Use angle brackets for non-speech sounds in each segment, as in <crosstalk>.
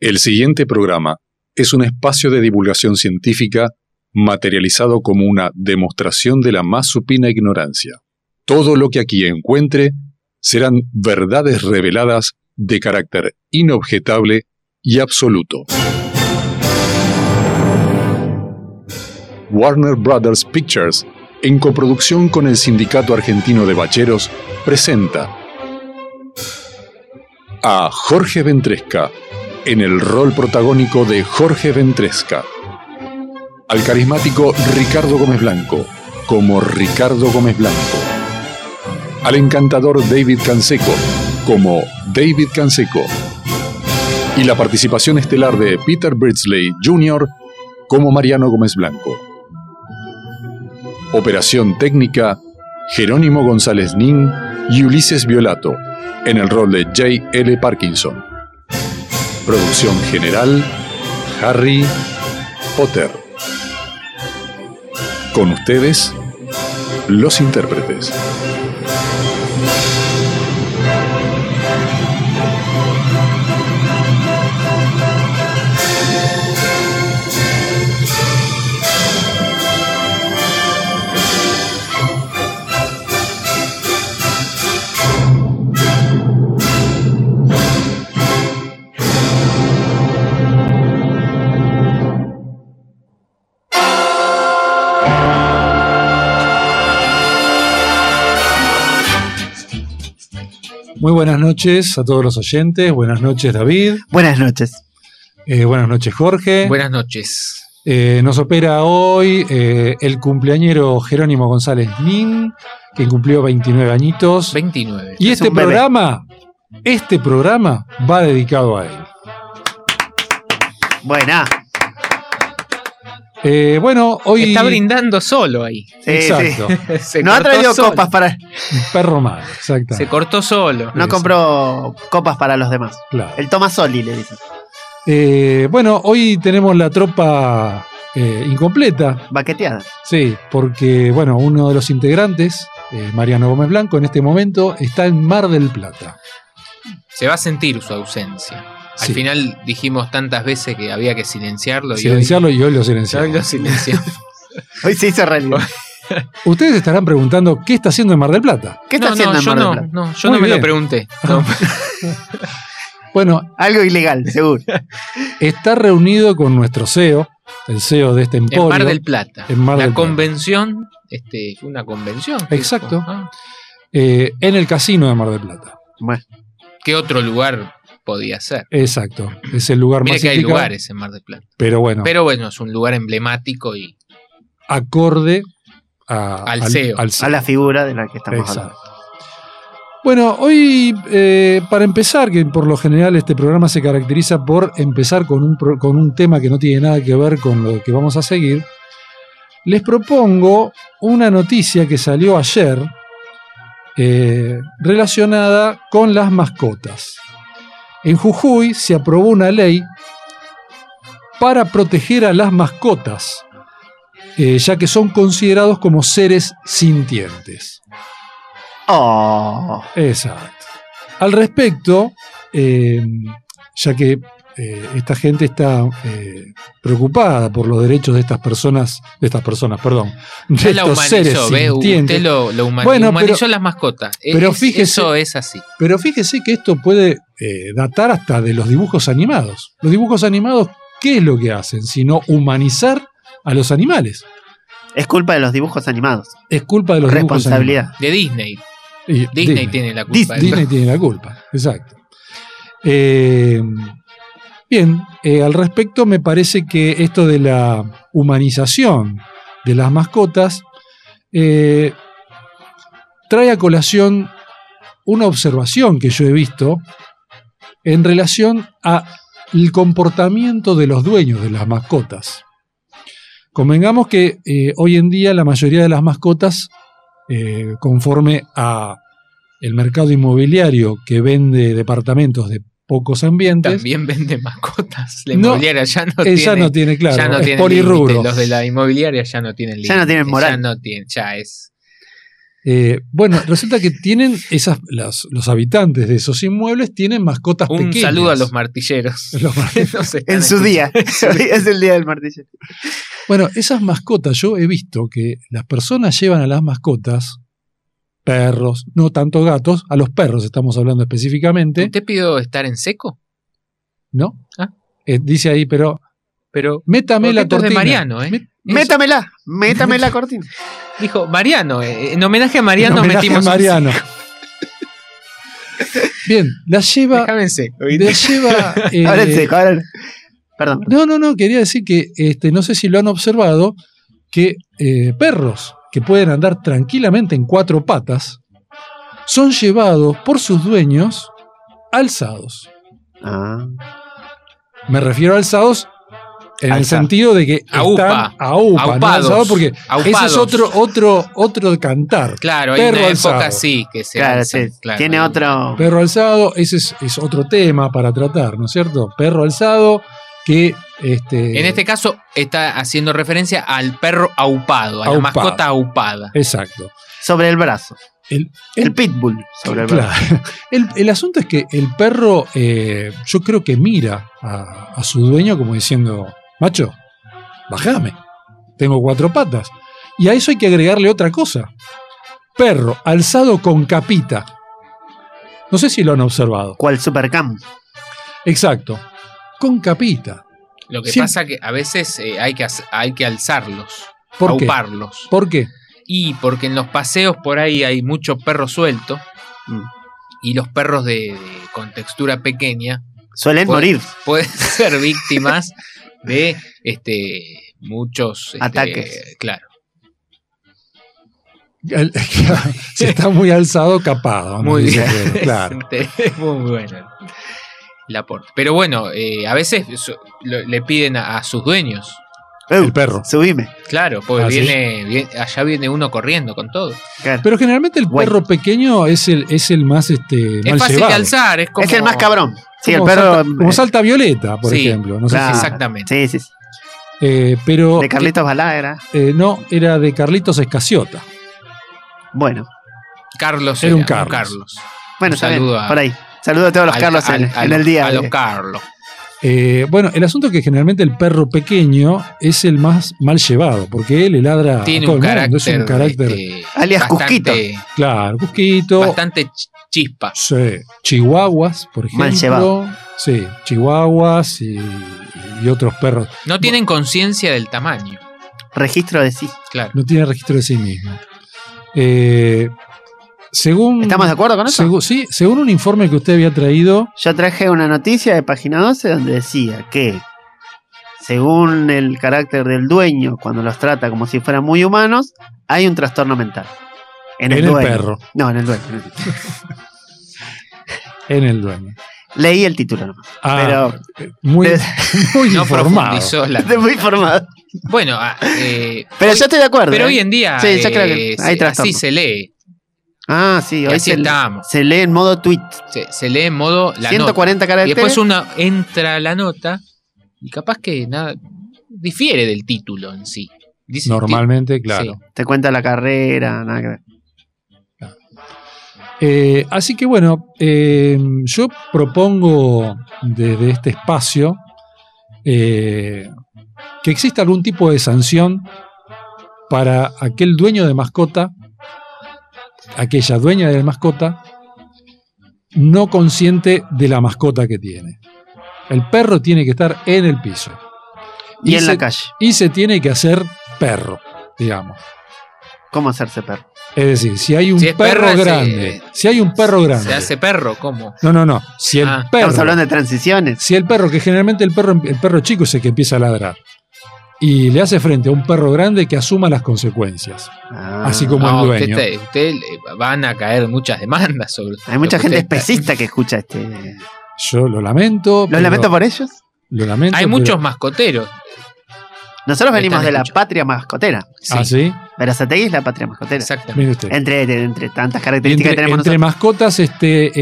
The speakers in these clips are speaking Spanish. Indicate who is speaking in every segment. Speaker 1: El siguiente programa es un espacio de divulgación científica materializado como una demostración de la más supina ignorancia. Todo lo que aquí encuentre serán verdades reveladas de carácter inobjetable y absoluto. Warner Brothers Pictures, en coproducción con el Sindicato Argentino de Bacheros, presenta a Jorge Ventresca en el rol protagónico de Jorge Ventresca. Al carismático Ricardo Gómez Blanco como Ricardo Gómez Blanco. Al encantador David Canseco como David Canseco. Y la participación estelar de Peter Bridsley Jr. como Mariano Gómez Blanco. Operación técnica Jerónimo González Nin y Ulises Violato en el rol de J. L. Parkinson. Producción general, Harry Potter. Con ustedes, los intérpretes.
Speaker 2: Muy buenas noches a todos los oyentes. Buenas noches, David.
Speaker 3: Buenas noches.
Speaker 2: Eh, buenas noches, Jorge.
Speaker 4: Buenas noches.
Speaker 2: Eh, nos opera hoy eh, el cumpleañero Jerónimo González Nin, que cumplió 29 añitos.
Speaker 4: 29.
Speaker 2: y este
Speaker 3: un bebé.
Speaker 2: programa, este programa va dedicado a él.
Speaker 3: Buena.
Speaker 2: Eh, bueno, hoy.
Speaker 4: Está brindando solo
Speaker 2: <laughs>
Speaker 4: ahí.
Speaker 3: Sí,
Speaker 2: Exacto.
Speaker 4: Se
Speaker 3: No ha
Speaker 4: cortó
Speaker 3: traído
Speaker 4: solo.
Speaker 3: copas para.
Speaker 2: Un perro malo,
Speaker 4: Se
Speaker 2: exactamente.
Speaker 4: cortó solo.
Speaker 3: No
Speaker 2: Exacto.
Speaker 3: compró copas para los demás.
Speaker 2: Claro.
Speaker 3: El Tomasoli le dicen.
Speaker 2: Eh, bueno, hoy tenemos la tropa eh, incompleta.
Speaker 3: Baqueteada.
Speaker 2: Sí, porque, bueno, uno de los integrantes, eh, Mariano Gómez Blanco, en este momento está en Mar del Plata.
Speaker 4: Se va a sentir su ausencia. Al
Speaker 2: Sí.
Speaker 4: final dijimos tantas veces que había que silenciarlo. y <laughs>
Speaker 2: Silenciarlo y hoy
Speaker 4: hoy-
Speaker 2: lo
Speaker 4: hoy
Speaker 2: silenciamos.
Speaker 4: lo silenciamos.
Speaker 2: <laughs>
Speaker 3: Hoy se hizo realidad.
Speaker 2: Ustedes estarán preguntando qué está haciendo en Mar del Plata.
Speaker 3: ¿Qué está
Speaker 4: no,
Speaker 3: haciendo
Speaker 4: no,
Speaker 3: en
Speaker 4: yo
Speaker 3: Mar del
Speaker 4: no,
Speaker 3: Plata?
Speaker 4: no, yo
Speaker 2: Muy
Speaker 4: no me
Speaker 2: bien.
Speaker 4: lo
Speaker 2: <laughs>
Speaker 4: pregunté. No.
Speaker 2: Bueno,
Speaker 3: Algo ilegal, seguro.
Speaker 2: está reunido con nuestro CEO, el CEO de este emporio.
Speaker 4: en Mar del Plata.
Speaker 2: En Mar
Speaker 4: la
Speaker 2: del Plata.
Speaker 4: convención, este, fue una convención. que
Speaker 2: Exacto.
Speaker 4: dijo, ah,
Speaker 2: eh, en el casino de Mar del Plata.
Speaker 3: Bueno,
Speaker 4: ¿Qué otro lugar podía ser?
Speaker 2: Exacto, es el lugar
Speaker 4: Mira
Speaker 2: más
Speaker 4: que hay
Speaker 2: indicado,
Speaker 4: lugares en Mar del Plata.
Speaker 2: Pero bueno,
Speaker 4: Pero bueno, es un lugar emblemático y
Speaker 2: acorde a-
Speaker 4: Al E CEO.
Speaker 2: E
Speaker 3: a la figura de la que estamos
Speaker 2: Exacto.
Speaker 3: hablando.
Speaker 2: Bueno, hoy eh, para empezar, que por lo general este programa se caracteriza por empezar con un, pro- con un tema que no tiene nada que ver con lo que vamos a seguir, les propongo una noticia que salió ayer eh, relacionada con las mascotas. En Jujuy se aprobó una ley para proteger a las mascotas, eh, ya que son considerados como seres sintientes.
Speaker 3: Oh,
Speaker 2: Exacto. Al respecto, eh, ya que eh, esta gente está eh, preocupada por los derechos de estas personas, de estas personas, perdón, de
Speaker 4: Usted la
Speaker 2: estos seres
Speaker 4: humanizó, ve,
Speaker 2: sintientes.
Speaker 4: usted lo, lo humani-
Speaker 2: Bueno,
Speaker 4: humanizó
Speaker 2: pero-
Speaker 4: las mascotas. E-
Speaker 2: pero
Speaker 4: es-
Speaker 2: fíjese-
Speaker 4: Eso es así.
Speaker 2: Pero fíjese que esto puede eh, datar hasta de los dibujos animados. Los dibujos animados, ¿qué es lo que hacen? Sino humanizar a los animales.
Speaker 3: es culpa de los dibujos animados.
Speaker 2: Es culpa de los dibujos animados.
Speaker 3: Responsabilidad.
Speaker 4: De Disney.
Speaker 2: Y
Speaker 4: Disney, tiene la culpa.
Speaker 3: Disney.
Speaker 4: de
Speaker 2: Disney tiene la culpa, exacto. Eh, bien, eh, al respecto me parece que esto de la humanización de las mascotas eh, trae a colación una observación que yo he visto en relación al comportamiento de los dueños de las mascotas. Convengamos que eh, hoy en día la mayoría de las mascotas, eh, conforme a el mercado inmobiliario que vende departamentos de pocos ambientes,
Speaker 4: También vende mascotas. La
Speaker 2: No,
Speaker 4: inmobiliaria ya no
Speaker 2: eh,
Speaker 4: tiene.
Speaker 2: ya no tiene claro,
Speaker 4: ya no
Speaker 2: es
Speaker 4: tiene límite.
Speaker 2: polirrubro.
Speaker 4: Los de la inmobiliaria ya no tienen
Speaker 3: Ya no
Speaker 4: límite,
Speaker 3: tienen moral.
Speaker 4: Ya no tienen, ya es.
Speaker 2: Eh, bueno, resulta que tienen esas, las- los habitantes de esos inmuebles tienen mascotas
Speaker 4: Un
Speaker 2: pequeñas.
Speaker 4: saludo
Speaker 2: <laughs>
Speaker 4: a los martilleros. <laughs>
Speaker 2: Los mar-
Speaker 4: Nos están
Speaker 3: En su día. Hoy es el día del martillo.
Speaker 2: Bueno, esas mascotas, yo he visto que las personas llevan a las mascotas, perros, no tanto gatos, a los perros estamos hablando específicamente,
Speaker 4: ¿Te pido estar en seco?
Speaker 2: ¿no?
Speaker 4: Ah.
Speaker 2: Eh, dice ahí, pero
Speaker 4: Pero
Speaker 2: métame la
Speaker 4: Objetos de
Speaker 2: cortina.
Speaker 4: Mariano, ¿eh?
Speaker 2: Mé-
Speaker 4: Eso.
Speaker 3: Métamela,
Speaker 2: <laughs>
Speaker 3: métamela cortina.
Speaker 4: dijo, Mariano, eh, en homenaje a Mariano
Speaker 2: homenaje a
Speaker 4: metimos. un
Speaker 2: Mariano.
Speaker 4: seco.
Speaker 2: Bien, las lleva,
Speaker 4: Déjame en seco. ¿viste?
Speaker 2: las lleva eh,
Speaker 3: Ahora en seco, ahora en- Perdón.
Speaker 2: No, no, no, quería decir que este, no sé si lo han observado, que eh, perros que pueden andar tranquilamente en cuatro patas son llevados por sus dueños alzados.
Speaker 3: Ah,
Speaker 2: Me refiero a alzados en el
Speaker 3: Alza.
Speaker 2: sentido de que
Speaker 4: A upa.
Speaker 2: están a upa, no
Speaker 4: Aupados.
Speaker 2: alzados, porque ese es
Speaker 4: Aupados.
Speaker 2: otro, otro, otro cantar.
Speaker 4: Claro, hay
Speaker 2: perro
Speaker 4: una
Speaker 2: alzado.
Speaker 4: época así que se
Speaker 3: claro,
Speaker 4: alzan,
Speaker 3: sí.
Speaker 4: claro.
Speaker 3: Tiene otro.
Speaker 2: Perro alzado, ese es, es otro tema para tratar, ¿no es cierto? Perro alzado que... Este,
Speaker 4: En este caso está haciendo referencia al perro aupado, a
Speaker 2: Aupado.
Speaker 4: la mascota aupada.
Speaker 2: Exacto.
Speaker 3: Sobre el brazo.
Speaker 2: El-
Speaker 3: El,
Speaker 2: el-
Speaker 3: pitbull. Sobre el brazo.
Speaker 2: Claro. El, el asunto es que el perro, eh, yo creo que mira a, a su dueño como diciendo, macho, bajame, tengo cuatro patas. Y a eso hay que agregarle otra cosa. Perro alzado con capita. No sé si lo han observado.
Speaker 3: ¿Cuál supercam?
Speaker 2: Exacto. Con capita.
Speaker 4: Lo que
Speaker 2: Sí.
Speaker 4: pasa que a veces eh, hay, que, hac- hay que alzarlos,
Speaker 2: ¿Por qué?
Speaker 4: auparlos.
Speaker 2: ¿Por qué?
Speaker 4: Y porque en los paseos por ahí hay mucho perro suelto
Speaker 3: Mm.
Speaker 4: y los perros de, de- con textura pequeña <laughs>
Speaker 3: Suelen
Speaker 4: Puede-
Speaker 3: morir.
Speaker 4: pueden ser víctimas de este muchos este,
Speaker 3: Ataques.
Speaker 4: Claro,
Speaker 2: <laughs> El- si está muy alzado, capado. ¿no?
Speaker 4: muy
Speaker 2: Dice
Speaker 4: bien. <laughs>
Speaker 2: que, Claro.
Speaker 4: Es muy bueno. el aporte. Pero bueno, eh, a veces su- lo- le piden a- a sus dueños
Speaker 3: Eu,
Speaker 2: El perro.
Speaker 3: Uh, subime.
Speaker 4: Claro, porque
Speaker 2: Ah, ¿sí?
Speaker 4: viene, vie- allá viene uno corriendo con todo.
Speaker 3: Claro.
Speaker 2: Pero generalmente el
Speaker 3: Guay.
Speaker 2: perro pequeño es el, es el más este,
Speaker 4: Es
Speaker 2: mal
Speaker 4: fácil
Speaker 2: llevado.
Speaker 4: de alzar, es como.
Speaker 3: Es el más cabrón. Sí, el
Speaker 2: Como
Speaker 3: perro.
Speaker 2: Salta, como
Speaker 3: eh,
Speaker 2: Salta Violeta, por
Speaker 4: Sí,
Speaker 2: ejemplo. No sé
Speaker 3: claro.
Speaker 2: si-
Speaker 4: Exactamente.
Speaker 3: sí, sí, sí.
Speaker 2: eh, pero
Speaker 3: De Carlitos Balá era.
Speaker 2: eh, no, era de Carlitos Escaciota.
Speaker 3: Bueno.
Speaker 4: Carlos
Speaker 2: Era un
Speaker 4: era,
Speaker 2: Carlos.
Speaker 3: Bueno,
Speaker 4: Un
Speaker 3: está bien,
Speaker 4: saludo a-
Speaker 3: Por ahí. Saludo a todos los
Speaker 4: Al-
Speaker 3: Carlos
Speaker 4: al-
Speaker 3: en,
Speaker 4: a
Speaker 3: en
Speaker 4: los-
Speaker 3: el día.
Speaker 4: A
Speaker 3: de-
Speaker 4: los Carlos.
Speaker 2: Eh, bueno, el asunto es que generalmente el perro pequeño es el más mal llevado, porque él le ladra a
Speaker 4: Tiene
Speaker 2: Ah, todo
Speaker 4: un
Speaker 2: el mundo.
Speaker 4: carácter.
Speaker 2: Es un carácter,
Speaker 4: este,
Speaker 3: Alias Cusquito.
Speaker 4: bastante,
Speaker 2: claro, cusquito.
Speaker 4: bastante ch- chispa.
Speaker 2: sí, chihuahuas, por ejemplo.
Speaker 3: Mal llevado.
Speaker 2: Sí, chihuahuas y, y otros perros.
Speaker 4: No tienen conciencia del tamaño.
Speaker 3: Registro de sí.
Speaker 4: Claro.
Speaker 2: No tiene registro de sí mismo. Eh, según,
Speaker 3: ¿Estamos de acuerdo con eso?
Speaker 2: segu- sí, según un informe que usted había traído,
Speaker 3: Yo traje una noticia de página 12 donde decía que, según el carácter del dueño, cuando los trata como si fueran muy humanos, hay un trastorno mental. En el,
Speaker 2: En el
Speaker 3: dueño.
Speaker 2: perro.
Speaker 3: No, en el dueño. en el dueño.
Speaker 2: en el dueño.
Speaker 3: Leí el título nomás.
Speaker 2: Ah,
Speaker 3: pero
Speaker 2: muy,
Speaker 3: de-
Speaker 2: muy
Speaker 4: No
Speaker 2: informado.
Speaker 4: profundizó la.
Speaker 3: <laughs> estoy muy informado.
Speaker 4: Bueno, ah, eh,
Speaker 3: Pero
Speaker 4: hoy-
Speaker 3: yo estoy de acuerdo.
Speaker 4: pero
Speaker 3: ¿eh?
Speaker 4: hoy en día.
Speaker 3: Sí, yo creo que
Speaker 4: eh,
Speaker 3: hay
Speaker 4: se-
Speaker 3: trastorno.
Speaker 4: así se lee.
Speaker 3: Ah, sí,
Speaker 4: Y
Speaker 3: hoy
Speaker 4: así
Speaker 3: se,
Speaker 4: estamos.
Speaker 3: se lee en modo tweet.
Speaker 4: Se, se lee en modo la nota.
Speaker 3: 140
Speaker 4: Y
Speaker 3: caracteres.
Speaker 4: después uno entra a la nota y capaz que nada difiere del título en sí. Dice
Speaker 2: <laughs> Normalmente,
Speaker 4: ti- sí.
Speaker 2: claro.
Speaker 3: Te cuenta la carrera, nada que ver.
Speaker 2: Eh, así que bueno, eh, yo propongo desde este espacio eh, que exista algún tipo de sanción para aquel dueño de mascota, aquella dueña de mascota, no consciente de la mascota que tiene. El perro tiene que estar en el piso.
Speaker 3: Y, en
Speaker 2: se-
Speaker 3: la calle.
Speaker 2: y se tiene que hacer perro, digamos.
Speaker 3: ¿Cómo hacerse perro?
Speaker 2: Es decir, si hay un
Speaker 4: Si es
Speaker 2: perro
Speaker 4: perro, se-
Speaker 2: grande, si hay un perro grande,
Speaker 4: Se hace perro, ¿cómo?
Speaker 2: no, no, no, si el
Speaker 4: Ah, estamos
Speaker 2: perro,
Speaker 3: Estamos hablando de transiciones.
Speaker 2: si el perro, que generalmente el perro, el perro chico es el que empieza a ladrar y le hace frente a un perro grande que asuma las consecuencias,
Speaker 3: Ah.
Speaker 2: así como
Speaker 4: No,
Speaker 2: el
Speaker 4: usted,
Speaker 2: dueño.
Speaker 4: está- usted, eh, van a caer muchas demandas sobre.
Speaker 3: Hay mucha
Speaker 4: lo que
Speaker 3: gente
Speaker 4: usted está-
Speaker 3: especista que escucha este.
Speaker 2: Yo lo lamento,
Speaker 3: ¿Los
Speaker 2: pero-
Speaker 3: lamento por ellos?
Speaker 2: lo lamento,
Speaker 4: Hay
Speaker 2: pero-
Speaker 4: muchos mascoteros.
Speaker 3: Nosotros
Speaker 4: Me
Speaker 3: venimos
Speaker 4: están
Speaker 3: de la
Speaker 4: escuchando.
Speaker 3: patria mascotera.
Speaker 4: Sí,
Speaker 2: Ah, sí,
Speaker 3: Verazategui es la patria mascotera.
Speaker 4: exactamente.
Speaker 2: mire usted.
Speaker 3: Entre, entre tantas características
Speaker 2: Entre,
Speaker 3: que tenemos
Speaker 2: entre mascotas, este,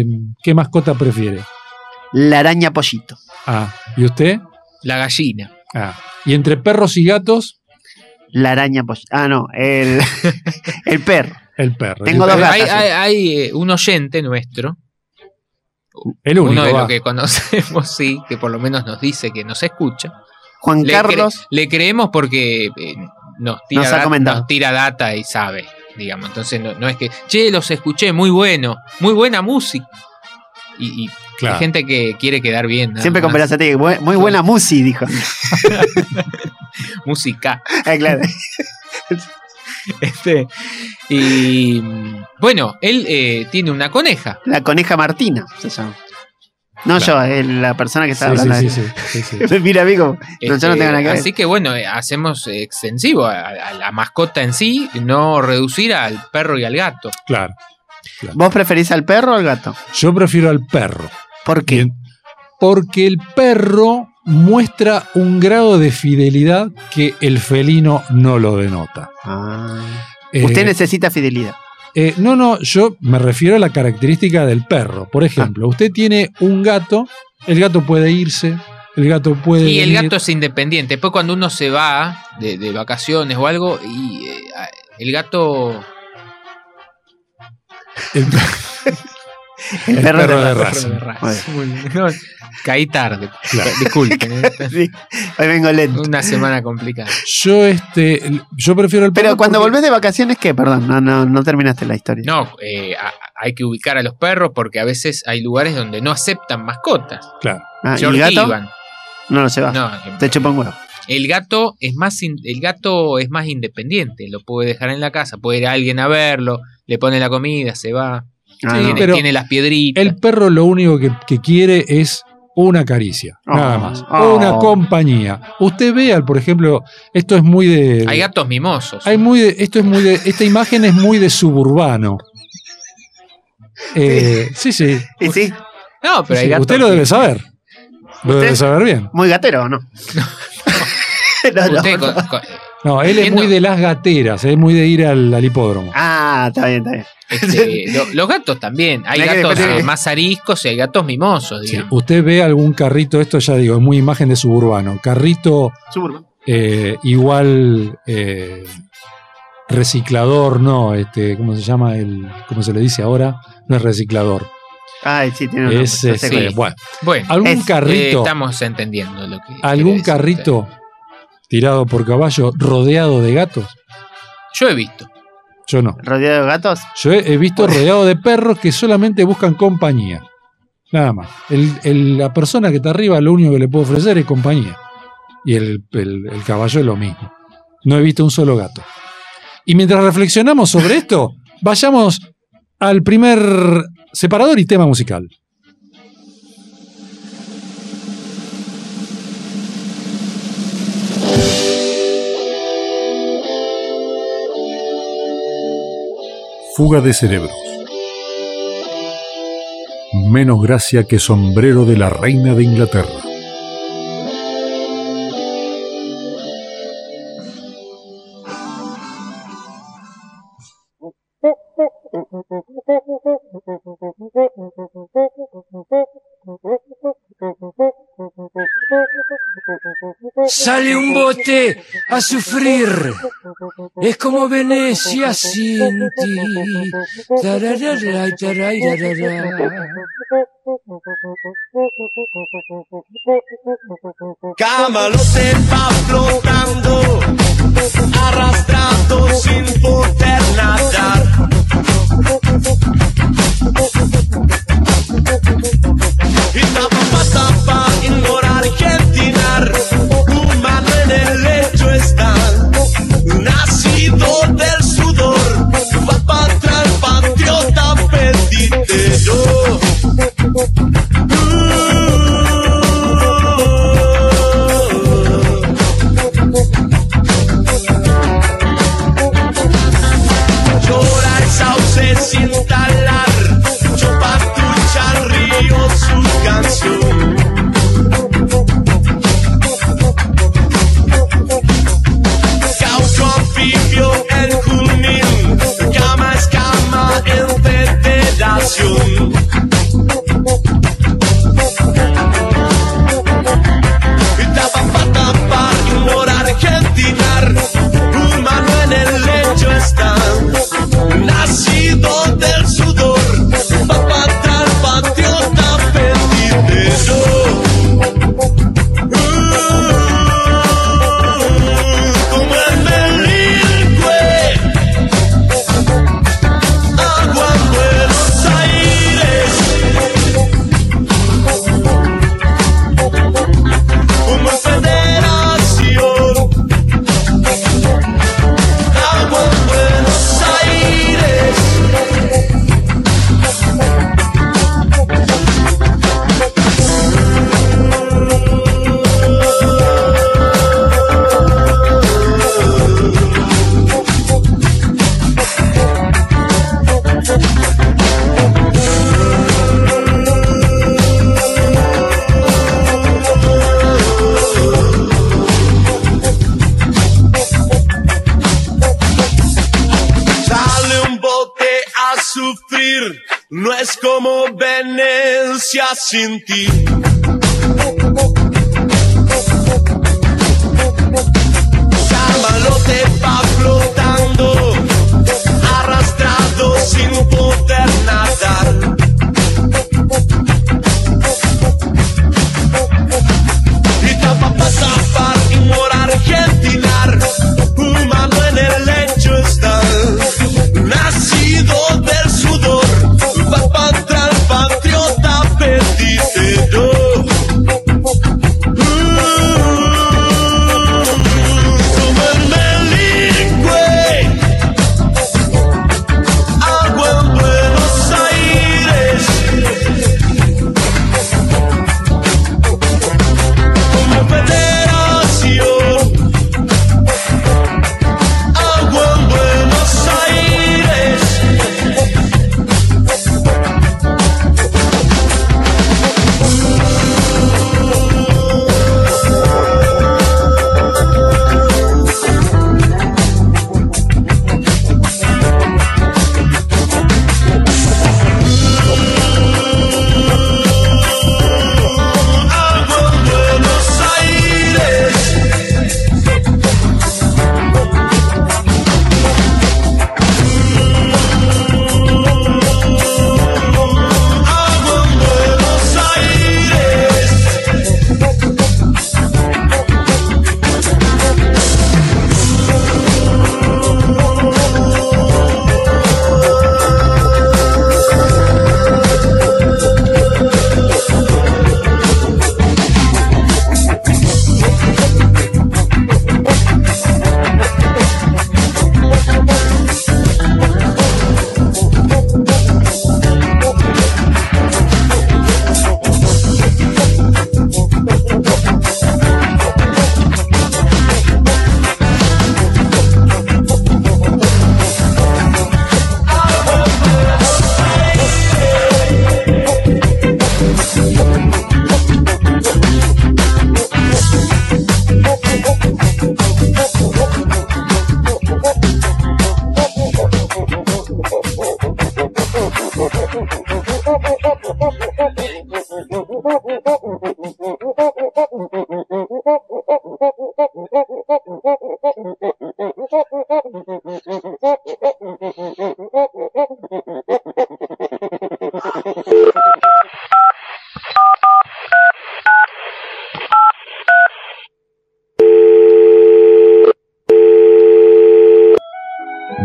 Speaker 2: eh, ¿qué mascota prefiere?
Speaker 3: nosotros, la araña pollito.
Speaker 2: Ah, ¿y usted?
Speaker 4: La gallina.
Speaker 2: Ah, y entre perros y gatos,
Speaker 4: <laughs>
Speaker 3: La araña pollito. Ah, no, el, el perro.
Speaker 2: El perro.
Speaker 3: Tengo
Speaker 2: el,
Speaker 3: dos
Speaker 4: Hay,
Speaker 3: gatos.
Speaker 4: hay- hay, eh, un oyente nuestro,
Speaker 2: el único.
Speaker 4: uno de
Speaker 2: va.
Speaker 4: los que conocemos, <laughs> sí, que por lo menos nos dice que nos escucha.
Speaker 3: Juan
Speaker 4: Le,
Speaker 3: Carlos.
Speaker 4: cre- le creemos porque eh, nos, tira
Speaker 3: Nos ha
Speaker 4: dat-
Speaker 3: comentado.
Speaker 4: nos tira data y sabe, digamos. Entonces no, no es que, che, los escuché, muy bueno, muy buena música. Y, y
Speaker 2: Claro.
Speaker 4: hay gente que quiere quedar bien. nada
Speaker 3: Siempre con
Speaker 4: más.
Speaker 3: Berazategui, "Bu- muy buena musi, dijo. <laughs>
Speaker 4: Música. <laughs>
Speaker 3: Ah, claro.
Speaker 4: Este, y mm, bueno, él eh, tiene una coneja.
Speaker 3: La coneja Martina se llama. No yo, es la persona que estaba
Speaker 2: Sí, sí,
Speaker 3: hablando.
Speaker 2: sí, sí, sí, sí.
Speaker 3: <laughs> Mira, amigo, no, yo no
Speaker 4: Este,
Speaker 3: tengo nada que ver.
Speaker 4: así que bueno, eh, hacemos eh, extensivo a, a la mascota en sí, no reducir al perro y al gato.
Speaker 2: Claro.
Speaker 3: ¿Vos preferís al perro o al gato?
Speaker 2: Yo prefiero al perro.
Speaker 3: ¿Por qué?
Speaker 2: Bien. Porque el perro muestra un grado de fidelidad que el felino no lo denota.
Speaker 3: Ah.
Speaker 2: Eh,
Speaker 3: Usted necesita fidelidad.
Speaker 2: eh, no, no, yo me refiero a la característica del perro. Por ejemplo,
Speaker 3: Ah.
Speaker 2: usted tiene un gato, el gato puede irse, el gato puede.
Speaker 4: Y el
Speaker 2: venir.
Speaker 4: gato es independiente. Después cuando uno se va de, de vacaciones o algo, y eh, a- el gato... <laughs>
Speaker 2: El-
Speaker 3: El,
Speaker 2: perro de
Speaker 3: raza.
Speaker 2: raza.
Speaker 4: <laughs> Muy bien. No, caí tarde, <laughs>
Speaker 2: Claro.
Speaker 3: <laughs>
Speaker 4: disculpen. ¿eh?
Speaker 3: Sí. Hoy vengo lento.
Speaker 4: Una semana complicada.
Speaker 2: Yo, este, yo prefiero el perro.
Speaker 3: Pero cuando
Speaker 2: porque-
Speaker 3: volvés de vacaciones, ¿qué? Perdón, no, no, no terminaste la historia.
Speaker 4: No, eh, a- hay que ubicar a los perros porque a veces hay lugares donde no aceptan mascotas.
Speaker 2: Claro.
Speaker 3: Ah, ¿Y
Speaker 4: Se
Speaker 3: el gato? Ah.
Speaker 4: ortigan.
Speaker 3: No lo llevas.
Speaker 4: No,
Speaker 3: Te chupa un huevo.
Speaker 4: el gato es más in- el gato es más independiente, lo puede dejar en la casa, puede ir a alguien a verlo, le pone la comida, se va,
Speaker 3: Ah, no.
Speaker 2: Sí,
Speaker 4: tiene,
Speaker 2: pero
Speaker 4: tiene las piedritas.
Speaker 2: El perro lo único que, que quiere es una caricia,
Speaker 3: Oh,
Speaker 2: nada más.
Speaker 3: oh.
Speaker 2: Una compañía. Usted vea, por ejemplo, esto es muy de.
Speaker 4: Hay gatos mimosos.
Speaker 2: hay muy de- esto es muy de. Esta imagen es muy de suburbano. Eh, sí, sí.
Speaker 3: Y sí,
Speaker 4: no, pero hay
Speaker 2: Sí,
Speaker 4: gatos.
Speaker 2: usted lo
Speaker 4: que-
Speaker 2: debe saber. Lo
Speaker 3: ¿Usted?
Speaker 2: debe saber bien.
Speaker 3: muy gatero,
Speaker 4: <laughs>
Speaker 3: ¿o no? <laughs> No, no,
Speaker 4: usted
Speaker 3: no.
Speaker 4: con- con-
Speaker 2: No, él es
Speaker 4: Entiendo.
Speaker 2: muy de las gateras, es muy de ir al, al hipódromo.
Speaker 3: Ah, está bien, está bien.
Speaker 4: este,
Speaker 2: <laughs>
Speaker 4: lo- los gatos también. Hay
Speaker 3: Mirá que
Speaker 4: gatos
Speaker 3: después
Speaker 4: eh,
Speaker 3: te-
Speaker 4: más ariscos y hay gatos mimosos,
Speaker 2: Sí,
Speaker 4: digamos.
Speaker 2: Usted ve algún carrito, esto ya digo, es muy imagen de suburbano. Carrito
Speaker 3: Suburban.
Speaker 2: Eh, igual eh, reciclador, no, este, ¿cómo se llama el, cómo se le dice ahora? No es reciclador.
Speaker 3: Ay, sí, tiene un nombre,
Speaker 2: Es,
Speaker 3: yo
Speaker 2: este,
Speaker 3: sé cuál es.
Speaker 2: bueno,
Speaker 4: Bueno,
Speaker 2: algún
Speaker 3: Es, eh,
Speaker 4: eh,
Speaker 2: carrito,
Speaker 4: estamos entendiendo lo que. quiere
Speaker 2: algún
Speaker 4: decir usted.
Speaker 2: carrito tirado por caballo rodeado de gatos.
Speaker 4: Yo he visto.
Speaker 2: Yo no.
Speaker 3: ¿Rodeado de gatos?
Speaker 2: Yo he, he visto rodeado de perros que solamente buscan compañía. Nada más. El- el- la persona que está arriba lo único que le puede ofrecer es compañía. Y el, el- el caballo es lo mismo. No he visto un solo gato. Y mientras reflexionamos sobre esto, vayamos al primer separador y tema musical.
Speaker 1: Fuga de cerebros. Menos gracia que sombrero de la reina de Inglaterra.
Speaker 5: Sale un bote a sufrir. Es como Venecia sin ti. Tararara, tararara.
Speaker 6: Camalote va flotando, arrastrado sin poder nadar. Y tapa tapa en gol argentinar, humano en el lecho está, nacido del sudor, va para atrás, patriota petitero. Mm. Llora el sauce sin talar, yo patrulla al río su canción.
Speaker 7: Uh,
Speaker 6: No es como Venecia sin ti. Sábalote va flotando, arrastrado sin poder nadar. Y tapa zapar y morar argentinar, humano en el lecho está. Nacido del sudor, va para entrar patriota perdidor. Como el melingue, agua en Buenos Aires, como federación, agua en Buenos Aires. Agua en Buenos Aires. Agua en Buenos Aires.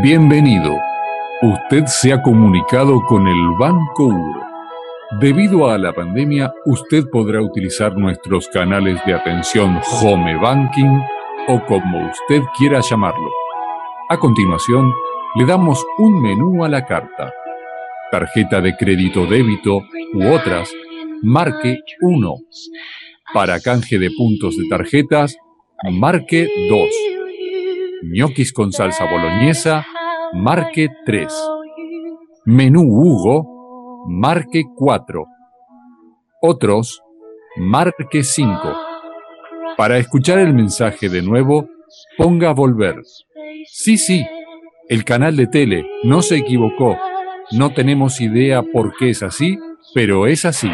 Speaker 1: Bienvenido. Usted se ha comunicado con el Banco Uro. Debido a la pandemia, usted podrá utilizar nuestros canales de atención Home Banking o como usted quiera llamarlo. A continuación, le damos un menú a la carta. Tarjeta de crédito débito u otras, marque 1. Para canje de puntos de tarjetas, marque 2. Ñoquis con salsa boloñesa, marque 3. Menú Hugo, marque 4. Otros, marque 5. Para escuchar el mensaje de nuevo, ponga volver. Sí, sí, el canal de tele no se equivocó. No tenemos idea por qué es así, pero es así.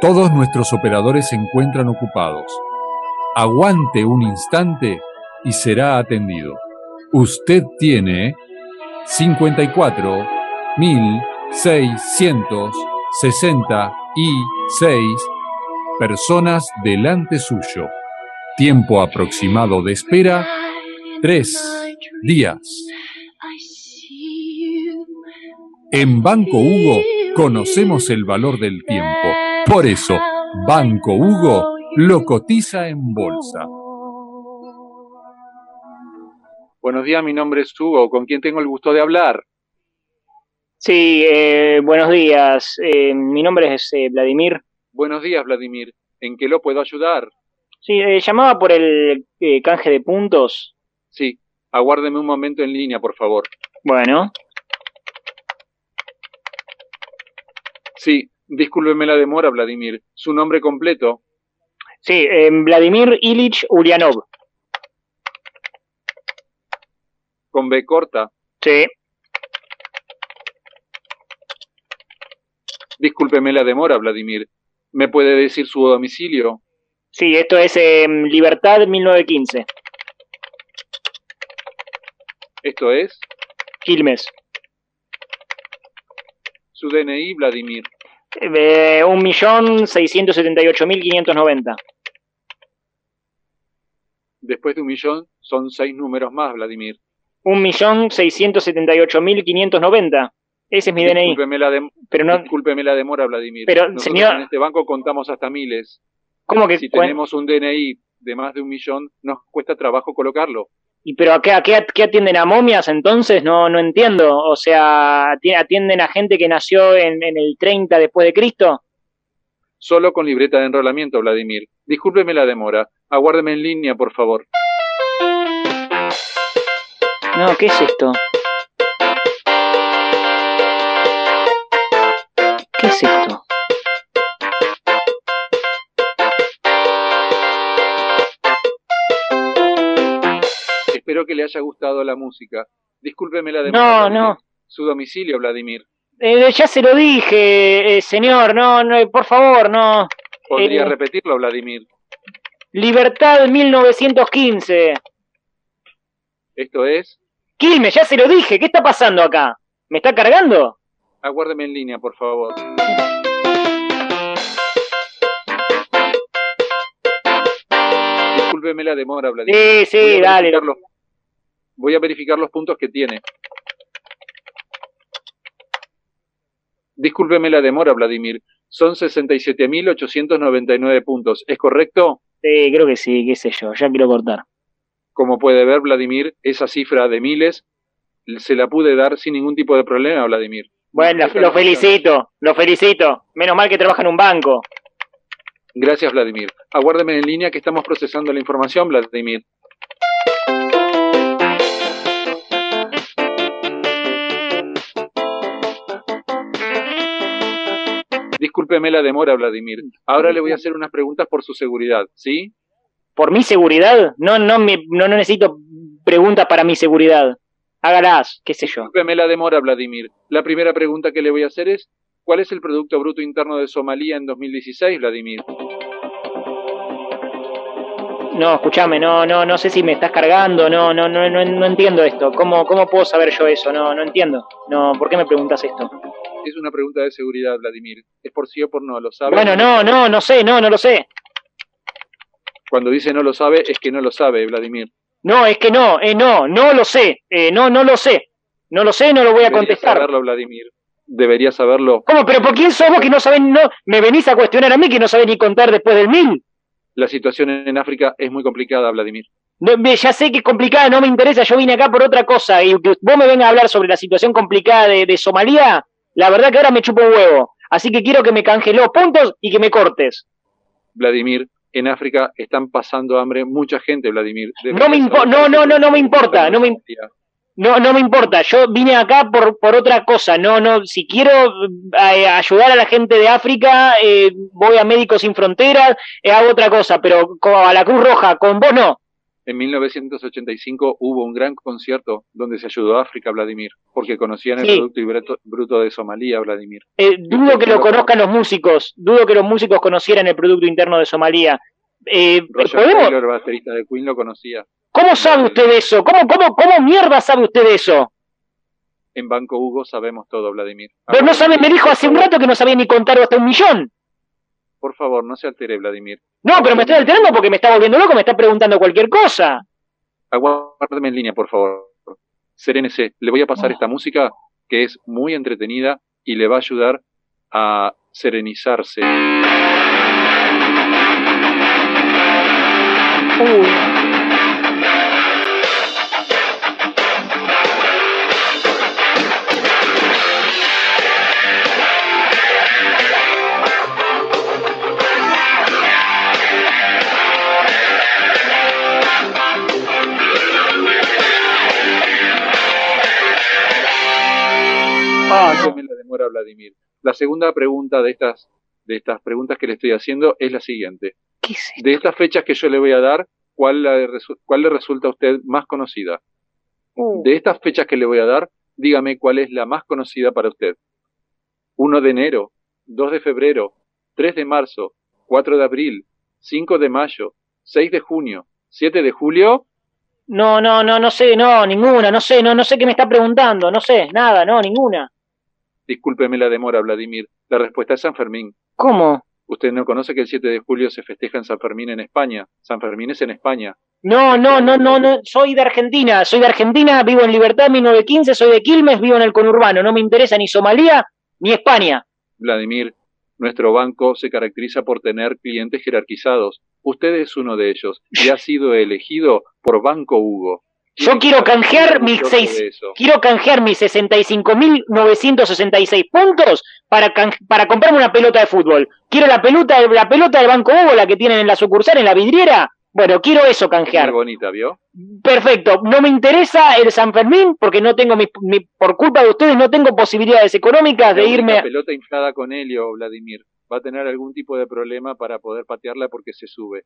Speaker 1: Todos nuestros operadores se encuentran ocupados. Aguante un instante y será atendido. Usted tiene 54 1666 personas delante suyo. Tiempo aproximado de espera, tres días. En Banco Hugo conocemos el valor del tiempo. Por eso, Banco Hugo lo cotiza en bolsa.
Speaker 8: Buenos días, mi nombre es Hugo, con quien tengo el gusto de hablar.
Speaker 9: Sí, eh, buenos días. Eh, mi nombre es eh, Vladimir.
Speaker 8: Buenos días, Vladimir. ¿En qué lo puedo ayudar?
Speaker 9: Sí, eh, llamaba por el eh, canje de puntos.
Speaker 8: Sí, aguárdeme un momento en línea, por favor.
Speaker 9: Bueno,
Speaker 8: Sí, discúlpeme la demora, Vladimir. Su nombre completo.
Speaker 9: sí, eh, Vladimir Ilich Ulyanov.
Speaker 8: Con B corta.
Speaker 9: Sí,
Speaker 8: Discúlpeme la demora, Vladimir. ¿Me puede decir su domicilio?
Speaker 9: Sí, esto es eh, Libertad 1915,
Speaker 8: Esto es
Speaker 9: Quilmes.
Speaker 8: su DNI, Vladimir.
Speaker 9: Eh, 1.678.590.
Speaker 8: Después de un millón son seis números más, Vladimir.
Speaker 9: 1.678.590. Ese es mi DNI.
Speaker 8: Discúlpeme la, dem-
Speaker 9: Pero no,
Speaker 8: discúlpeme la demora, Vladimir.
Speaker 9: Pero,
Speaker 8: Nosotros
Speaker 9: señor-
Speaker 8: en este banco contamos hasta miles.
Speaker 9: ¿cómo que?
Speaker 8: Si
Speaker 9: cuen-
Speaker 8: tenemos un DNI de más de un millón, nos cuesta trabajo colocarlo.
Speaker 9: ¿Y pero a qué, a qué at- qué atienden a momias entonces? No, no entiendo. O sea, ati- atienden a gente que nació en, en el 30 después de Cristo.
Speaker 8: Solo con libreta de enrolamiento, Vladimir. Discúlpeme la demora. Aguárdeme en línea, por favor.
Speaker 9: No, ¿qué es esto? ¿Qué es esto?
Speaker 8: Espero que le haya gustado la música. Discúlpeme la demora.
Speaker 9: No,
Speaker 8: Vladimir.
Speaker 9: no.
Speaker 8: Su domicilio, Vladimir.
Speaker 9: Eh, ya se lo dije, eh, señor. No, no, eh, por favor, no.
Speaker 8: ¿Podría
Speaker 9: Eh.
Speaker 8: repetirlo, Vladimir?
Speaker 9: Libertad 1915.
Speaker 8: Esto es.
Speaker 9: Quilmes, ya se lo dije. ¿Qué está pasando acá? ¿Me está cargando?
Speaker 8: Aguárdeme en línea, por favor. Discúlpeme la demora, Vladimir.
Speaker 9: Sí, sí,
Speaker 8: Voy a
Speaker 9: dale.
Speaker 8: verificar los- voy a verificar los puntos que tiene. Discúlpeme la demora, Vladimir. Son 67.899 puntos. ¿Es correcto?
Speaker 9: Sí, creo que sí, qué sé yo. Ya quiero cortar.
Speaker 8: Como puede ver, Vladimir, esa cifra de miles se la pude dar sin ningún tipo de problema, Vladimir.
Speaker 9: Bueno,
Speaker 8: Muchas
Speaker 9: lo
Speaker 8: gracias.
Speaker 9: felicito, lo felicito. Menos mal que trabaja en un banco.
Speaker 8: Gracias, Vladimir. Aguárdeme en línea que estamos procesando la información, Vladimir. Discúlpeme la demora, Vladimir. Ahora le voy a hacer unas preguntas por su seguridad, ¿sí?
Speaker 9: Por mi seguridad, no, no, me- no, no necesito preguntas para mi seguridad. Hágalas, qué sé yo.
Speaker 8: Discúlpeme la demora, Vladimir. La primera pregunta que le voy a hacer es, ¿cuál es el Producto Bruto Interno de Somalia en 2016, Vladimir?
Speaker 9: No, escúchame, no, no, no sé si me estás cargando, no, no, no, no, no entiendo esto. ¿Cómo, ¿Cómo puedo saber yo eso? No, no entiendo. No, ¿por qué me preguntas esto?
Speaker 8: Es una pregunta de seguridad, Vladimir. ¿Es por sí o por no? ¿Lo sabe?
Speaker 9: Bueno, no, no, no sé, no, no lo sé.
Speaker 8: Cuando dice no lo sabe, es que no lo sabe, Vladimir.
Speaker 9: No, es que no, eh, no, no lo sé, eh, no, no lo sé. No lo sé, no lo voy a
Speaker 8: Deberías
Speaker 9: contestar.
Speaker 8: saberlo, Vladimir. Deberías saberlo.
Speaker 9: ¿Cómo? ¿Pero por quién sos vos que no sabés, no, me venís a cuestionar a mí que no sabés ni contar después del mil?
Speaker 8: La situación en África es muy complicada, Vladimir.
Speaker 9: No, ve, ya sé que es complicada, no me interesa, yo vine acá por otra cosa y que vos me vengas a hablar sobre la situación complicada de, de Somalia, la verdad que ahora me chupo un huevo. Así que quiero que me cangeló puntos y que me cortes.
Speaker 8: Vladimir, en África están pasando hambre mucha gente, Vladimir.
Speaker 9: No me impo- no, no, no, no me importa, no me im- No, no me importa, yo vine acá por, por otra cosa. No, no, si quiero eh, ayudar a la gente de África, eh, voy a Médicos Sin Fronteras, eh, hago otra cosa, pero co- a la Cruz Roja, con vos no.
Speaker 8: En 1985 hubo un gran concierto donde se ayudó a África, Vladimir, porque conocían el
Speaker 9: Sí.
Speaker 8: Producto Ibreto- Bruto de Somalia, Vladimir.
Speaker 9: Eh, dudo que lo conozcan los músicos, dudo que los músicos conocieran el Producto Interno de Somalia. Eh,
Speaker 8: Roger
Speaker 9: ¿podemos-
Speaker 8: Taylor, baterista de Queen, lo conocía.
Speaker 9: ¿Cómo sabe usted de eso? ¿Cómo, cómo, ¿Cómo mierda sabe usted de eso?
Speaker 8: En Banco Hugo sabemos todo, Vladimir.
Speaker 9: Pero no sabe, me dijo hace un rato que no sabía ni contar hasta un millón.
Speaker 8: Por favor, no se altere, Vladimir.
Speaker 9: No, pero me estoy alterando porque me está volviendo loco, me está preguntando cualquier cosa.
Speaker 8: Aguárdeme en línea, por favor. Serénese, le voy a
Speaker 9: Ah.
Speaker 8: pasar esta música que es muy entretenida y le va a ayudar a serenizarse.
Speaker 9: Uy. Ah, no.
Speaker 8: Discúlpeme la demora, Vladimir. La segunda pregunta de estas, de estas preguntas que le estoy haciendo es la siguiente.
Speaker 9: ¿Qué es esto?
Speaker 8: De estas fechas que yo le voy a dar, ¿cuál, la resu- cuál le resulta a usted más conocida? De estas fechas que le voy a dar, dígame cuál es la más conocida para usted. 1 de enero, 2 de febrero, 3 de marzo, 4 de abril, 5 de mayo, 6 de junio, 7 de julio.
Speaker 10: No, no, no, no sé, no, ninguna, no sé, no, no sé qué me está preguntando, no sé, nada, no, ninguna.
Speaker 8: Discúlpeme la demora, Vladimir. La respuesta es San Fermín.
Speaker 10: ¿Cómo?
Speaker 8: Usted no conoce que el 7 de julio se festeja en San Fermín en España. San Fermín es en España.
Speaker 10: No, no, no, no, no, soy de Argentina, soy de Argentina, vivo en Libertad 1915, soy de Quilmes, vivo en el conurbano, no me interesa ni Somalia ni España.
Speaker 8: Vladimir, nuestro banco se caracteriza por tener clientes jerarquizados. Usted es uno de ellos y ha sido elegido por Banco Hugo.
Speaker 10: Yo quiero canjear mis seis-
Speaker 8: De eso.
Speaker 10: Quiero canjear mis 65.966 puntos para, can- para comprarme una pelota de fútbol. Quiero la pelota, la pelota del Banco Hugo, la que tienen en la sucursal, en la vidriera. Bueno, quiero eso
Speaker 8: Muy
Speaker 10: canjear.
Speaker 8: bonita, ¿vio?
Speaker 10: Perfecto. No me interesa el San Fermín porque no tengo mis- mi, por culpa de ustedes no tengo posibilidades económicas de
Speaker 8: La única
Speaker 10: irme. a-
Speaker 8: pelota inflada con helio, Vladimir. Va a tener algún tipo de problema para poder patearla porque se sube.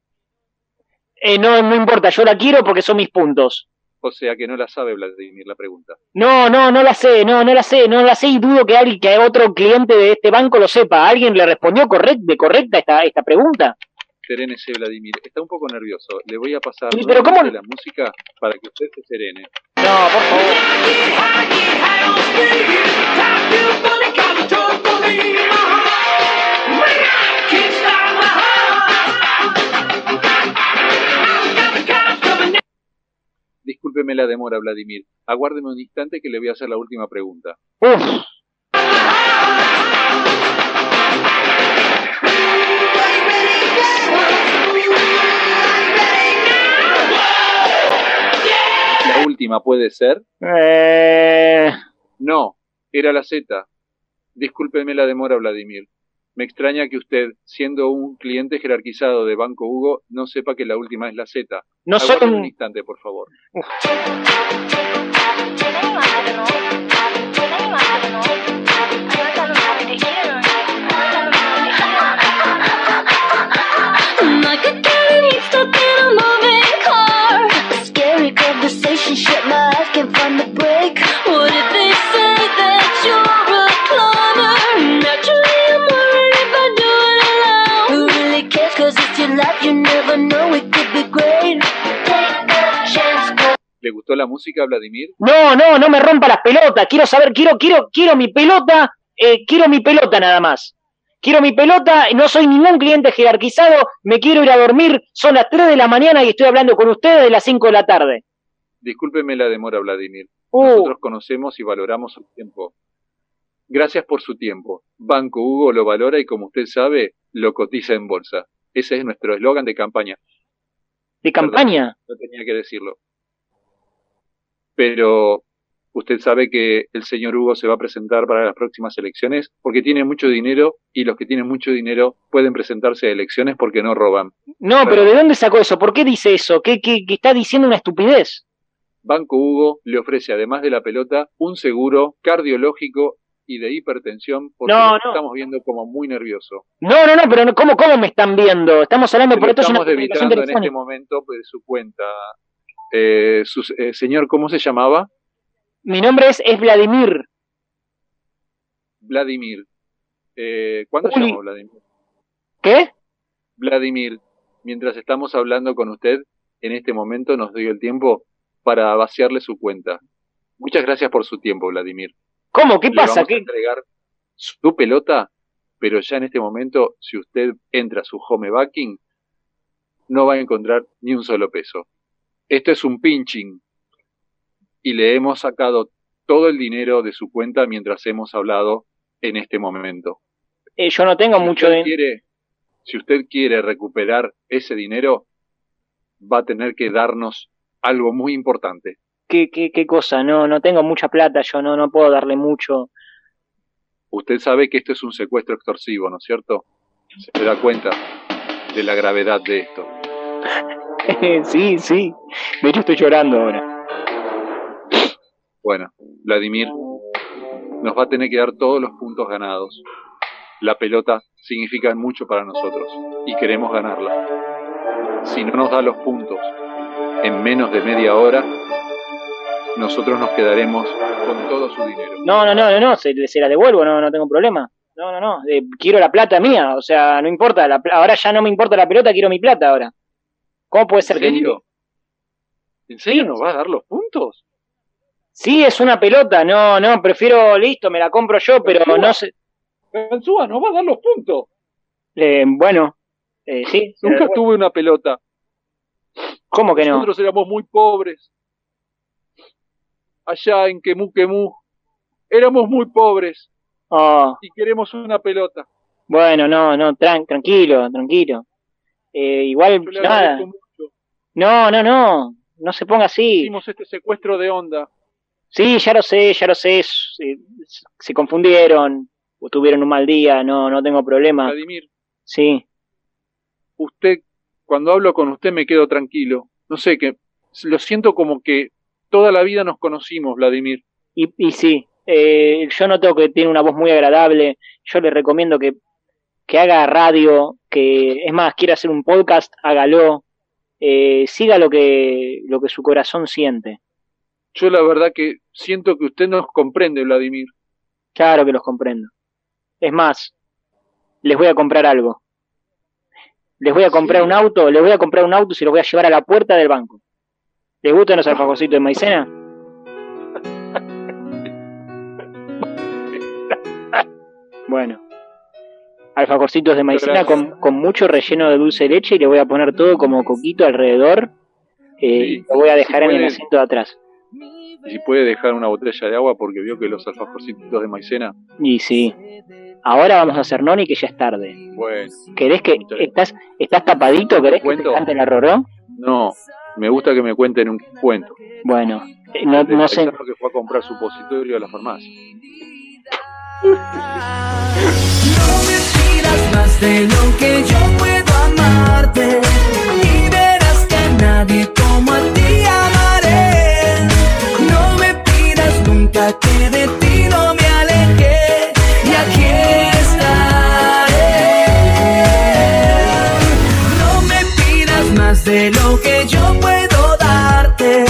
Speaker 10: Eh, no, no importa. Yo la quiero porque son mis puntos.
Speaker 8: O sea que no la sabe Vladimir la pregunta.
Speaker 10: No, no, no la sé. No, no la sé. No la sé y dudo que alguien, que otro cliente de este banco lo sepa. ¿Alguien le respondió correct, de correcta esta esta pregunta?
Speaker 8: Serénese, Vladimir. Está un poco nervioso. Le voy a pasar
Speaker 10: Sí, pero ¿cómo?
Speaker 8: nuevamente la música para que usted se serene.
Speaker 10: No, por favor.
Speaker 8: Discúlpeme la demora, Vladimir. Aguárdeme un instante que le voy a hacer la última pregunta.
Speaker 10: Uf.
Speaker 8: ¿La última puede ser?
Speaker 10: Eh,
Speaker 8: No, era la Z. Discúlpeme la demora, Vladimir. Me extraña que usted, siendo un cliente jerarquizado de Banco Hugo, no sepa que la última es la Z.
Speaker 10: no soy
Speaker 8: Aguárdeme un
Speaker 10: un...
Speaker 8: instante, por favor.
Speaker 6: Like a dirty stuck in a moving car. A scary conversation, shit my life can find the break. What if they say that you're a plumber? Naturally, I'm worried if I do it alone. Who really cares? Cause it's your life, you never know, it could be great. Take a chance, girl.
Speaker 8: ¿Le gustó la música, Vladimir?
Speaker 10: No, no, no me rompa las pelotas. Quiero saber, quiero, quiero, quiero mi pelota. eh, quiero mi pelota nada más. Quiero mi pelota, no soy ningún cliente jerarquizado, me quiero ir a dormir, son las 3 de la mañana y estoy hablando con ustedes de las 5 de la tarde.
Speaker 8: Discúlpeme la demora, Vladimir.
Speaker 10: Uh,
Speaker 8: Nosotros conocemos y valoramos su tiempo. Gracias por su tiempo. Banco Hugo lo valora y como usted sabe, lo cotiza en bolsa. Ese es nuestro eslogan de campaña.
Speaker 10: de campaña.
Speaker 8: No tenía que decirlo. Pero usted sabe que el señor Hugo se va a presentar para las próximas elecciones porque tiene mucho dinero y los que tienen mucho dinero pueden presentarse a elecciones porque no roban.
Speaker 10: No, pero ¿de dónde sacó eso? ¿Por qué dice eso? ¿Qué, qué, qué está diciendo una estupidez?
Speaker 8: Banco Hugo le ofrece, además de la pelota, un seguro cardiológico y de hipertensión porque
Speaker 10: No,
Speaker 8: lo
Speaker 10: no.
Speaker 8: estamos viendo como muy nervioso.
Speaker 10: No, no, no, pero no- ¿cómo, cómo me están viendo? Estamos hablando, por
Speaker 8: Lo
Speaker 10: esto es una
Speaker 8: estamos
Speaker 10: comunicación
Speaker 8: debitando en este
Speaker 10: telefónica.
Speaker 8: momento de su cuenta. Eh, su- eh, señor, ¿cómo se llamaba?
Speaker 10: Mi nombre es, es Vladimir.
Speaker 8: Vladimir. Eh, ¿Cuándo
Speaker 10: Juli.
Speaker 8: llamó Vladimir?
Speaker 10: ¿Qué?
Speaker 8: Vladimir, mientras estamos hablando con usted, en este momento nos dio el tiempo para vaciarle su cuenta. Muchas gracias por su tiempo, Vladimir.
Speaker 10: ¿Cómo? ¿Qué
Speaker 8: Le
Speaker 10: pasa?
Speaker 8: vamos a
Speaker 10: ¿Qué?
Speaker 8: entregar su pelota, pero ya en este momento, si usted entra a su home backing, no va a encontrar ni un solo peso. Esto es un pinching. Y le hemos sacado todo el dinero de su cuenta mientras hemos hablado en este momento.
Speaker 10: Eh, yo no tengo mucho
Speaker 8: si,
Speaker 10: de...
Speaker 8: usted quiere, si usted quiere recuperar ese dinero, va a tener que darnos algo muy importante.
Speaker 10: ¿Qué, qué, qué cosa? No, no tengo mucha plata, yo no, no puedo
Speaker 9: <laughs>
Speaker 10: darle mucho.
Speaker 8: Usted sabe que esto es un secuestro extorsivo, ¿no es cierto? Se da cuenta de la gravedad de esto.
Speaker 10: sí, sí. De hecho estoy llorando ahora.
Speaker 8: Bueno, Vladimir, nos va a tener que dar todos los puntos ganados. La pelota significa mucho para nosotros y queremos ganarla. Si no nos da los puntos en menos de media hora, nosotros nos quedaremos con todo su dinero.
Speaker 10: No, no, no, no, no, se, se la devuelvo, no, no tengo problema.
Speaker 9: No, no, no. eh, quiero la plata mía. O sea, no importa. la pl- ahora ya no me importa la pelota, quiero mi plata ahora. ¿Cómo puede ser
Speaker 8: ¿En
Speaker 9: que.?
Speaker 8: serio? ¿En serio nos vas a dar los puntos?
Speaker 9: Sí, es una pelota. No, no, prefiero. Listo, me la compro yo, pero no sé.
Speaker 8: Ganzúa, nos vas a dar los puntos.
Speaker 9: Eh, bueno, eh, sí.
Speaker 8: Nunca
Speaker 9: pero-
Speaker 8: tuve una pelota.
Speaker 9: ¿Cómo que no?
Speaker 8: Nosotros éramos muy pobres. Allá en Quemú Quemú. Éramos muy pobres
Speaker 9: Oh.
Speaker 8: y queremos una pelota.
Speaker 9: Bueno, no, no, tran- tranquilo, tranquilo. Eh, igual,
Speaker 8: Yo le
Speaker 9: nada.
Speaker 8: agradezco mucho.
Speaker 9: No, no, no. No se ponga así.
Speaker 8: Hicimos este secuestro de onda.
Speaker 9: Sí, ya lo sé, ya lo sé. Se, se confundieron. O tuvieron un mal día. No, no tengo problema.
Speaker 8: Vladimir,
Speaker 9: Sí.
Speaker 8: usted, cuando hablo con usted me quedo tranquilo. No sé, que lo siento como que toda la vida nos conocimos, Vladimir.
Speaker 9: Y, y sí, eh, yo noto que tiene una voz muy agradable. Yo le recomiendo que, que haga radio, que es más, quiere hacer un podcast, hágalo. Eh, siga lo que, lo que su corazón siente.
Speaker 8: Yo la verdad que siento que usted nos comprende, Vladimir.
Speaker 9: Claro que los comprendo. Es más, les voy a comprar algo. Les voy a comprar un auto, les voy a comprar un auto y se los voy a llevar a la puerta del banco. ¿Les gustan los alfajorcitos de
Speaker 8: <laughs>
Speaker 9: maicena? Bueno. Alfajorcitos de maicena con, con mucho relleno de dulce de leche y le voy a poner todo como coquito alrededor. eh,
Speaker 8: Sí,
Speaker 9: y lo voy a dejar en el
Speaker 8: pueden.
Speaker 9: asiento de atrás.
Speaker 8: Y si puede dejar una botella de agua porque vio que los alfajorcitos de maicena.
Speaker 9: Y sí. Ahora vamos a hacer noni que ya es tarde.
Speaker 8: Bueno,
Speaker 9: ¿Querés que estás estás tapadito? ¿Querés que
Speaker 8: Cuento.
Speaker 9: te cante la roró?
Speaker 8: no, me gusta que me cuenten un cuento.
Speaker 9: Bueno, eh, no,
Speaker 8: del
Speaker 9: no sé.
Speaker 8: paisano que fue a comprar supositorio a la farmacia.
Speaker 6: No me pidas más de lo que yo puedo amarte Y verás que a nadie como a ti amaré No me pidas nunca que de ti no me aleje Y aquí estaré No me pidas más de lo que yo puedo darte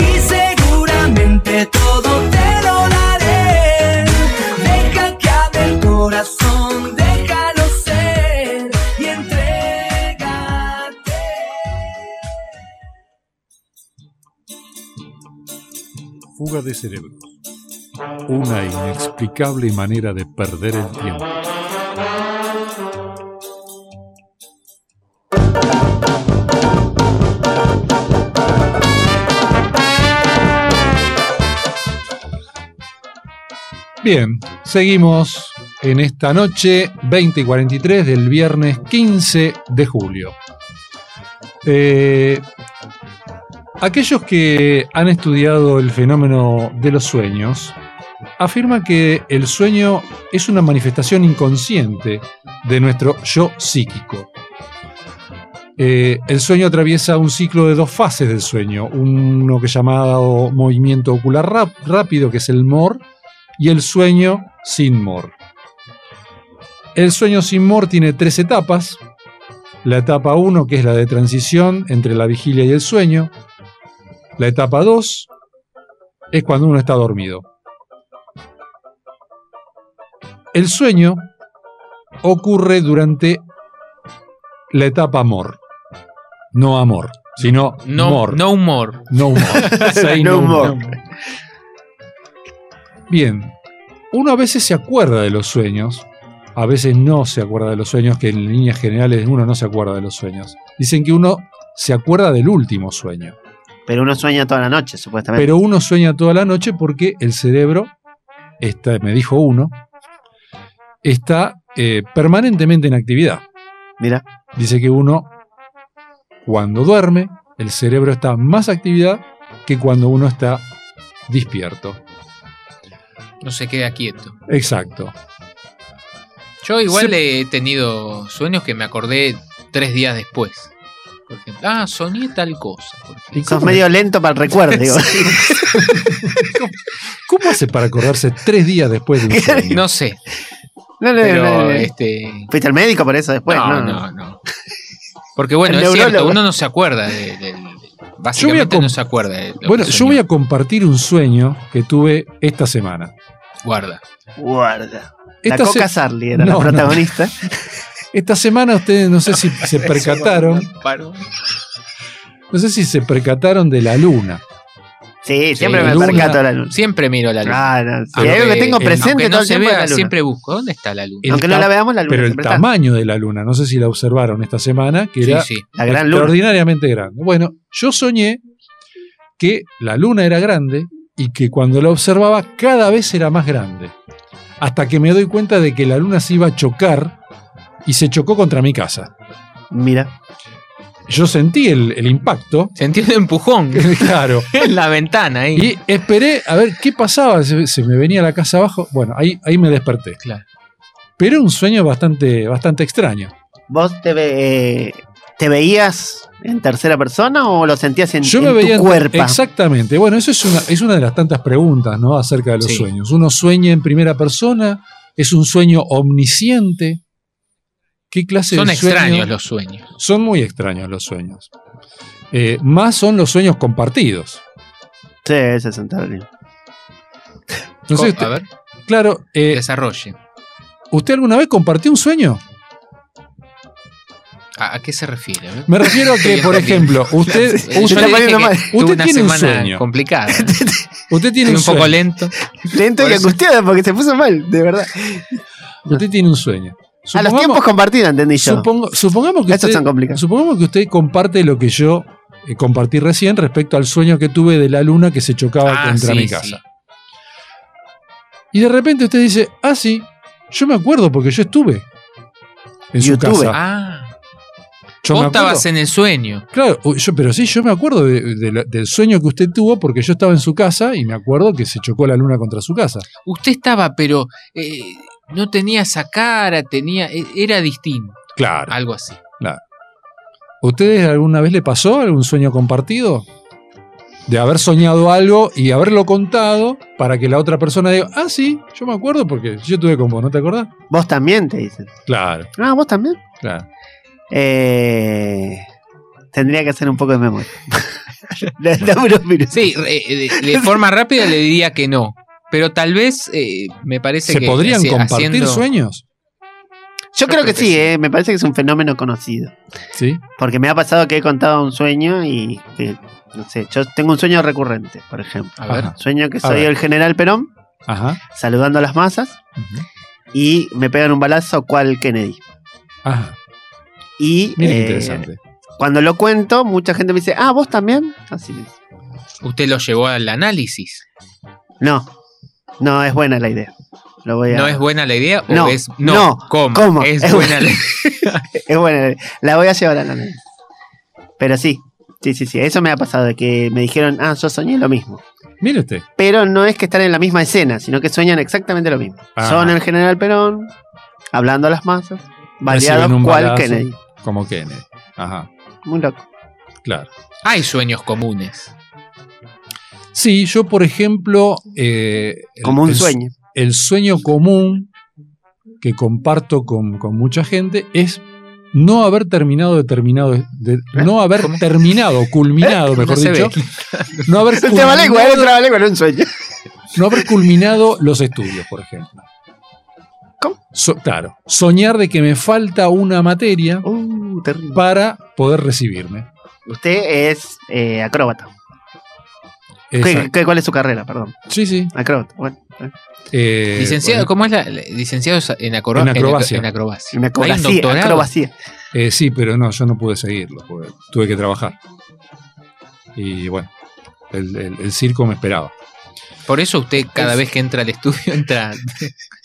Speaker 6: Y seguramente todo te lo daré Deja que abra el corazón, déjalo ser y entrégate.
Speaker 1: Fuga de cerebros. Una inexplicable manera de perder el tiempo.
Speaker 2: Bien, seguimos en esta noche 20 y 43 del viernes 15 de julio. Eh, aquellos que han estudiado el fenómeno de los sueños afirman que el sueño es una manifestación inconsciente de nuestro yo psíquico. Eh, el sueño atraviesa un ciclo de dos fases del sueño, uno que llamado movimiento ocular ráp- rápido, que es el MOR, y el sueño sin mor. El sueño sin mor tiene tres etapas. La etapa 1, que es la de transición entre la vigilia y el sueño. La etapa 2 es cuando uno está dormido. El sueño ocurre durante la etapa mor. No amor, sino
Speaker 4: No,
Speaker 2: mor.
Speaker 4: no humor.
Speaker 2: No more. <laughs> Say
Speaker 3: No
Speaker 2: no more.
Speaker 3: more.
Speaker 2: Bien, uno a veces se acuerda de los sueños, a veces no se acuerda de los sueños, que en líneas generales uno no se acuerda de los sueños. Dicen que uno se acuerda del último sueño,
Speaker 3: Pero uno sueña toda la noche, supuestamente.
Speaker 2: pero uno sueña toda la noche porque el cerebro, está, me dijo uno, está eh, permanentemente en actividad.
Speaker 3: Mira,
Speaker 2: Dice que uno, cuando duerme, el cerebro está más actividad que cuando uno está despierto.
Speaker 4: No se queda quieto.
Speaker 2: Exacto.
Speaker 4: Yo igual
Speaker 2: Se-
Speaker 4: he tenido sueños que me acordé tres días después. Por ejemplo, ah, soñé tal cosa. por ejemplo.
Speaker 2: ¿Y
Speaker 3: sos
Speaker 2: cómo-
Speaker 3: medio lento para el
Speaker 2: <laughs>
Speaker 3: recuerdo, digo.
Speaker 2: ¿Cómo hace para acordarse tres días después de un sueño?
Speaker 4: No sé,
Speaker 3: No, no,
Speaker 4: pero
Speaker 3: no, no.
Speaker 4: este.
Speaker 3: Fuiste al médico por eso después,
Speaker 4: no,
Speaker 3: ¿no?
Speaker 4: no, no. Porque bueno,
Speaker 3: El
Speaker 4: es cierto,
Speaker 3: neurólogo.
Speaker 4: uno no se acuerda de. de- de-
Speaker 2: Yo voy
Speaker 4: básicamente
Speaker 2: a
Speaker 4: no
Speaker 2: com-
Speaker 4: se acuerda de. lo
Speaker 2: Bueno,
Speaker 4: que
Speaker 2: yo
Speaker 4: soñó.
Speaker 2: voy a compartir un sueño que tuve esta semana.
Speaker 4: Guarda.
Speaker 3: Guarda. La
Speaker 2: Esta se-
Speaker 3: Coca Sarli era
Speaker 2: No, no.
Speaker 3: la protagonista.
Speaker 2: Esta semana ustedes no sé si se percataron,
Speaker 4: Paro.
Speaker 2: no sé si se percataron de la luna.
Speaker 3: Sí, siempre
Speaker 4: Sí,
Speaker 3: me
Speaker 2: Luna.
Speaker 3: percato de la luna.
Speaker 4: Siempre miro la luz. eh,
Speaker 3: Ah, no, sí,
Speaker 2: Aunque-
Speaker 3: algo que tengo presente
Speaker 4: aunque
Speaker 3: todo
Speaker 4: no
Speaker 3: el
Speaker 4: se
Speaker 3: tiempo es
Speaker 4: vea,
Speaker 3: la luna.
Speaker 4: siempre busco. ¿Dónde está la luna?
Speaker 2: El
Speaker 3: Aunque no
Speaker 2: ta-
Speaker 3: la veamos, la luna
Speaker 2: Pero el
Speaker 3: siempre está.
Speaker 2: tamaño de la luna, no sé si la observaron esta semana, que
Speaker 4: Sí,
Speaker 2: era
Speaker 4: sí.
Speaker 3: La gran luna.
Speaker 2: extraordinariamente grande. Bueno, yo soñé que la luna era grande y que cuando la observaba cada vez era más grande. Hasta que me doy cuenta de que la luna se iba a chocar y se chocó contra mi casa.
Speaker 3: Mira.
Speaker 2: Yo sentí el, el impacto, <laughs>
Speaker 4: Sentí un empujón
Speaker 2: claro.
Speaker 4: en la ventana ahí.
Speaker 2: Y esperé a ver qué pasaba. Se, se me venía la casa abajo. Bueno, ahí, ahí me desperté.
Speaker 4: Claro.
Speaker 2: Pero era un sueño bastante, bastante extraño.
Speaker 3: ¿Vos te, ve- eh, te veías en tercera persona o lo sentías en,
Speaker 2: Yo
Speaker 3: en
Speaker 2: me veía
Speaker 3: tu cuerpo?
Speaker 2: Exactamente. Bueno, eso es una, es una de las tantas preguntas ¿no? acerca de los
Speaker 4: Sí.
Speaker 2: sueños. ¿Uno sueña en primera persona? ¿Es un sueño omnisciente? ¿Qué clase
Speaker 4: Son
Speaker 2: de sueño?
Speaker 4: extraños los sueños.
Speaker 2: Son muy extraños los sueños. Eh, más son los sueños compartidos.
Speaker 3: Sí, ese es Santander.
Speaker 2: No sé,
Speaker 4: Co- a
Speaker 2: usted-
Speaker 4: ver,
Speaker 2: claro, eh,
Speaker 4: desarrolle.
Speaker 2: ¿usted alguna vez compartió un sueño?
Speaker 4: ¿A, a qué se refiere? A ver. <laughs>
Speaker 2: Me refiero a que,
Speaker 4: Estoy
Speaker 2: por
Speaker 4: entendiendo. <laughs>
Speaker 2: ejemplo, usted,
Speaker 4: Claro, yo
Speaker 2: usted,
Speaker 4: le dije
Speaker 3: poniendo
Speaker 4: que
Speaker 3: mal.
Speaker 4: tuve
Speaker 2: Usted
Speaker 4: una
Speaker 2: tiene un
Speaker 4: semana
Speaker 2: sueño.
Speaker 4: complicada.
Speaker 2: <laughs> usted
Speaker 4: Estoy
Speaker 2: tiene un,
Speaker 4: un poco
Speaker 2: sueño.
Speaker 4: lento.
Speaker 3: Lento
Speaker 4: Por
Speaker 3: y
Speaker 4: eso-
Speaker 3: angustiada porque se puso mal, de verdad.
Speaker 2: Usted tiene un sueño.
Speaker 3: A los tiempos compartidos, entendí yo.
Speaker 2: supongo- supongamos, que
Speaker 3: Estos
Speaker 2: usted,
Speaker 3: son complicados.
Speaker 2: supongamos que usted comparte lo que yo eh, compartí recién respecto al sueño que tuve de la luna que se chocaba
Speaker 4: Ah,
Speaker 2: contra
Speaker 4: sí,
Speaker 2: mi
Speaker 4: sí.
Speaker 2: casa. Y de repente usted dice, ah, sí, yo me acuerdo porque yo estuve en
Speaker 3: Yo
Speaker 2: su
Speaker 3: estuve.
Speaker 2: casa.
Speaker 4: Ah,
Speaker 2: Yo
Speaker 4: vos
Speaker 2: me acuerdo.
Speaker 4: estabas en el sueño.
Speaker 2: Claro, o- yo, pero sí, yo me acuerdo de- de la- del sueño que usted tuvo porque yo estaba en su casa y me acuerdo que se chocó la luna contra su casa.
Speaker 4: Usted estaba, pero eh, no tenía esa cara, tenía, e- era distinto.
Speaker 2: Claro.
Speaker 4: Algo así.
Speaker 2: ¿A ¿Ustedes alguna vez le pasó algún sueño compartido? De haber soñado algo y haberlo contado para que la otra persona diga, ah, sí, yo me acuerdo porque yo tuve con vos, ¿no te acordás?
Speaker 3: Vos también te dicen.
Speaker 2: Claro,
Speaker 3: Ah, vos también.
Speaker 2: claro.
Speaker 3: Eh, tendría que hacer un poco de memoria. Dame unos minutos.
Speaker 2: <laughs>
Speaker 4: Sí, re- eh, de, de forma rápida le diría que no. Pero tal vez eh, me parece
Speaker 2: ¿Se
Speaker 4: que.
Speaker 2: podrían
Speaker 4: hace-
Speaker 2: compartir
Speaker 4: haciendo-
Speaker 2: sueños?
Speaker 3: Yo creo que sí, eh, me parece que es un fenómeno conocido.
Speaker 2: Sí.
Speaker 3: Porque me ha pasado que he contado un sueño y que, no sé, yo tengo un sueño recurrente, por ejemplo.
Speaker 4: A ver.
Speaker 2: Ajá.
Speaker 3: Sueño que
Speaker 2: A
Speaker 3: soy
Speaker 2: ver.
Speaker 3: el general Perón
Speaker 2: Ajá.
Speaker 3: saludando a las masas
Speaker 2: Ujú.
Speaker 3: y me pegan un balazo cual Kennedy.
Speaker 2: Ajá.
Speaker 3: Y
Speaker 2: Mira qué
Speaker 3: eh,
Speaker 2: interesante.
Speaker 3: cuando lo cuento, mucha gente me dice, ah, vos también. Así es.
Speaker 4: Usted lo llevó al análisis.
Speaker 3: No, no es buena la idea. Lo voy a...
Speaker 4: ¿No es buena la idea?
Speaker 3: No,
Speaker 4: o es, no,
Speaker 3: no,
Speaker 4: coma,
Speaker 3: coma,
Speaker 4: Es,
Speaker 3: es
Speaker 4: buena la
Speaker 3: Es buena, la voy a llevar a la nena. Pero sí, sí, sí, sí. Eso me ha pasado, de que me dijeron, ah, yo soñé lo mismo.
Speaker 2: Mire usted.
Speaker 3: Pero no es que están en la misma escena, sino que sueñan exactamente lo mismo.
Speaker 2: Ah.
Speaker 3: Son el general Perón, hablando a las masas, baleados
Speaker 2: Reciben un
Speaker 3: cual
Speaker 2: balazo.
Speaker 3: Kennedy.
Speaker 2: Como Kennedy. Ajá.
Speaker 3: Muy loco.
Speaker 2: Claro.
Speaker 4: Hay sueños comunes.
Speaker 2: Sí, yo, por ejemplo. eh, el-
Speaker 3: Como un
Speaker 2: el-
Speaker 3: sueño.
Speaker 2: el sueño común que comparto con, con mucha gente es no haber terminado determinado de, no haber terminado culminado mejor
Speaker 4: <laughs> No se
Speaker 2: dicho
Speaker 4: ve.
Speaker 2: no
Speaker 3: <laughs>
Speaker 2: haber
Speaker 3: Es un trabalengua, es un
Speaker 2: culminado,
Speaker 3: trabalengua, no un
Speaker 2: <laughs>
Speaker 3: sueño.
Speaker 2: no haber culminado los estudios por ejemplo
Speaker 3: ¿Cómo?
Speaker 2: So- claro soñar de que me falta una materia
Speaker 3: Uh, terrible.
Speaker 2: para poder recibirme
Speaker 3: Usted es eh, acróbata.
Speaker 2: Exacto.
Speaker 3: ¿Qué- qué- ¿Cuál es su carrera? Perdón.
Speaker 2: sí sí
Speaker 3: Acróbata. Bueno, eh,
Speaker 2: eh,
Speaker 4: Licenciado, ¿cómo es la? la- Licenciado en, acro-
Speaker 2: En acrobacia.
Speaker 4: En, acrobacia.
Speaker 3: una
Speaker 4: ¿Hay un
Speaker 3: acrobacía.
Speaker 4: doctorado?
Speaker 3: acrobacía.
Speaker 2: eh, sí pero no yo no pude seguirlo porque tuve que trabajar y bueno el- el- el circo me esperaba
Speaker 4: Por eso usted cada vez que entra al estudio <laughs> entra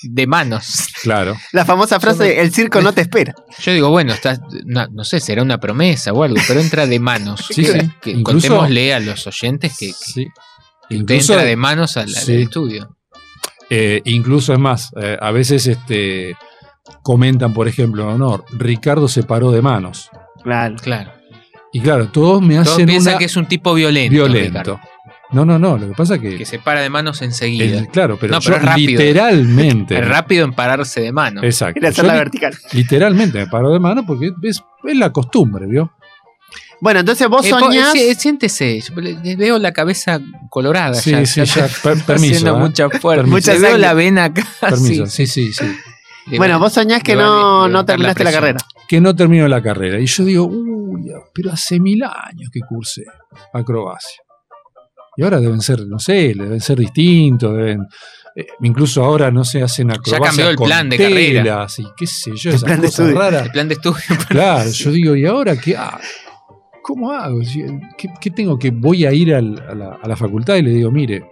Speaker 4: de manos. <laughs>
Speaker 2: Claro.
Speaker 3: La famosa frase, el circo no te
Speaker 2: <laughs>
Speaker 3: espera.
Speaker 4: Yo digo, bueno, está, no, no sé, será una promesa o algo, pero entra de manos.
Speaker 2: Sí,
Speaker 4: Que-
Speaker 2: sí.
Speaker 4: que
Speaker 2: Incluso-
Speaker 4: contémosle a los oyentes que, que
Speaker 2: Sí.
Speaker 4: usted
Speaker 2: Incluso,
Speaker 4: entra de manos al, al
Speaker 2: sí.
Speaker 4: estudio.
Speaker 2: eh, incluso es más, eh, a veces este, comentan, por ejemplo, en honor, Ricardo se paró de manos.
Speaker 3: Claro.
Speaker 4: Claro.
Speaker 2: Y claro, todos me
Speaker 4: Todos
Speaker 2: hacen
Speaker 4: piensan
Speaker 2: una
Speaker 4: que es un tipo violento. Ricardo,
Speaker 2: violento. No, no, no, lo que pasa que...
Speaker 4: que se para de manos enseguida.
Speaker 2: el- claro, pero,
Speaker 4: No, pero
Speaker 2: yo
Speaker 4: es rápido.
Speaker 2: literalmente...
Speaker 4: Es rápido en pararse de manos.
Speaker 2: Exacto.
Speaker 3: Era
Speaker 2: yo
Speaker 3: hacer la
Speaker 2: li-
Speaker 3: vertical.
Speaker 2: literalmente me paro de manos porque es, es la costumbre, ¿vio?
Speaker 3: Bueno, entonces vos
Speaker 4: Eh, po-
Speaker 3: soñás.
Speaker 4: sí, eh, siéntese, yo le- le veo la cabeza colorada.
Speaker 2: Sí,
Speaker 4: ya, ya
Speaker 2: sí,
Speaker 4: <laughs>
Speaker 2: ya,
Speaker 4: está
Speaker 2: per- <laughs> permiso,
Speaker 4: Haciendo
Speaker 2: ¿eh?
Speaker 4: mucha fuerza.
Speaker 2: Permiso.
Speaker 4: Mucha
Speaker 3: Mucha
Speaker 4: le veo
Speaker 3: sangre.
Speaker 4: la vena <laughs> acá.
Speaker 2: Permiso,
Speaker 4: sí.
Speaker 2: sí, sí, sí.
Speaker 4: Le
Speaker 3: bueno,
Speaker 4: van-
Speaker 3: vos soñás que
Speaker 4: le van a- le
Speaker 3: no,
Speaker 4: van a dar
Speaker 3: no
Speaker 4: la
Speaker 3: terminaste la,
Speaker 4: presión.
Speaker 3: carrera.
Speaker 2: Que no termino la carrera. Y yo digo, uy, pero hace mil años que cursé acrobacia. Y ahora deben ser, no sé, deben ser distintos, deben. eh, incluso ahora no se hacen acrobacias.
Speaker 4: cambió el
Speaker 2: con
Speaker 4: plan de
Speaker 2: telas
Speaker 4: carrera.
Speaker 2: Y qué sé yo,
Speaker 3: El
Speaker 2: esas
Speaker 3: plan de
Speaker 2: cosas
Speaker 3: estudio.
Speaker 2: raras.
Speaker 4: El plan de estudio.
Speaker 2: Claro, yo digo, ¿y ahora qué hago? ¿Cómo hago? Si- ¿Qué, qué tengo que voy a ir al- a, la, a la facultad y le digo, mire,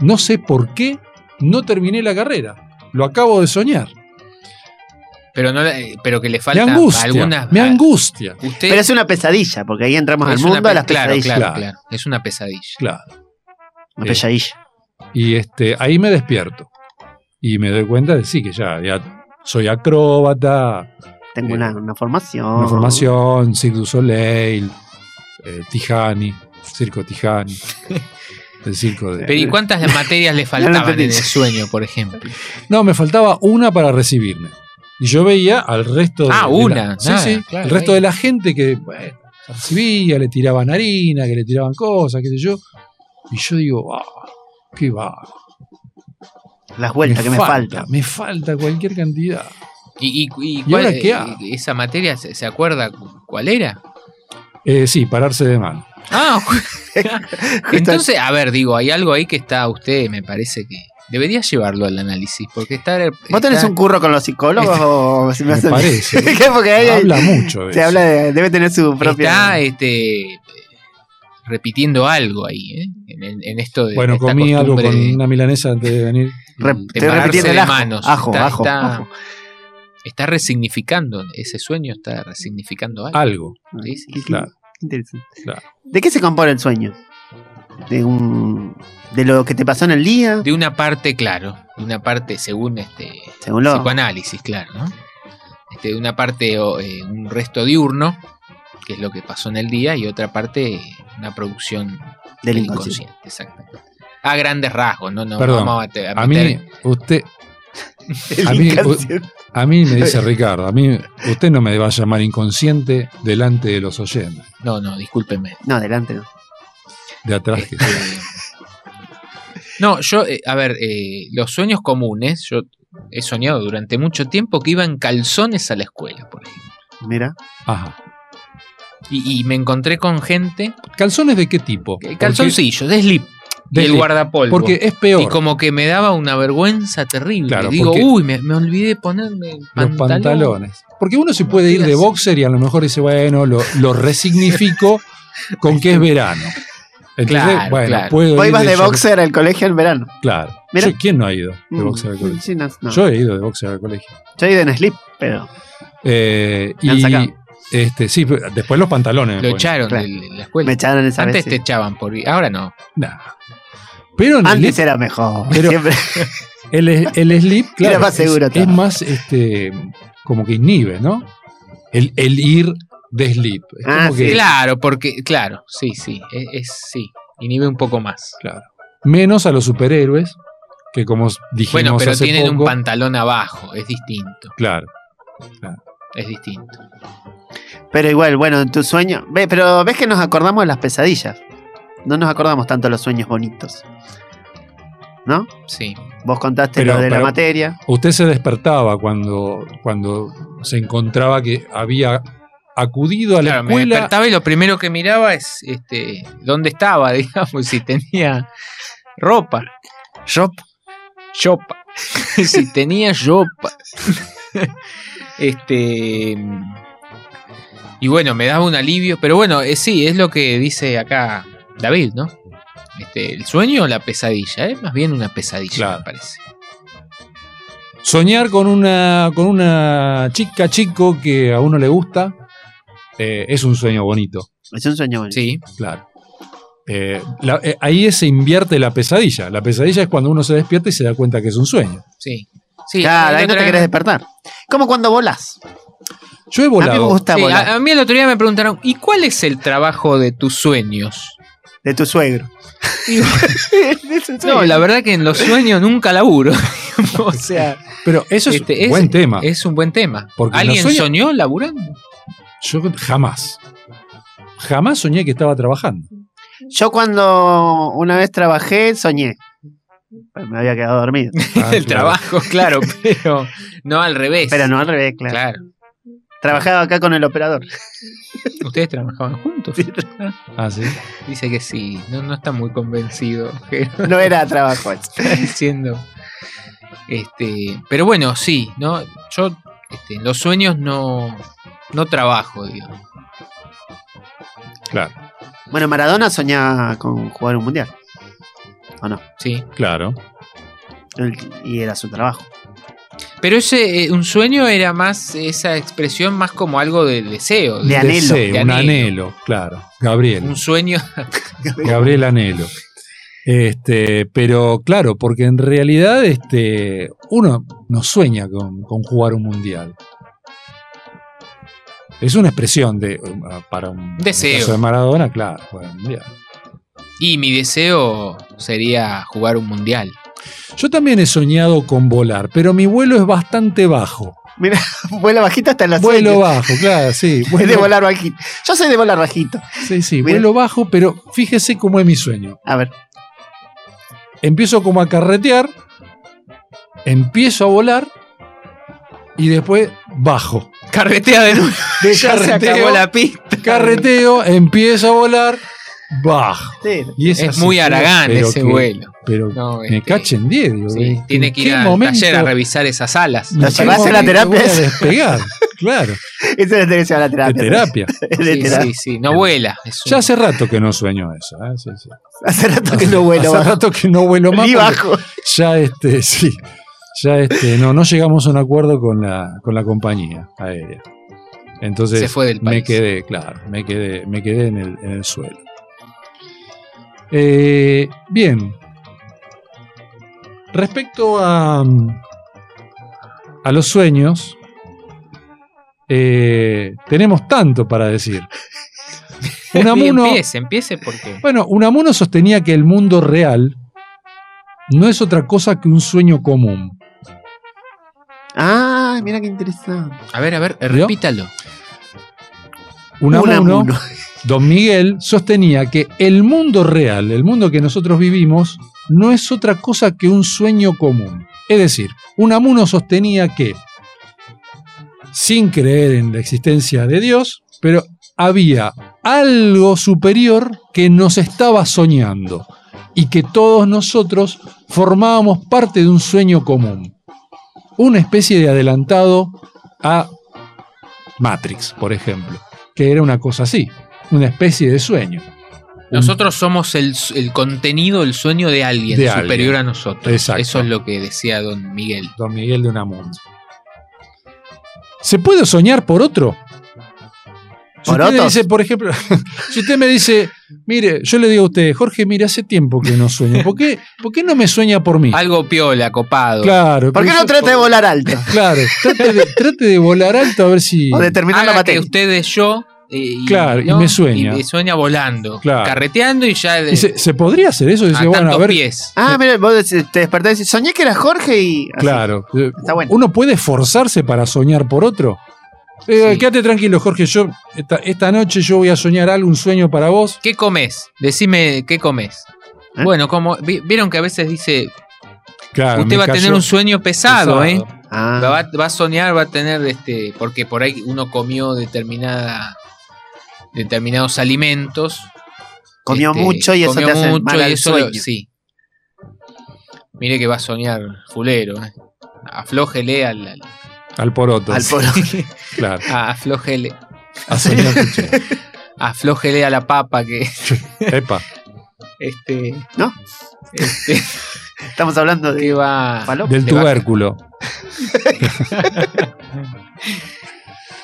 Speaker 2: no sé por qué no terminé la carrera. Lo acabo de soñar.
Speaker 4: Pero, no, la- eh, pero que le
Speaker 2: Me
Speaker 4: falta
Speaker 2: angustia.
Speaker 4: algunas.
Speaker 2: me
Speaker 4: a-
Speaker 2: angustia.
Speaker 4: Usted
Speaker 3: Pero es una pesadilla, porque ahí entramos
Speaker 4: es
Speaker 3: al
Speaker 4: una
Speaker 3: mundo de
Speaker 4: pe-
Speaker 3: las
Speaker 4: claro,
Speaker 3: pesadillas.
Speaker 4: claro,
Speaker 2: Claro.
Speaker 4: claro. Es una pesadilla.
Speaker 2: Claro.
Speaker 3: Una pesadilla.
Speaker 2: Y este, ahí me despierto. Y me doy cuenta de sí, que ya, ya soy acróbata,
Speaker 3: Tengo una, una formación.
Speaker 2: una formación, Cirque du Soleil, eh, Tijani, Circo Tijani. El circo de.
Speaker 4: Pero ¿y cuántas materias
Speaker 3: <laughs>
Speaker 4: le faltaban en
Speaker 3: entendí.
Speaker 4: el sueño, por ejemplo?
Speaker 2: No, me faltaba una para recibirme. Y yo veía al resto de,
Speaker 4: Ah,
Speaker 2: de
Speaker 4: una,
Speaker 2: la, sí,
Speaker 4: nada,
Speaker 2: sí,
Speaker 4: claro,
Speaker 2: el resto
Speaker 4: ahí.
Speaker 2: de la gente que bueno, se recibía, le tiraban harina, que le tiraban cosas, qué sé yo. Y yo digo, ah, qué va.
Speaker 3: Las vueltas que me faltan.
Speaker 2: Me falta cualquier cantidad.
Speaker 4: ¿Y, y, y
Speaker 2: ¿Y
Speaker 4: cuál-
Speaker 2: ahora qué
Speaker 4: eh,
Speaker 2: hago?
Speaker 4: esa materia se, se acuerda cu- cuál era?
Speaker 2: Eh, sí, pararse de mano.
Speaker 3: <laughs>
Speaker 4: Ah, entonces, a ver, digo, hay algo ahí que está usted, me parece que debería llevarlo al análisis, porque está...
Speaker 3: ¿Vos tenés un curro con los psicólogos o si me
Speaker 2: <laughs> Me
Speaker 3: hacen- <laughs>
Speaker 2: parece.
Speaker 3: ¿Qué? Porque ahí hay-
Speaker 2: Habla mucho de
Speaker 3: se
Speaker 2: eso.
Speaker 3: habla de- debe tener su
Speaker 4: Está
Speaker 3: propia.
Speaker 4: este, eh, repitiendo algo ahí, ¿eh? En, en- en esto de...
Speaker 2: Bueno,
Speaker 4: esta
Speaker 2: comí algo
Speaker 4: costumbre
Speaker 2: con
Speaker 4: de-
Speaker 2: una milanesa antes de venir.
Speaker 3: Re-
Speaker 4: de
Speaker 3: estoy
Speaker 4: pararse
Speaker 3: repitiendo
Speaker 4: Mm, de
Speaker 3: el ajo,
Speaker 4: manos.
Speaker 3: ajo,
Speaker 4: está,
Speaker 3: ajo,
Speaker 4: está-
Speaker 3: ajo.
Speaker 4: está resignificando, ese sueño está resignificando algo.
Speaker 2: Algo.
Speaker 4: Sí, sí,
Speaker 3: Qué- qué-
Speaker 2: Claro.
Speaker 3: qué interesante.
Speaker 2: Claro.
Speaker 3: ¿De qué se compone el sueño? De un. De lo que te pasó en el día,
Speaker 4: De una parte, claro, de una parte según este
Speaker 3: según lo.
Speaker 4: psicoanálisis, claro, ¿no? Este, de una parte o, eh, un resto diurno, que es lo que pasó en el día, y otra parte eh, una producción
Speaker 3: Del inconsciente.
Speaker 4: exactamente. A grandes rasgos, no, no
Speaker 2: Perdón,
Speaker 4: vamos a, te- a
Speaker 2: A mí,
Speaker 4: meter-
Speaker 2: usted,
Speaker 3: Del
Speaker 2: A
Speaker 3: <laughs>
Speaker 2: mí-
Speaker 3: inconsciente.
Speaker 2: a mí me dice Ricardo, a mí, usted no me va a llamar inconsciente delante de los oyentes.
Speaker 4: No, no, discúlpeme.
Speaker 3: No, adelante. no.
Speaker 2: De atrás que
Speaker 4: Este, no, yo, eh, a ver, eh, los sueños comunes, yo he soñado durante mucho tiempo que iba en calzones a la escuela, por ejemplo.
Speaker 3: Mira.
Speaker 2: Ajá.
Speaker 4: Y, y me encontré con gente,
Speaker 2: ¿Calzones de qué tipo?
Speaker 4: eh, calzoncillos, de slip,
Speaker 2: De
Speaker 4: del
Speaker 2: slip.
Speaker 4: guardapolvo.
Speaker 2: Porque, porque es peor.
Speaker 4: Y como que me daba una vergüenza terrible.
Speaker 2: Claro,
Speaker 4: Digo,
Speaker 2: porque-
Speaker 4: uy, me, me olvidé ponerme el
Speaker 2: los
Speaker 4: pantalón".
Speaker 2: pantalones. Porque uno se puede ir de
Speaker 4: Digas.
Speaker 2: boxer y a lo mejor dice, bueno, lo, lo resignifico con que es verano. Entonces,
Speaker 4: Claro,
Speaker 2: bueno,
Speaker 4: claro.
Speaker 2: puedo
Speaker 3: Vos
Speaker 2: ir
Speaker 3: ibas de
Speaker 2: short-
Speaker 3: boxer al colegio en verano.
Speaker 2: Claro.
Speaker 3: Mira.
Speaker 2: Yo, ¿Quién no ha ido de
Speaker 3: Mm,
Speaker 2: boxer al colegio?
Speaker 3: sí, no, no. Yo
Speaker 2: Yo he ido de boxer al colegio.
Speaker 3: he ido en slip, pero.
Speaker 2: Eh,
Speaker 3: Me han
Speaker 2: y
Speaker 3: sacado.
Speaker 2: este, sí, pero después los pantalones. me
Speaker 4: Lo
Speaker 2: ponen.
Speaker 4: echaron
Speaker 3: Claro.
Speaker 4: de la- de la escuela.
Speaker 3: Me echaron esa
Speaker 4: Antes
Speaker 3: vez.
Speaker 4: te
Speaker 3: sí.
Speaker 4: echaban por... Ahora no.
Speaker 2: Nah. Pero en
Speaker 3: Antes
Speaker 2: el,
Speaker 3: era mejor. <laughs>
Speaker 2: Pero-
Speaker 3: Siempre.
Speaker 2: el,
Speaker 3: <laughs>
Speaker 2: el slip, claro,
Speaker 3: Era más
Speaker 2: es-
Speaker 3: seguro,
Speaker 2: es,
Speaker 3: claro.
Speaker 2: más este, como que inhibe, ¿no? El, el ir de slip. Es
Speaker 3: Ah,
Speaker 2: como que-
Speaker 3: Sí.
Speaker 4: Claro, porque... Claro, sí, sí. e, Es, es- sí. Inhibe un poco más.
Speaker 2: Claro. Menos a los superhéroes, que como dijimos
Speaker 4: Bueno, pero
Speaker 2: hace
Speaker 4: tienen
Speaker 2: poco,
Speaker 4: un pantalón abajo. Es distinto.
Speaker 2: Claro.
Speaker 4: Es distinto.
Speaker 3: Pero igual, bueno, en tu sueño. Ve, pero ves que nos acordamos de las pesadillas. No nos acordamos tanto de los sueños bonitos. ¿No?
Speaker 4: Sí.
Speaker 3: Vos contaste
Speaker 2: Pero-
Speaker 3: lo de la
Speaker 2: pero-
Speaker 3: materia.
Speaker 2: Usted se despertaba cuando, cuando se encontraba que había acudido a la
Speaker 4: Claro, me
Speaker 2: escuela.
Speaker 4: despertaba y lo primero que miraba es este, dónde estaba, <laughs> digamos, si tenía ropa. Shop. Shopa. <laughs> si tenía
Speaker 3: <laughs>
Speaker 4: ropa. este. Y bueno, me daba un alivio. Pero bueno, eh, sí, es lo que dice acá David, ¿no? Este, el sueño o la pesadilla, ¿eh? más bien una pesadilla,
Speaker 2: Claro.
Speaker 4: me parece.
Speaker 2: Soñar con una, con una chica, chico que a uno le gusta, eh, es un sueño bonito,
Speaker 3: Es un sueño bonito.
Speaker 4: Sí.
Speaker 2: claro. Eh, la- eh, ahí se invierte la pesadilla. La pesadilla es cuando uno se despierta y se da cuenta que es un sueño.
Speaker 4: Sí. sí
Speaker 3: Claro,
Speaker 4: la
Speaker 3: ahí no
Speaker 4: otra
Speaker 3: te
Speaker 4: vez-
Speaker 3: querés despertar. Como cuando volás.
Speaker 2: Yo he
Speaker 3: A mí me
Speaker 2: volado.
Speaker 3: gusta
Speaker 4: Sí,
Speaker 3: volar.
Speaker 4: a, a mí el otro día me preguntaron, ¿y cuál es el trabajo de tus sueños?
Speaker 3: De tu suegro. Es <laughs> un sueño.
Speaker 4: No, la verdad que en los sueños nunca laburo. <laughs> o sea,
Speaker 2: Pero eso es
Speaker 4: Este,
Speaker 2: un
Speaker 4: es-
Speaker 2: buen tema.
Speaker 4: es un buen tema.
Speaker 2: Porque en los
Speaker 4: ¿Alguien
Speaker 2: sueños-
Speaker 4: soñó laburando?
Speaker 2: Yo jamás. jamás soñé que estaba trabajando.
Speaker 3: Yo cuando una vez trabajé, soñé. Pero Me había quedado dormido.
Speaker 4: <laughs>
Speaker 2: Ah,
Speaker 4: el
Speaker 2: <laughs>
Speaker 4: trabajo, claro, pero no al revés.
Speaker 3: Pero no al revés, claro.
Speaker 4: Claro.
Speaker 3: Trabajaba acá con el operador.
Speaker 4: Ustedes trabajaban juntos.
Speaker 2: Ah, sí.
Speaker 4: Dice que sí. No, no está muy convencido. que
Speaker 3: No era trabajo. eso.
Speaker 4: está diciendo. Este, pero bueno, sí, ¿no? Yo este, en los sueños no, no trabajo, digamos.
Speaker 1: Claro,
Speaker 3: Bueno, Maradona soñaba con jugar un mundial.
Speaker 4: Sí.
Speaker 1: claro.
Speaker 3: Él- Y era su trabajo.
Speaker 4: Pero ese, eh, un sueño era más, esa expresión más como algo del deseo.
Speaker 3: De anhelo.
Speaker 2: Deseo,
Speaker 4: de
Speaker 2: un
Speaker 4: anhelo.
Speaker 2: anhelo, claro. Gabriel.
Speaker 4: Un sueño. <laughs>
Speaker 2: Gabriel Anhelo. Este, pero claro, porque en realidad este, uno no sueña con, con jugar un mundial. Es una expresión de uh, para un en el
Speaker 4: Deseo.
Speaker 2: caso de Maradona, claro, jugar un mundial.
Speaker 4: Y mi deseo sería jugar un mundial.
Speaker 2: Yo también he soñado con volar, pero mi vuelo es bastante bajo.
Speaker 3: Vuela bajito hasta la
Speaker 2: vuelo
Speaker 3: sueño.
Speaker 2: bajo, claro, sí.
Speaker 3: <laughs> Es de
Speaker 2: vuelo-
Speaker 3: volar bajito. Yo soy de volar bajito.
Speaker 2: Sí, sí,
Speaker 3: Mira.
Speaker 2: vuelo bajo, pero fíjese cómo es mi sueño.
Speaker 3: A ver,
Speaker 2: Empiezo como a carretear, empiezo a volar y después bajo.
Speaker 4: Carretea de nuevo.
Speaker 2: De
Speaker 4: Ya se acabó la pista.
Speaker 2: carreteo, empiezo a volar, bajo.
Speaker 3: sí,
Speaker 2: Y
Speaker 4: Es,
Speaker 2: así,
Speaker 4: muy
Speaker 2: pero-
Speaker 4: Aragán
Speaker 2: pero
Speaker 4: ese
Speaker 2: que-
Speaker 4: vuelo.
Speaker 2: Pero
Speaker 4: No,
Speaker 2: me
Speaker 4: este,
Speaker 2: cachen 10, digo.
Speaker 4: sí,
Speaker 2: ¿en
Speaker 4: tiene que
Speaker 2: qué
Speaker 4: ir al
Speaker 2: momento-
Speaker 4: taller a revisar esas alas.
Speaker 2: ¿en
Speaker 3: La
Speaker 2: qué
Speaker 3: llevas a la
Speaker 2: momento
Speaker 3: terapia?
Speaker 2: voy a despegar, claro,
Speaker 3: esa es la tercera la
Speaker 2: de
Speaker 3: terapia.
Speaker 2: terapia.
Speaker 3: Es <laughs> de
Speaker 4: Sí,
Speaker 3: terapia.
Speaker 4: sí, sí, no vuela. es un-
Speaker 2: Ya hace rato que no sueño eso. ¿eh? Sí, sí.
Speaker 3: Hace rato que no vuelo
Speaker 2: Hace
Speaker 3: bajo.
Speaker 2: rato que no vuelo más.
Speaker 3: Ni
Speaker 2: porque
Speaker 3: bajo.
Speaker 2: Ya este, <laughs> sí. Ya este, no, no llegamos a un acuerdo con la, con la compañía aérea. Entonces
Speaker 4: Se fue del
Speaker 2: me
Speaker 4: país. <laughs>
Speaker 2: quedé, claro, me quedé, me quedé en el, en el suelo. Eh, bien. Respecto a, mm, a los sueños, eh, tenemos tanto
Speaker 4: <laughs>
Speaker 2: para decir.
Speaker 4: Y
Speaker 2: Unamuno,
Speaker 4: empiece, empiece porque.
Speaker 2: bueno, Unamuno sostenía que el mundo real no es otra cosa que un sueño común.
Speaker 3: Ah, mira qué interesante.
Speaker 4: A ver, a ver,
Speaker 2: ¿Vio?
Speaker 4: repítalo.
Speaker 2: Unamuno,
Speaker 3: Unamuno.
Speaker 2: Don Miguel, sostenía que el mundo real, el mundo que nosotros vivimos, no es otra cosa que un sueño común. Es decir, Unamuno sostenía que, sin creer en la existencia de Dios, pero había algo superior que nos estaba soñando y que todos nosotros formábamos parte de un sueño común. Una especie de adelantado a Matrix, por ejemplo, que era una cosa así, una especie de sueño. Mm.
Speaker 4: Nosotros somos el, el contenido, el sueño de alguien
Speaker 2: De
Speaker 4: superior
Speaker 2: alguien.
Speaker 4: a nosotros.
Speaker 2: Exacto.
Speaker 4: Eso es lo que decía don Miguel.
Speaker 2: Don Miguel de Unamuno. ¿Se puede soñar por otro? Si
Speaker 3: ¿Por
Speaker 2: usted me
Speaker 3: otros?
Speaker 2: dice, por ejemplo, <laughs> si usted me dice, mire, yo le digo a usted, Jorge, mire, hace tiempo que no sueño. ¿Por qué, por qué no me sueña por mí?
Speaker 4: Algo piola, copado.
Speaker 2: Claro.
Speaker 3: ¿Por qué
Speaker 2: pero
Speaker 3: no
Speaker 2: yo-
Speaker 3: trata de volar alto?
Speaker 2: Claro, trate de, trate de volar alto a
Speaker 3: <laughs>
Speaker 2: ver si...
Speaker 3: O de terminar
Speaker 4: Haga
Speaker 3: la
Speaker 4: que
Speaker 3: materia.
Speaker 4: usted es yo. eh, y,
Speaker 2: Claro, y me sueña.
Speaker 4: Y me sueña volando.
Speaker 2: Claro.
Speaker 4: Carreteando y ya de,
Speaker 2: Y se, se podría hacer eso?
Speaker 4: a
Speaker 2: Dice, bueno, a
Speaker 4: tantos
Speaker 2: ver,
Speaker 4: pies.
Speaker 3: Ah, mira, vos des- te despertás y decís, soñé que era Jorge y. así.
Speaker 2: Claro. eh,
Speaker 3: Está bueno.
Speaker 2: ¿Uno puede esforzarse para soñar por otro? Eh,
Speaker 4: Sí.
Speaker 2: Quédate tranquilo, Jorge. Yo esta, esta noche yo voy a soñar algo, un sueño para vos.
Speaker 4: ¿Qué comes? Decime, ¿qué comes?
Speaker 3: ¿Eh?
Speaker 4: Bueno, como vi- vieron que a veces dice,
Speaker 2: Claro,
Speaker 4: usted
Speaker 2: me
Speaker 4: va a tener
Speaker 2: cayó
Speaker 4: un sueño pesado, ¿eh?
Speaker 3: Ah,
Speaker 4: Va, va a soñar, va a tener este, porque por ahí uno comió determinada determinados alimentos.
Speaker 3: comió
Speaker 4: este,
Speaker 3: mucho y eso
Speaker 4: comió
Speaker 3: te hace
Speaker 4: mucho
Speaker 3: mal
Speaker 4: y
Speaker 3: al
Speaker 4: eso lo-
Speaker 3: sueño.
Speaker 4: sí. Mire que va a soñar fulero, ¿eh? Aflójele al,
Speaker 3: <laughs>
Speaker 4: al-
Speaker 2: Al poroto.
Speaker 3: Al poro.
Speaker 2: Claro.
Speaker 4: a- aflójele,
Speaker 2: A soñar con
Speaker 4: <laughs>
Speaker 2: che.
Speaker 4: aflójele a la papa que
Speaker 2: Epa.
Speaker 4: este
Speaker 3: ¿No?
Speaker 4: este,
Speaker 3: Estamos hablando de
Speaker 4: que va
Speaker 3: palo.
Speaker 2: Del
Speaker 4: Le va-
Speaker 2: tubérculo.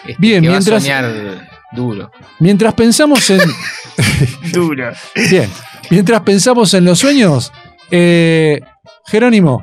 Speaker 4: este,
Speaker 2: Bien,
Speaker 4: que va a
Speaker 2: mientras-
Speaker 4: soñar duro.
Speaker 2: Mientras pensamos
Speaker 4: <laughs>
Speaker 2: en.
Speaker 3: Duro.
Speaker 2: Bien. Mientras pensamos en los sueños, eh, Jerónimo,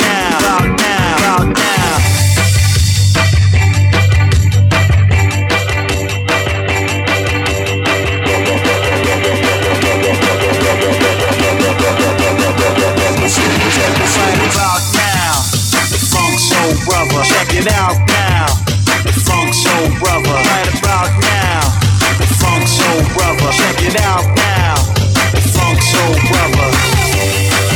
Speaker 7: now, about now, about now. Right about now, the funk soul brother. Check it out now, the funk soul brother. Right about now, the funk soul brother. Check it out now, the funk soul brother.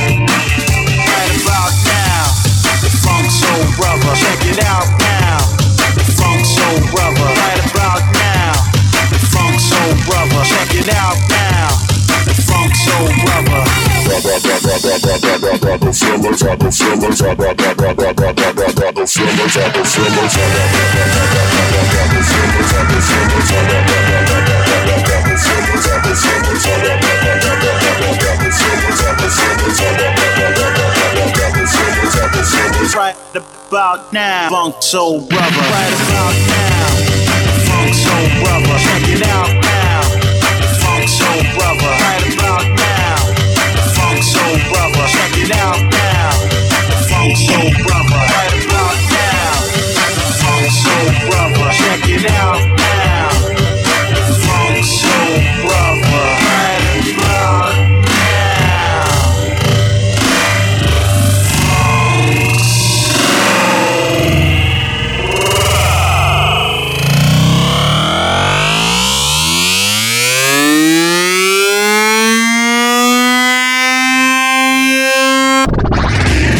Speaker 7: Right about now, the funk soul brother. Check it out now, the funk soul brother. Right about now, the funk soul brother. Check it out now, the funk soul brother. Right about now, funk soul brother. Right about now, funk soul brother. Check it out now, funk soul brother. Right about now, funk soul brother. Check it out now, funk soul brother. Right about now, funk soul brother. Check it out now, funk soul brother. Right about now.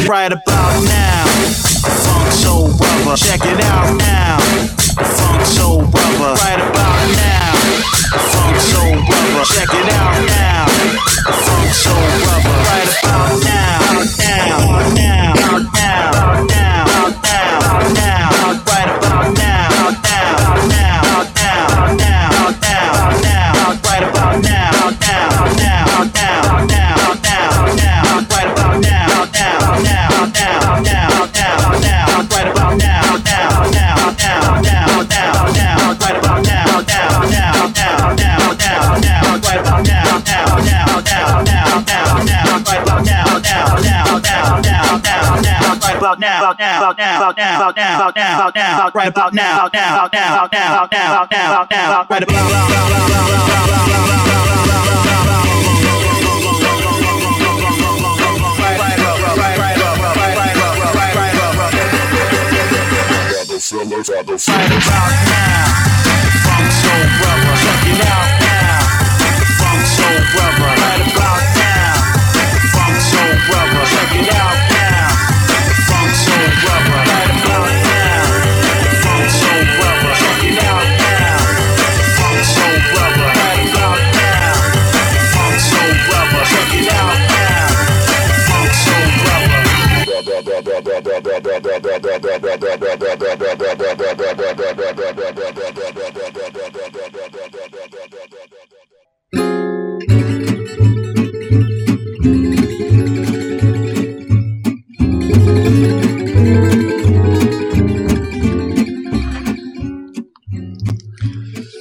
Speaker 7: Right about now, funk soul brother. Check it out now, funk soul brother. Right about now, funk soul brother. Check it out now, funk soul brother. Right about now, now, now, now, now, now, now, now, right about now, now, now, now, now, now, now, right about now, now, now, now, now, now, now, right about now, now, now, now, now, now, now, right about now, now, now, now, now, now, now, right about now, now, now, now, now, now, now, right about now, now, now, now, now, now, now, right about now, now, now, now, now, now, now, right about now, now, now, now, now, now, now, right about now, now, now, now, now, now, now, right about now. Right about now, funk soul brother, check it out now. Funk soul brother, right about now. Funk soul brother, check it out now. Funk soul brother, right about now. Funk soul brother, check it out now. Funk soul brother, right about now. Funk soul brother, check it out now. Funk soul brother.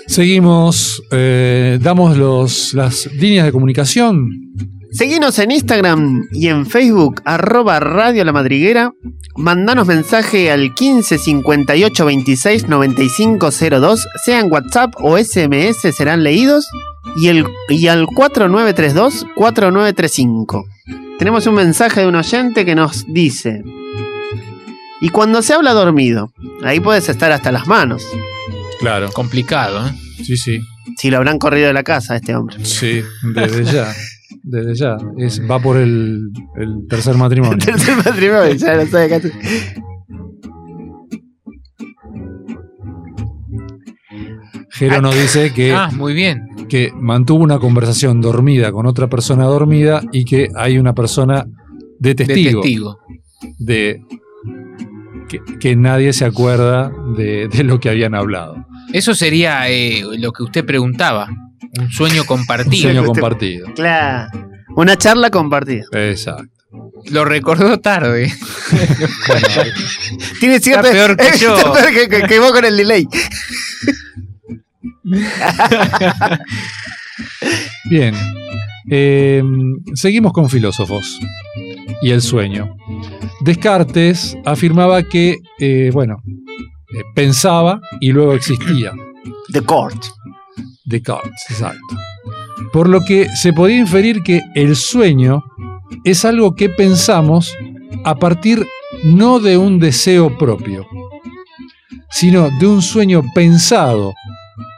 Speaker 2: Seguimos, eh, damos los, las líneas de comunicación.
Speaker 3: Seguinos en Instagram y en Facebook, arroba Radio La Madriguera. Mandanos mensaje al 15 58 26 95 02, sea en WhatsApp o SMS, serán leídos. Y, el, y al 4932 4935. Tenemos un mensaje de un oyente que nos dice: Y cuando se habla dormido, ahí puedes estar hasta las manos.
Speaker 2: Claro.
Speaker 4: Complicado, ¿eh?
Speaker 2: Sí, sí.
Speaker 3: Si lo habrán corrido de la casa a este hombre.
Speaker 2: Sí, desde ya. Desde ya. Es, va por el, el tercer matrimonio.
Speaker 3: <laughs>
Speaker 4: <laughs>
Speaker 3: Tercer matrimonio, ya lo sabe casi.
Speaker 2: Jero nos dice que,
Speaker 4: Ah, muy bien.
Speaker 2: que mantuvo una conversación dormida con otra persona dormida y que hay una persona de
Speaker 4: De
Speaker 2: testigo.
Speaker 4: testigo.
Speaker 2: de que, que nadie se acuerda de, de lo que habían hablado.
Speaker 4: Eso sería eh, lo que usted preguntaba. Un sueño
Speaker 2: Un
Speaker 4: compartido.
Speaker 2: sueño
Speaker 3: este-
Speaker 2: compartido.
Speaker 3: Claro. Una charla compartida.
Speaker 2: Exacto.
Speaker 4: Lo recordó tarde.
Speaker 3: Tiene cierto.
Speaker 4: peor que yo.
Speaker 3: <laughs> Está peor que, que- que vos con el delay.
Speaker 2: Bien. Eh, seguimos con filósofos y el sueño. Descartes afirmaba que, eh, bueno, eh, pensaba y luego existía.
Speaker 3: The Court.
Speaker 2: Descartes, exacto. Por lo que se podía inferir que el sueño es algo que pensamos a partir no de un deseo propio, sino de un sueño pensado,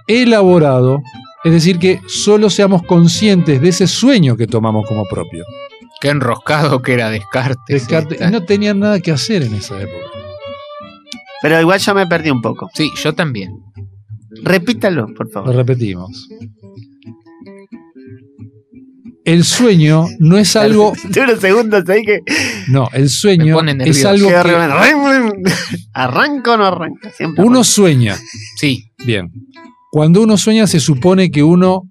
Speaker 2: elaborado, es decir, que solo seamos conscientes de ese sueño que tomamos como propio.
Speaker 4: Qué enroscado que era Descartes.
Speaker 2: Descartes
Speaker 4: esta.
Speaker 2: no tenían nada que hacer en esa época.
Speaker 3: Pero igual yo me perdí un poco.
Speaker 4: Sí, yo también.
Speaker 3: Repítalo, por
Speaker 2: Lo
Speaker 3: favor.
Speaker 2: repetimos. El sueño no
Speaker 4: <laughs>
Speaker 3: <laughs>
Speaker 2: es algo.
Speaker 3: De unos segundos ahí que.
Speaker 2: No, el
Speaker 4: Me
Speaker 2: sueño
Speaker 4: pone
Speaker 2: es
Speaker 4: nervioso.
Speaker 2: algo
Speaker 3: que <laughs>
Speaker 2: que
Speaker 3: arreman- Arranca o no arranca. Siempre
Speaker 2: Uno sueña.
Speaker 4: Sí,
Speaker 2: Bien. Cuando uno sueña se supone que uno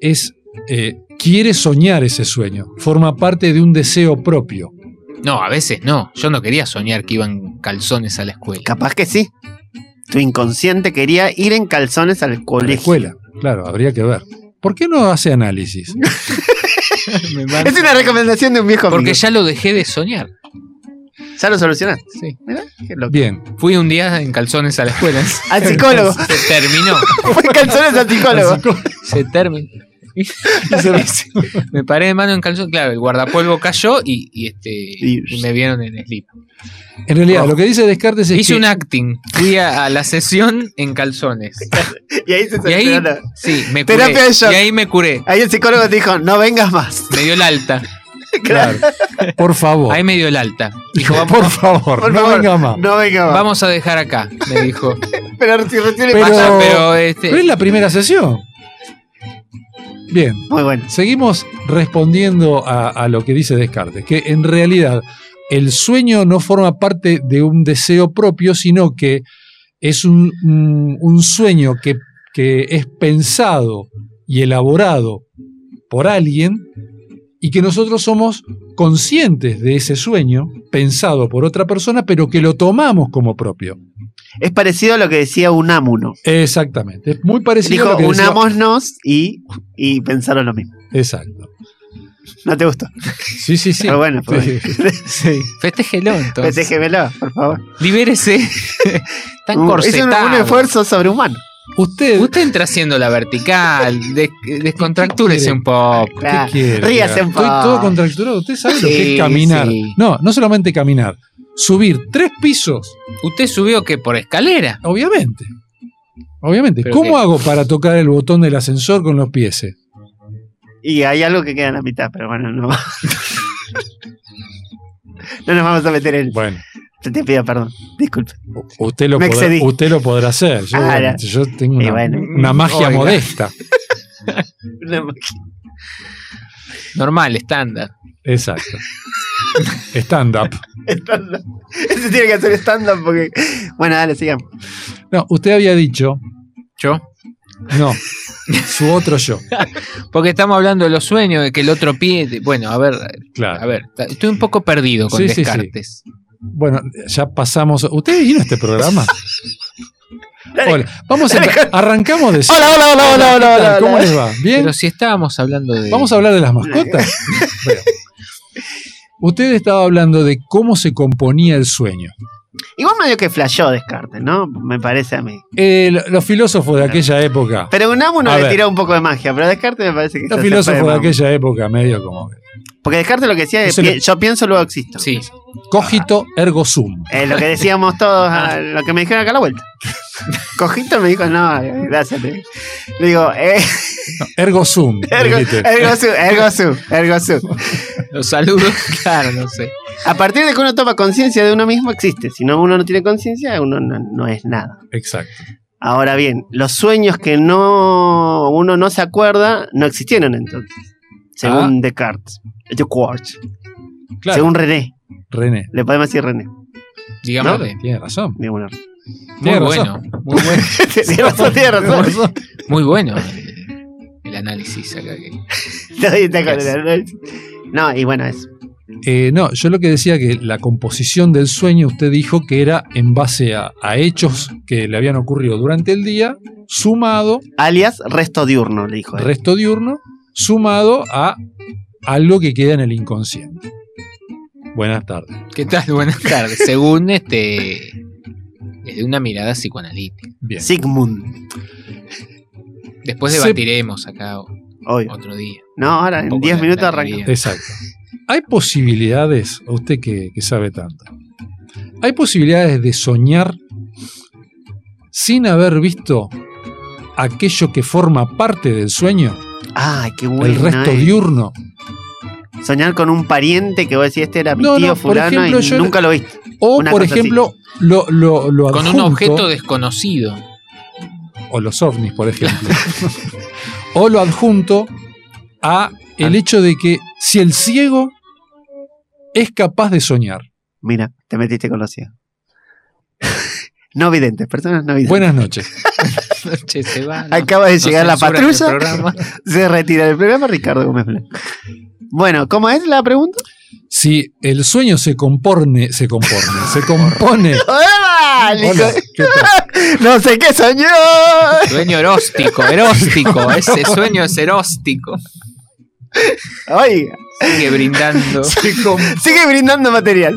Speaker 2: es eh, quiere soñar ese sueño. Forma parte de un deseo propio.
Speaker 4: no, a veces no. Yo no quería soñar que iban calzones a la escuela.
Speaker 3: Capaz que sí. Tu inconsciente quería ir en calzones al
Speaker 2: A la
Speaker 3: colegio.
Speaker 2: escuela. Claro, habría que ver. ¿Por qué no hace análisis?
Speaker 4: Me van-
Speaker 3: <laughs> Es una recomendación de un viejo
Speaker 4: Porque
Speaker 3: amigo.
Speaker 4: ya lo dejé de soñar.
Speaker 3: Ya lo solucionaste.
Speaker 4: Sí.
Speaker 3: Mirá, qué loco.
Speaker 2: Bien.
Speaker 4: Fui un día en calzones a la
Speaker 3: <laughs>
Speaker 4: escuela.
Speaker 3: Al psicólogo.
Speaker 4: Se terminó.
Speaker 3: Fue en calzones al psicólogo.
Speaker 4: Se terminó. Y- y <laughs> se- me paré de mano en calzón. Claro, el guardapolvo cayó y, y, este,
Speaker 3: Y-
Speaker 4: y me vieron en slip.
Speaker 2: En realidad, lo que dice Descartes es
Speaker 4: Hice
Speaker 2: que
Speaker 4: un acting. Fui a, a la sesión en calzones.
Speaker 3: <laughs> Y ahí se
Speaker 4: Y ahí,
Speaker 3: solucionó.
Speaker 2: <laughs>
Speaker 4: sí, me curé.
Speaker 3: Terapia de
Speaker 4: Y
Speaker 3: shock.
Speaker 4: ahí me curé.
Speaker 3: Ahí el psicólogo te dijo, no vengas más.
Speaker 4: Me dio el
Speaker 3: <laughs>
Speaker 4: alta.
Speaker 2: claro, por favor,
Speaker 4: Ahí me dio el alta.
Speaker 2: <laughs>
Speaker 4: Dijo, vamos,
Speaker 2: por favor,
Speaker 3: Por
Speaker 2: no
Speaker 3: favor,
Speaker 2: venga más.
Speaker 3: No vengas más.
Speaker 4: vamos a dejar acá. Me dijo.
Speaker 3: Pero si recién le
Speaker 2: Pero-
Speaker 3: pasa-
Speaker 4: Pasa, pero este,
Speaker 2: Pero es la primera sesión. Bien.
Speaker 3: Muy bueno.
Speaker 2: Seguimos respondiendo a, a lo que dice Descartes, que en realidad el sueño no forma parte de un deseo propio, sino que es un, un- un sueño que, que es pensado y elaborado por alguien y que nosotros somos conscientes de ese sueño pensado por otra persona, pero que lo tomamos como propio.
Speaker 3: Es parecido a lo que decía Unamuno.
Speaker 2: Exactamente. Es muy parecido a
Speaker 3: dijo,
Speaker 2: lo que decía-
Speaker 3: unámonos y, y pensaron lo mismo.
Speaker 2: Exacto.
Speaker 3: No te gustó.
Speaker 2: Sí, sí, sí.
Speaker 3: Pero bueno, pues,
Speaker 2: <laughs> Sí.
Speaker 4: sí. Festéjelo entonces.
Speaker 3: Protégemelo, Pues por favor.
Speaker 2: <laughs>
Speaker 4: Libérese. Tan
Speaker 3: Uh, es un,
Speaker 4: corsetado.
Speaker 3: un esfuerzo sobrehumano.
Speaker 2: Usted,
Speaker 4: Usted entra haciendo la vertical, des- descontractúrese un poco.
Speaker 2: ¿Qué
Speaker 3: Claro.
Speaker 2: quiere?
Speaker 3: Ríase un
Speaker 2: Estoy
Speaker 3: poco.
Speaker 2: todo contracturado. Usted sabe lo que
Speaker 4: Sí,
Speaker 2: es caminar.
Speaker 4: sí.
Speaker 2: No, no solamente caminar. Subir tres pisos,
Speaker 4: Usted subió que por escalera.
Speaker 2: obviamente. Obviamente.
Speaker 4: Pero
Speaker 2: ¿Cómo
Speaker 4: qué-
Speaker 2: hago para tocar el botón del ascensor con los pies?
Speaker 3: Y hay algo que queda en la mitad, pero bueno, no. <laughs> no nos vamos a meter en.
Speaker 2: Bueno,
Speaker 3: Te, te pido perdón. Disculpe.
Speaker 2: usted lo,
Speaker 3: Me
Speaker 2: podrá,
Speaker 3: excedí.
Speaker 2: usted lo podrá hacer. Yo,
Speaker 3: Ah, era-
Speaker 2: yo tengo
Speaker 3: Y
Speaker 2: una,
Speaker 3: bueno.
Speaker 2: una magia
Speaker 4: Oiga.
Speaker 2: modesta.
Speaker 3: Una-
Speaker 4: Normal, estándar.
Speaker 3: <laughs>
Speaker 2: Exacto. Stand-up.
Speaker 3: stand-up. Ese tiene que hacer stand-up porque. Bueno, dale, sigamos.
Speaker 2: No, usted había dicho.
Speaker 4: ¿Yo?
Speaker 2: No, su otro yo.
Speaker 4: Porque estamos hablando de los sueños, de que el otro pie. de- Bueno, a ver, a
Speaker 2: Claro.
Speaker 4: ver. ta- Estoy un poco perdido con
Speaker 2: Sí, sí, sí.
Speaker 4: Descartes.
Speaker 2: Bueno, ya pasamos. ¿Usted vino a
Speaker 3: <laughs>
Speaker 2: este programa? Hola. Vamos a empe- arrancamos de
Speaker 3: Hola, hola, hola, hola,
Speaker 2: ¿qué
Speaker 3: hola,
Speaker 2: tal?
Speaker 3: hola,
Speaker 2: ¿Cómo
Speaker 3: hola.
Speaker 2: les va? ¿Bien?
Speaker 4: Pero si estábamos hablando de.
Speaker 2: Vamos a hablar de
Speaker 3: <laughs>
Speaker 2: las mascotas. Bueno. Usted estaba hablando de cómo se componía el sueño.
Speaker 3: Igual medio que flasheó Descartes, ¿no? Me parece a mí.
Speaker 2: Eh, lo- los filósofos de aquella época,
Speaker 3: Pero Unamuno
Speaker 2: A
Speaker 3: le
Speaker 2: ver.
Speaker 3: tiró un poco de magia, pero Descartes me parece que.
Speaker 2: los
Speaker 3: ya se fue
Speaker 2: filósofos de
Speaker 3: mambo.
Speaker 2: aquella época, medio como
Speaker 3: Porque Descartes lo que decía es:
Speaker 2: Eso
Speaker 3: pi-
Speaker 2: lo-
Speaker 3: yo pienso, luego existo.
Speaker 4: Sí,
Speaker 2: cogito ergo sum.
Speaker 3: Eh, lo que decíamos
Speaker 2: <laughs>
Speaker 3: todos, ah, lo que me dijeron acá a la vuelta. Cojito me dijo, no, gracias. Le le digo, eh,
Speaker 2: No, ergo sum.
Speaker 3: ergo, er
Speaker 2: dijiste.
Speaker 3: ergo su, ergo su, ergo su.
Speaker 4: los saludos, <laughs> claro, no sé.
Speaker 3: A partir de que uno toma conciencia de uno mismo, existe. Si no, uno no tiene conciencia, uno no, no es nada.
Speaker 2: Exacto.
Speaker 3: Ahora bien, los sueños que no uno no se acuerda no existieron entonces, según Descartes. Descartes.
Speaker 2: Ah. Claro.
Speaker 3: Según René,
Speaker 2: René.
Speaker 3: le podemos decir René.
Speaker 2: Claro,
Speaker 4: Digámosle.
Speaker 2: tiene razón.
Speaker 3: Digo, bueno.
Speaker 4: Muy
Speaker 2: Tiene
Speaker 4: bueno.
Speaker 2: razón.
Speaker 4: Muy bueno.
Speaker 3: <laughs> Tiene razón, tiene
Speaker 2: Tiene
Speaker 3: razón.
Speaker 2: razón.
Speaker 4: Muy bueno el, el análisis acá. que-
Speaker 3: <laughs> Estoy de acuerdo, ¿no? No, y bueno, eso.
Speaker 2: Eh, no, yo lo que decía que la composición del sueño, usted dijo que era en base a, a hechos que le habían ocurrido durante el día, sumado,
Speaker 3: Alias resto diurno, le dijo. eh. él.
Speaker 2: resto diurno, sumado a algo que queda en el inconsciente. Buenas tardes.
Speaker 4: ¿Qué tal? <laughs> Buenas tardes. Según este. Desde una mirada psicoanalítica.
Speaker 2: Bien.
Speaker 3: Sigmund.
Speaker 4: Después
Speaker 2: Se-
Speaker 4: debatiremos acá o-
Speaker 3: Obvio.
Speaker 4: otro día.
Speaker 3: No, ahora en
Speaker 4: Un Oh, poco
Speaker 3: 10
Speaker 4: la-
Speaker 3: minutos
Speaker 4: la
Speaker 3: arranca.
Speaker 4: teoría.
Speaker 2: Exacto. Hay posibilidades, a usted que, que sabe tanto, hay posibilidades de soñar sin haber visto aquello que forma parte del sueño,
Speaker 3: Ay, qué bueno. ¿eh?
Speaker 2: el resto diurno.
Speaker 3: Soñar con un pariente que vos decís, este era mi
Speaker 2: No, no,
Speaker 3: tío
Speaker 2: por
Speaker 3: fulano
Speaker 2: ejemplo,
Speaker 3: y
Speaker 2: yo-
Speaker 3: nunca lo viste.
Speaker 2: O,
Speaker 3: Una
Speaker 2: por
Speaker 3: cosa
Speaker 2: ejemplo, lo, lo, lo
Speaker 4: Con un
Speaker 2: adjunto-
Speaker 4: objeto desconocido.
Speaker 2: o los ovnis, por ejemplo. <laughs> o lo adjunto a
Speaker 4: Ah.
Speaker 2: el hecho de que si el ciego es capaz de soñar.
Speaker 3: Mira, te metiste con los ciegos. <laughs> no videntes, personas no videntes.
Speaker 2: Buenas noches.
Speaker 4: Che, se va, no-
Speaker 3: <laughs> Acaba de
Speaker 4: no
Speaker 3: llegar la
Speaker 4: censuran el
Speaker 3: patrulla.
Speaker 4: programa.
Speaker 3: <laughs> Se retira del programa Ricardo Gómez Blanco. Bueno, ¿cómo es la pregunta?
Speaker 2: Si el sueño se comporne, se comporne,
Speaker 3: <laughs>
Speaker 2: se compone.
Speaker 3: ¡Hola, Nico!
Speaker 2: Hola, ¿qué tal?
Speaker 3: ¡No sé qué soñó! <laughs>
Speaker 4: Sueño eróstico, eróstico. Ese sueño es eróstico.
Speaker 3: Oiga,
Speaker 4: Sigue brindando.
Speaker 2: Se, com-
Speaker 3: sigue brindando material.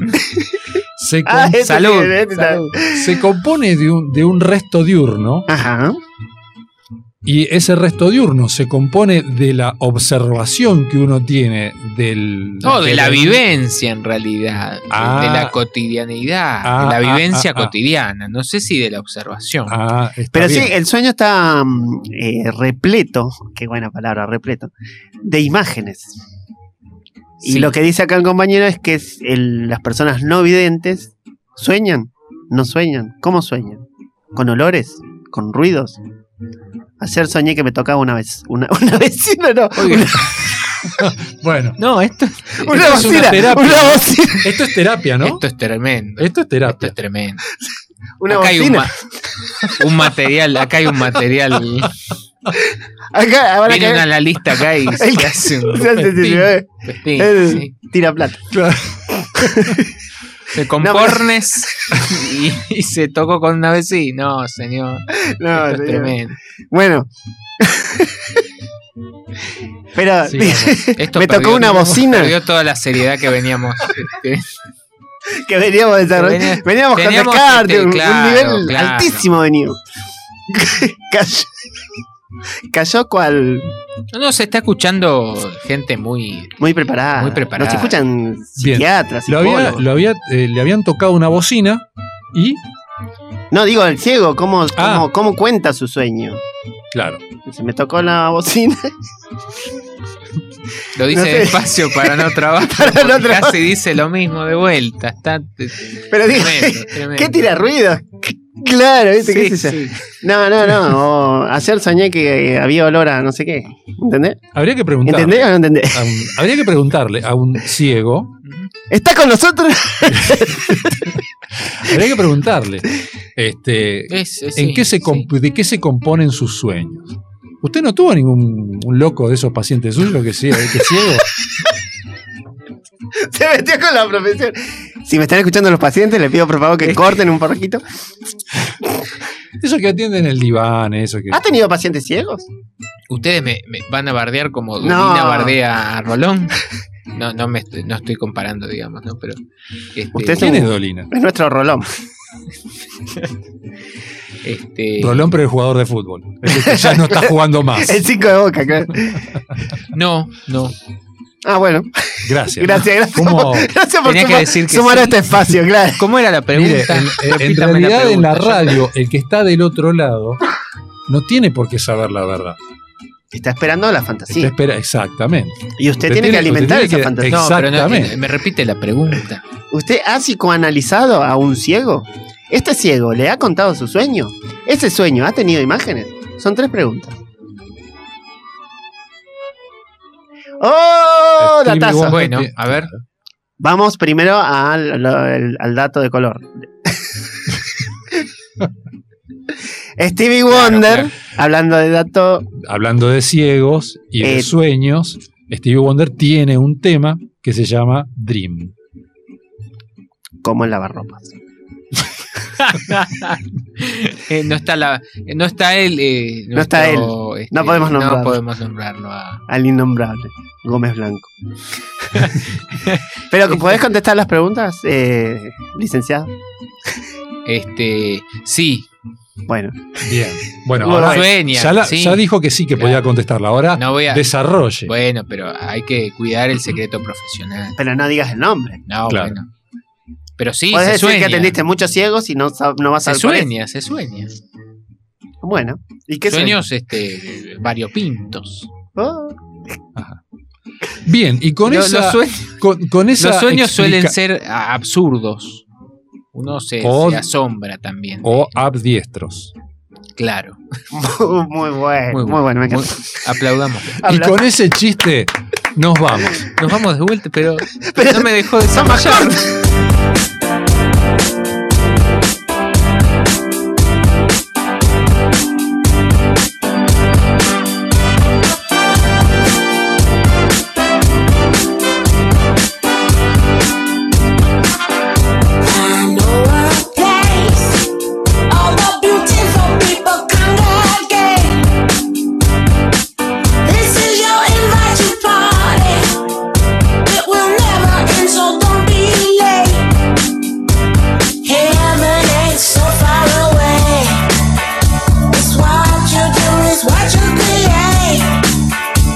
Speaker 2: se com-
Speaker 3: Ah, este
Speaker 4: salud,
Speaker 3: sigue, este está-
Speaker 4: salud.
Speaker 2: se compone de un, de un resto diurno
Speaker 3: Ajá.
Speaker 2: y ese resto diurno se compone de la observación que uno tiene del...
Speaker 4: No, de la
Speaker 2: del-
Speaker 4: vivencia en realidad, de-
Speaker 2: Ah.
Speaker 4: de la cotidianidad,
Speaker 2: Ah,
Speaker 4: de la
Speaker 2: ah,
Speaker 4: vivencia
Speaker 2: ah, ah.
Speaker 4: cotidiana, no sé si de la observación.
Speaker 2: Ah, está
Speaker 3: Pero
Speaker 2: bien.
Speaker 3: sí, el sueño está mm, eh, repleto, qué buena palabra, repleto, de imágenes. Y
Speaker 4: Sí.
Speaker 3: lo que dice acá el compañero es que es el- las personas no videntes sueñan, no sueñan. ¿Cómo sueñan? ¿Con olores? ¿Con ruidos? Ayer soñé que me tocaba una vez. Una, <laughs> una vecina, no.
Speaker 4: Oiga,
Speaker 2: Bueno,
Speaker 4: no, esto, esto
Speaker 3: Una
Speaker 4: es una
Speaker 3: bocina. Una,
Speaker 2: terapia.
Speaker 3: bocina.
Speaker 2: esto es terapia, ¿no?
Speaker 4: Esto es tremendo.
Speaker 2: Esto es
Speaker 4: Esto
Speaker 2: terapia.
Speaker 4: es tremendo.
Speaker 3: Una
Speaker 4: acá hay un,
Speaker 3: bocina.
Speaker 4: ma- un material, acá hay un <laughs> material.
Speaker 3: Acá, ahora <laughs>
Speaker 4: Vienen a
Speaker 3: que.
Speaker 4: la lista acá y <laughs>
Speaker 3: El
Speaker 4: se hace un
Speaker 3: se hace-
Speaker 4: festín,
Speaker 3: eh,
Speaker 4: festín,
Speaker 3: el-
Speaker 4: sí.
Speaker 3: Tira plata.
Speaker 4: Se compornes <laughs> y, y se tocó con una vez sí. No, señor.
Speaker 3: No,
Speaker 4: esto es
Speaker 3: señor.
Speaker 4: tremendo. <laughs>
Speaker 3: Bueno.
Speaker 4: Ah,
Speaker 3: Pero <laughs>
Speaker 4: <laughs> Sigamos. Esto
Speaker 3: Me tocó
Speaker 4: perdió-
Speaker 3: una bocina.
Speaker 4: Perdió toda la seriedad que veníamos. este,
Speaker 3: que veníamos desarrollando.
Speaker 4: Veni-
Speaker 3: Veníamos con
Speaker 4: teníamos
Speaker 3: descarte,
Speaker 4: este,
Speaker 3: un, un
Speaker 4: claro,
Speaker 3: nivel
Speaker 4: claro.
Speaker 3: altísimo veníamos. <laughs> cayó, cayó cual
Speaker 4: <laughs> No, no, se está escuchando gente muy.
Speaker 3: muy preparada.
Speaker 4: Muy preparada.
Speaker 3: Nos escuchan psiquiatras,
Speaker 2: Lo había-
Speaker 3: psicólogos.
Speaker 2: lo había- eh, le habían tocado una bocina y,
Speaker 3: No, digo, el ciego, ¿cómo,
Speaker 2: Ah.
Speaker 3: cómo, cómo cuenta su sueño?
Speaker 2: claro,
Speaker 3: Se me tocó la bocina. <laughs>
Speaker 4: Lo dice
Speaker 3: No sé.
Speaker 4: despacio para <laughs> no trabajar.
Speaker 3: Para no
Speaker 4: porque
Speaker 3: trabar.
Speaker 4: Casi dice lo mismo de vuelta. Está este, t-
Speaker 3: <laughs> Pero dije,
Speaker 4: tremendo, tremendo.
Speaker 3: ¿qué tira ruido? Claro, ¿viste? ¿Qué
Speaker 4: Sí,
Speaker 3: sé yo?
Speaker 4: sí.
Speaker 3: No, no,
Speaker 4: <laughs>
Speaker 3: no. o ayer soñé que había olor a no sé qué. ¿Entendés?
Speaker 2: habría que preguntarle.
Speaker 3: ¿Entendés o no
Speaker 2: <laughs>
Speaker 3: entendés?
Speaker 2: a un- habría que preguntarle a un ciego,
Speaker 3: ¿Está con nosotros? <laughs>
Speaker 2: habría que preguntarle este,
Speaker 4: Es- es-
Speaker 2: en
Speaker 4: sí,
Speaker 2: qué se
Speaker 4: sí.
Speaker 2: comp- de qué se componen sus sueños. ¿Usted no tuvo ningún un loco de esos pacientes suyos que, cie- que ciego?
Speaker 3: Se metió con la profesión. Si me están escuchando los pacientes, les pido por favor que corten un poquito.
Speaker 2: Esos que atienden el diván, esos que...
Speaker 4: Ah,
Speaker 3: ¿Has tenido pacientes ciegos?
Speaker 4: Ustedes me, me van a bardear como
Speaker 3: No.
Speaker 4: Dulina bardea a Rolón. No, no, me estoy, no estoy comparando, digamos, ¿no? Pero. este,
Speaker 3: Usted
Speaker 2: ¿Quién es Dolina?
Speaker 3: Es nuestro rolón. <laughs>
Speaker 4: este,
Speaker 2: Rolón, pero el jugador de fútbol. El que ya no está
Speaker 4: <laughs>
Speaker 2: jugando más.
Speaker 3: El 5 de boca, claro.
Speaker 4: No, no.
Speaker 3: Ah, bueno.
Speaker 2: Gracias.
Speaker 3: Gracias, gracias. <laughs>
Speaker 2: ¿Cómo,
Speaker 3: Gracias por
Speaker 4: Tenía que
Speaker 3: sumar,
Speaker 4: decir que
Speaker 3: sumar
Speaker 4: sí.
Speaker 3: a este espacio, claro.
Speaker 4: ¿Cómo era la
Speaker 2: Mire,
Speaker 4: pregunta?
Speaker 2: en- en, en
Speaker 4: Repítame
Speaker 2: realidad en la
Speaker 4: pregunta, yo-
Speaker 2: radio, el que está del otro lado no tiene por qué saber la verdad.
Speaker 3: Está esperando la
Speaker 2: Te
Speaker 3: fantasía.
Speaker 2: espera exactamente.
Speaker 3: Y usted
Speaker 2: Te
Speaker 3: tiene que
Speaker 2: tiene- usted
Speaker 3: alimentar
Speaker 2: tiene
Speaker 3: esa
Speaker 2: que-
Speaker 3: fantasía.
Speaker 4: No, pero no,
Speaker 2: Exactamente.
Speaker 4: me, me repite la pregunta.
Speaker 3: ¿Usted ha psicoanalizado a un ciego? ¿Este ciego le ha contado su sueño? ¿Ese sueño ha tenido imágenes? Son tres preguntas. ¡Oh!
Speaker 2: Escribe
Speaker 3: Datazo.
Speaker 2: vos.
Speaker 4: Bueno,
Speaker 2: que-
Speaker 4: a ver.
Speaker 3: Vamos primero al, lo- el- al dato de color. Stevie Wonder,
Speaker 4: claro.
Speaker 3: hablando de dato,
Speaker 2: Hablando de ciegos y de
Speaker 3: Eh,
Speaker 2: sueños, Stevie Wonder tiene un tema que se llama Dream.
Speaker 3: Como el lavarropas.
Speaker 4: Eh, no está la, eh, no está él. eh,
Speaker 3: No está
Speaker 4: nuestro, este,
Speaker 3: él. No podemos nombrarlo.
Speaker 4: podemos nombrarlo a-
Speaker 3: Al innombrable. Gómez Blanco. Pero que podés contestar las preguntas, eh, licenciado.
Speaker 4: Este, sí.
Speaker 3: Bueno,
Speaker 2: Bien. Bueno,
Speaker 4: Lo
Speaker 2: ahora
Speaker 4: sueña,
Speaker 2: ya, la-
Speaker 4: sí.
Speaker 2: ya dijo que sí que podía
Speaker 4: Claro.
Speaker 2: contestarla. Ahora
Speaker 4: No voy a-
Speaker 2: desarrolle.
Speaker 4: Bueno, pero hay que cuidar el secreto profesional.
Speaker 3: pero no digas el nombre.
Speaker 4: No,
Speaker 2: Claro.
Speaker 4: bueno. Pero sí,
Speaker 3: Podés
Speaker 4: se
Speaker 3: decir que
Speaker 4: sueña.
Speaker 3: atendiste muchos ciegos y no, sab- no vas a
Speaker 4: se
Speaker 3: saber cuál es.
Speaker 4: sueña, se sueña.
Speaker 3: Bueno, ¿y qué sueño?
Speaker 4: Sueños este variopintos.
Speaker 3: Oh, <laughs>
Speaker 2: Bien, y con
Speaker 4: Lo-
Speaker 2: esa.
Speaker 4: los, sueños,
Speaker 2: con, con esa
Speaker 4: los sueños suelen
Speaker 2: explica-
Speaker 4: ser a- absurdos. Uno se,
Speaker 2: O-
Speaker 4: se asombra también.
Speaker 2: O abdiestros.
Speaker 3: <laughs>
Speaker 4: claro.
Speaker 3: muy bueno, muy bueno, me encanta.
Speaker 4: aplaudamos.
Speaker 2: Y
Speaker 3: Habla-
Speaker 2: con ese chiste nos vamos.
Speaker 4: Nos vamos de vuelta, pero,
Speaker 2: este
Speaker 3: Pero-
Speaker 4: no me dejó de
Speaker 3: Son más
Speaker 4: desarrollar.
Speaker 3: cortos.
Speaker 6: What you create,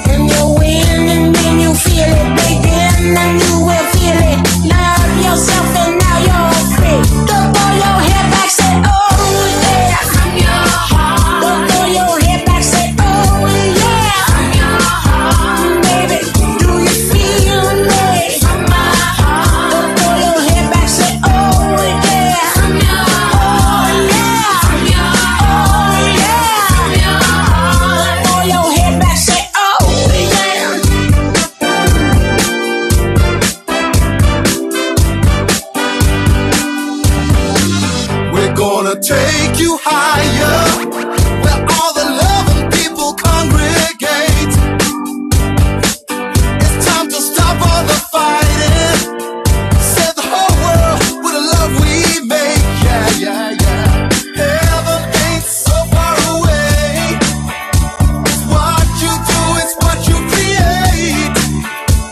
Speaker 6: and you're winning, and you feel it, baby, and then you will feel it. Love yourself and now you're free. Don't throw your head back, say, oh yeah. From your heart. Don't throw your head back, say, oh yeah. From your heart. Baby, do you feel me? From my heart. Don't throw your head back, say, oh yeah. From your heart. Oh yeah. From your heart. Oh yeah. From your heart. Don't throw your head back, say, oh yeah.
Speaker 7: We're gonna take you higher, where all the loving people congregate. It's time to stop all the fighting. Set the whole world with the love we make. Yeah, yeah, yeah. Heaven ain't so far away. It's what you do, it's what you create.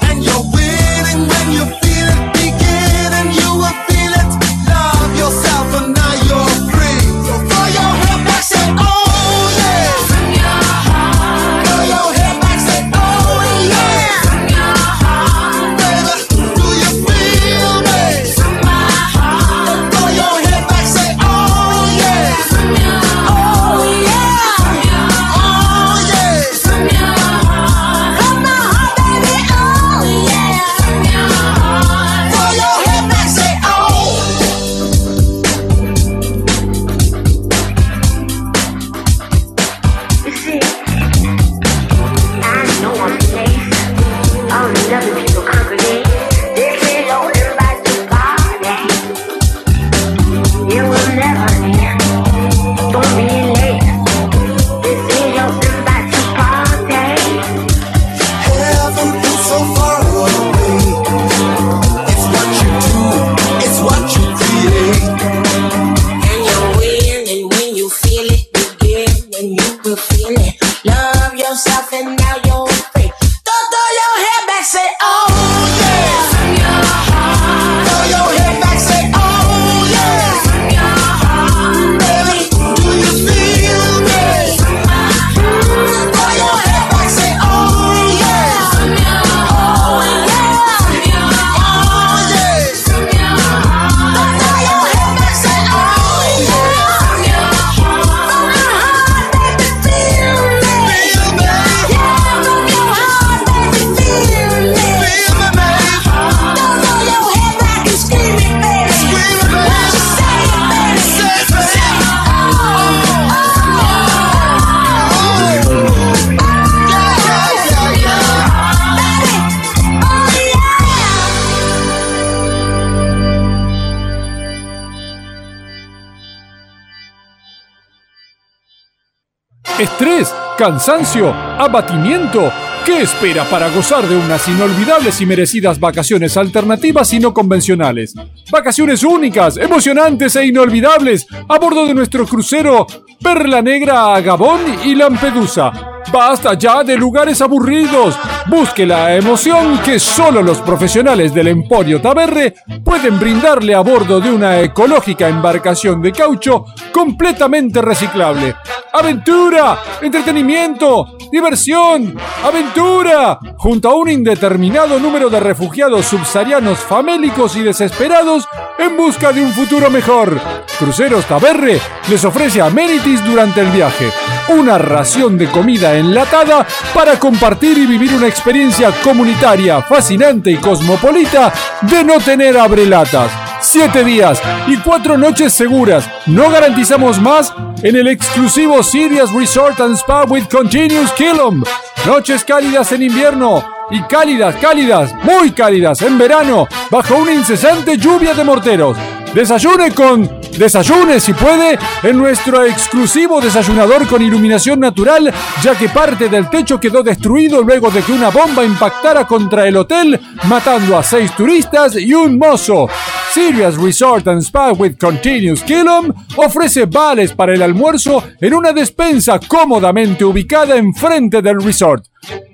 Speaker 7: And you're winning when you feel it begin and you will feel it. Love yourself and now you're free. So throw your head back, say, oh yeah. From your heart. Throw your head back, say, oh yeah. From your heart. Baby, do you feel me?
Speaker 6: oh,
Speaker 7: From my heart. Throw your head back, say, oh yeah. From your oh yeah. From your oh yeah. From your heart.
Speaker 6: From my heart, baby, oh yeah. From your heart.
Speaker 7: Throw your head back, say, oh.
Speaker 11: You see, I know a place all the lovely people congregate. This is all everybody to party. You will never hear. Don't be late. This is all everybody to party.
Speaker 7: Heaven is so far away. It's what you do, it's what you create.
Speaker 6: And you're winning when you feel it begin and you will feel it. Love yourself and now you're free. Don't throw your head back, say oh yeah. From your heart.
Speaker 7: Throw your head back, say, oh yeah.
Speaker 6: From your heart.
Speaker 7: Baby, do you feel me? Throw your head back, say, oh yeah.
Speaker 6: From your
Speaker 7: Oh
Speaker 6: heart.
Speaker 7: yeah.
Speaker 6: From your
Speaker 7: Oh
Speaker 6: heart.
Speaker 7: yeah.
Speaker 6: From your heart.
Speaker 7: Throw your head back, say, oh yeah.
Speaker 6: From your heart.
Speaker 7: From your heart, baby, feel me. Feel me.
Speaker 6: Yeah, from your heart, baby, feel it.
Speaker 7: Feel me, baby.
Speaker 6: Don't throw your head back and scream it, baby.
Speaker 7: Scream it, baby.
Speaker 6: Won't you say it, baby?
Speaker 7: Say it, baby.
Speaker 6: Say it. Oh, oh,
Speaker 7: Oh yeah. Yeah, yeah,
Speaker 6: baby.
Speaker 7: yeah.
Speaker 6: Oh, yeah.
Speaker 2: Estrés, cansancio, abatimiento,
Speaker 12: ¿Qué esperas para gozar de unas inolvidables y merecidas vacaciones alternativas y no convencionales? Vacaciones únicas, emocionantes e inolvidables a bordo de nuestro crucero Perla Negra a Gabón y Lampedusa. Basta ya de lugares aburridos. Busque la emoción que solo los profesionales del Emporio Taberre pueden brindarle a bordo de una ecológica embarcación de caucho completamente reciclable. Aventura, entretenimiento, diversión, aventura, junto a un indeterminado número de refugiados subsaharianos famélicos y desesperados en busca de un futuro mejor. Cruceros Taberre les ofrece amenities durante el viaje, una ración de comida enlatada para compartir y vivir una experiencia comunitaria, fascinante y cosmopolita de no tener abrelatas. 7 días y 4 noches seguras. No garantizamos más en el exclusivo Sirius Resort and Spa with Continuous Kilom. Noches cálidas en invierno y cálidas, cálidas, muy cálidas en verano, bajo una incesante lluvia de morteros. Desayune con Desayune si puede en nuestro exclusivo desayunador con iluminación natural, ya que parte del techo quedó destruido luego de que una bomba impactara contra el hotel, matando a seis turistas y un mozo. Sirius Resort and Spa with Continuous Kilom ofrece vales para el almuerzo en una despensa cómodamente ubicada enfrente del resort.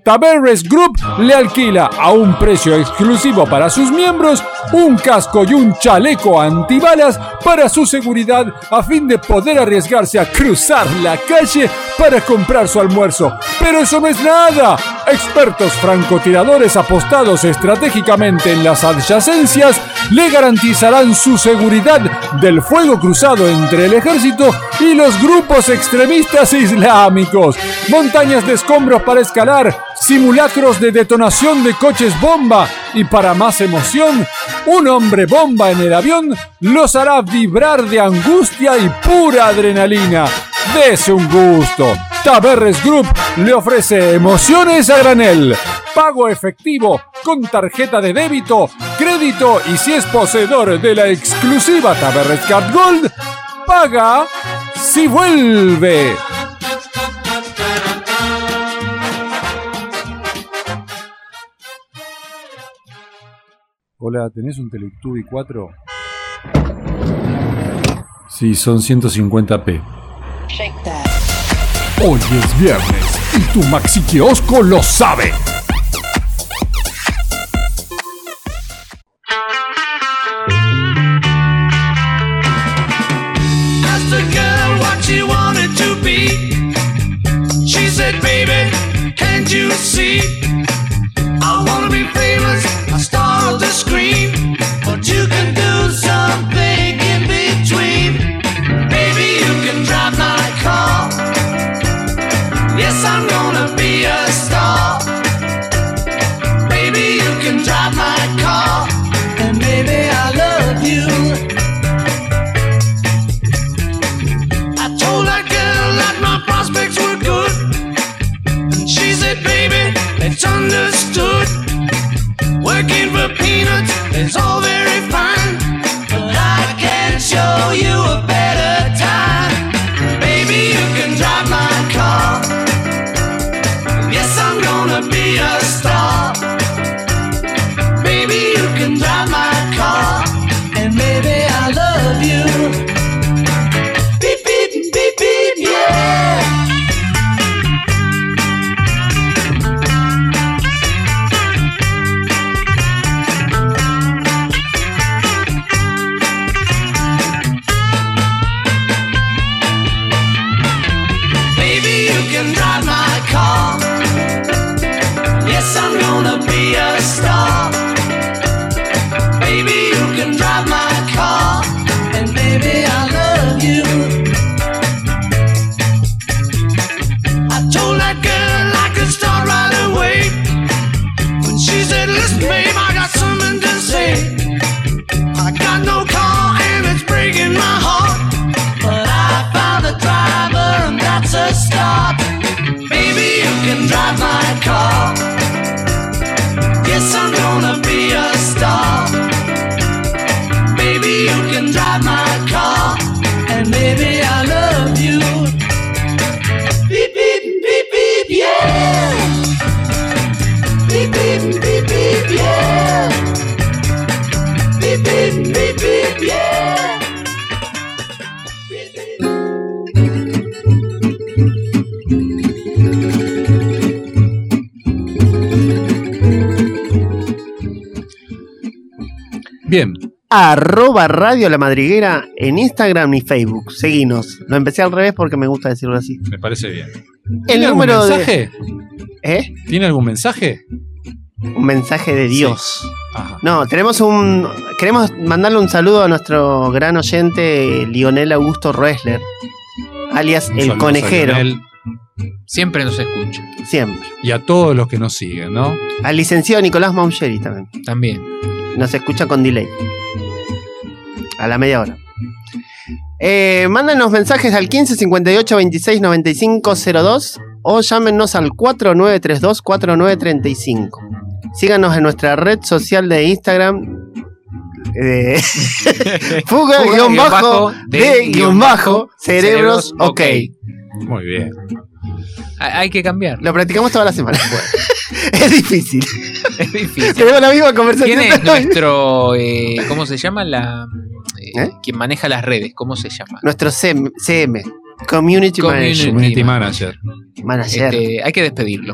Speaker 12: Taberres Group le alquila a un precio exclusivo para sus miembros un casco y un chaleco antibalas para su seguridad a fin de poder arriesgarse a cruzar la calle para comprar su almuerzo. Pero eso no es nada. Expertos francotiradores apostados estratégicamente en las adyacencias le garantizarán su seguridad del fuego cruzado entre el ejército y los grupos extremistas islámicos. Montañas de escombros para escalar, simulacros de detonación de coches bomba y para más emoción, un hombre bomba en el avión los hará vibrar de angustia y pura adrenalina. Dese un gusto. Taberres Group le ofrece emociones a granel. Pago efectivo con tarjeta de débito, crédito y si es poseedor de la exclusiva Taberres Card Gold, paga si vuelve. Hola, ¿tenés un Teletubby 4? Sí, son 150p.
Speaker 11: Hoy es viernes y tu Maxi Kiosco lo sabe.
Speaker 6: Asked a girl what she wanted to be. She said, baby, can't you see? I wanna be famous, a star of the screen. But you can do something in between. Baby, you can drive my car. Yes, I'm gonna be a star. Baby, you can drive my car. And baby, I love you. I told that girl that my prospects were good. And she said, baby, it's understood. Working for peanuts is all very fine. But I can show you a better time. Baby, you can drive my car. Yes, I'm gonna be a star. Baby, you can drive my car. And baby, I love you. Beep beep beep beep yeah. Baby, you can drive my car. Yes, I'm gonna be a star. Baby, you can drive my car, and baby, I love you. I told that girl I could start right away. When she said, Listen, babe, I got something to say. I got no car and it's breaking my heart. But I found a driver and that's a start. Baby, you can drive my car. Yes, I'm gonna be a star. Baby, you can drive my car. And baby, I love you. Beep beep beep beep yeah. beep, beep, beep, yeah.
Speaker 2: Bien,
Speaker 3: Arroba Radio La Madriguera en Instagram y Facebook. Seguinos. Lo empecé al revés porque me gusta decirlo así.
Speaker 2: me parece bien.
Speaker 3: El
Speaker 2: ¿Tiene algún
Speaker 3: número de.
Speaker 2: mensaje?
Speaker 3: ¿Eh?
Speaker 2: ¿Tiene algún mensaje?
Speaker 3: Un mensaje de Dios.
Speaker 2: Ajá.
Speaker 3: No, tenemos un. Queremos mandarle un saludo a nuestro gran oyente, Lionel Augusto Roesler, alias
Speaker 2: Un saludo
Speaker 3: El
Speaker 2: a
Speaker 3: Conejero,
Speaker 2: Lionel
Speaker 4: Siempre nos escucha.
Speaker 3: siempre.
Speaker 2: Y a todos los que nos siguen, ¿no?
Speaker 3: Al licenciado Nicolás Maungeri también.
Speaker 4: También.
Speaker 3: Nos escucha con delay. A la media hora. Eh, mándanos mensajes al 15 58 26 95 02 o llámenos al 4932 4935. Síganos en nuestra red social de Instagram. eh, <laughs> fuga, guión bajo, de guión bajo, cerebros, ok.
Speaker 2: Muy bien.
Speaker 4: Hay hay que cambiar.
Speaker 3: Lo practicamos toda la semana. <laughs> es difícil.
Speaker 4: Es
Speaker 3: <laughs>
Speaker 4: difícil.
Speaker 3: Tenemos la misma conversación.
Speaker 4: ¿Quién es
Speaker 3: de hoy.
Speaker 4: nuestro. eh, ¿Cómo se llama? la eh,
Speaker 3: ¿Eh?
Speaker 4: Quien maneja las redes. ¿Cómo se llama?
Speaker 3: <laughs> Nuestro CM, CM, Community
Speaker 4: Community
Speaker 3: Manager.
Speaker 2: Community manager.
Speaker 3: Manager.
Speaker 4: Este, hay que
Speaker 2: <laughs>
Speaker 4: despedirlo.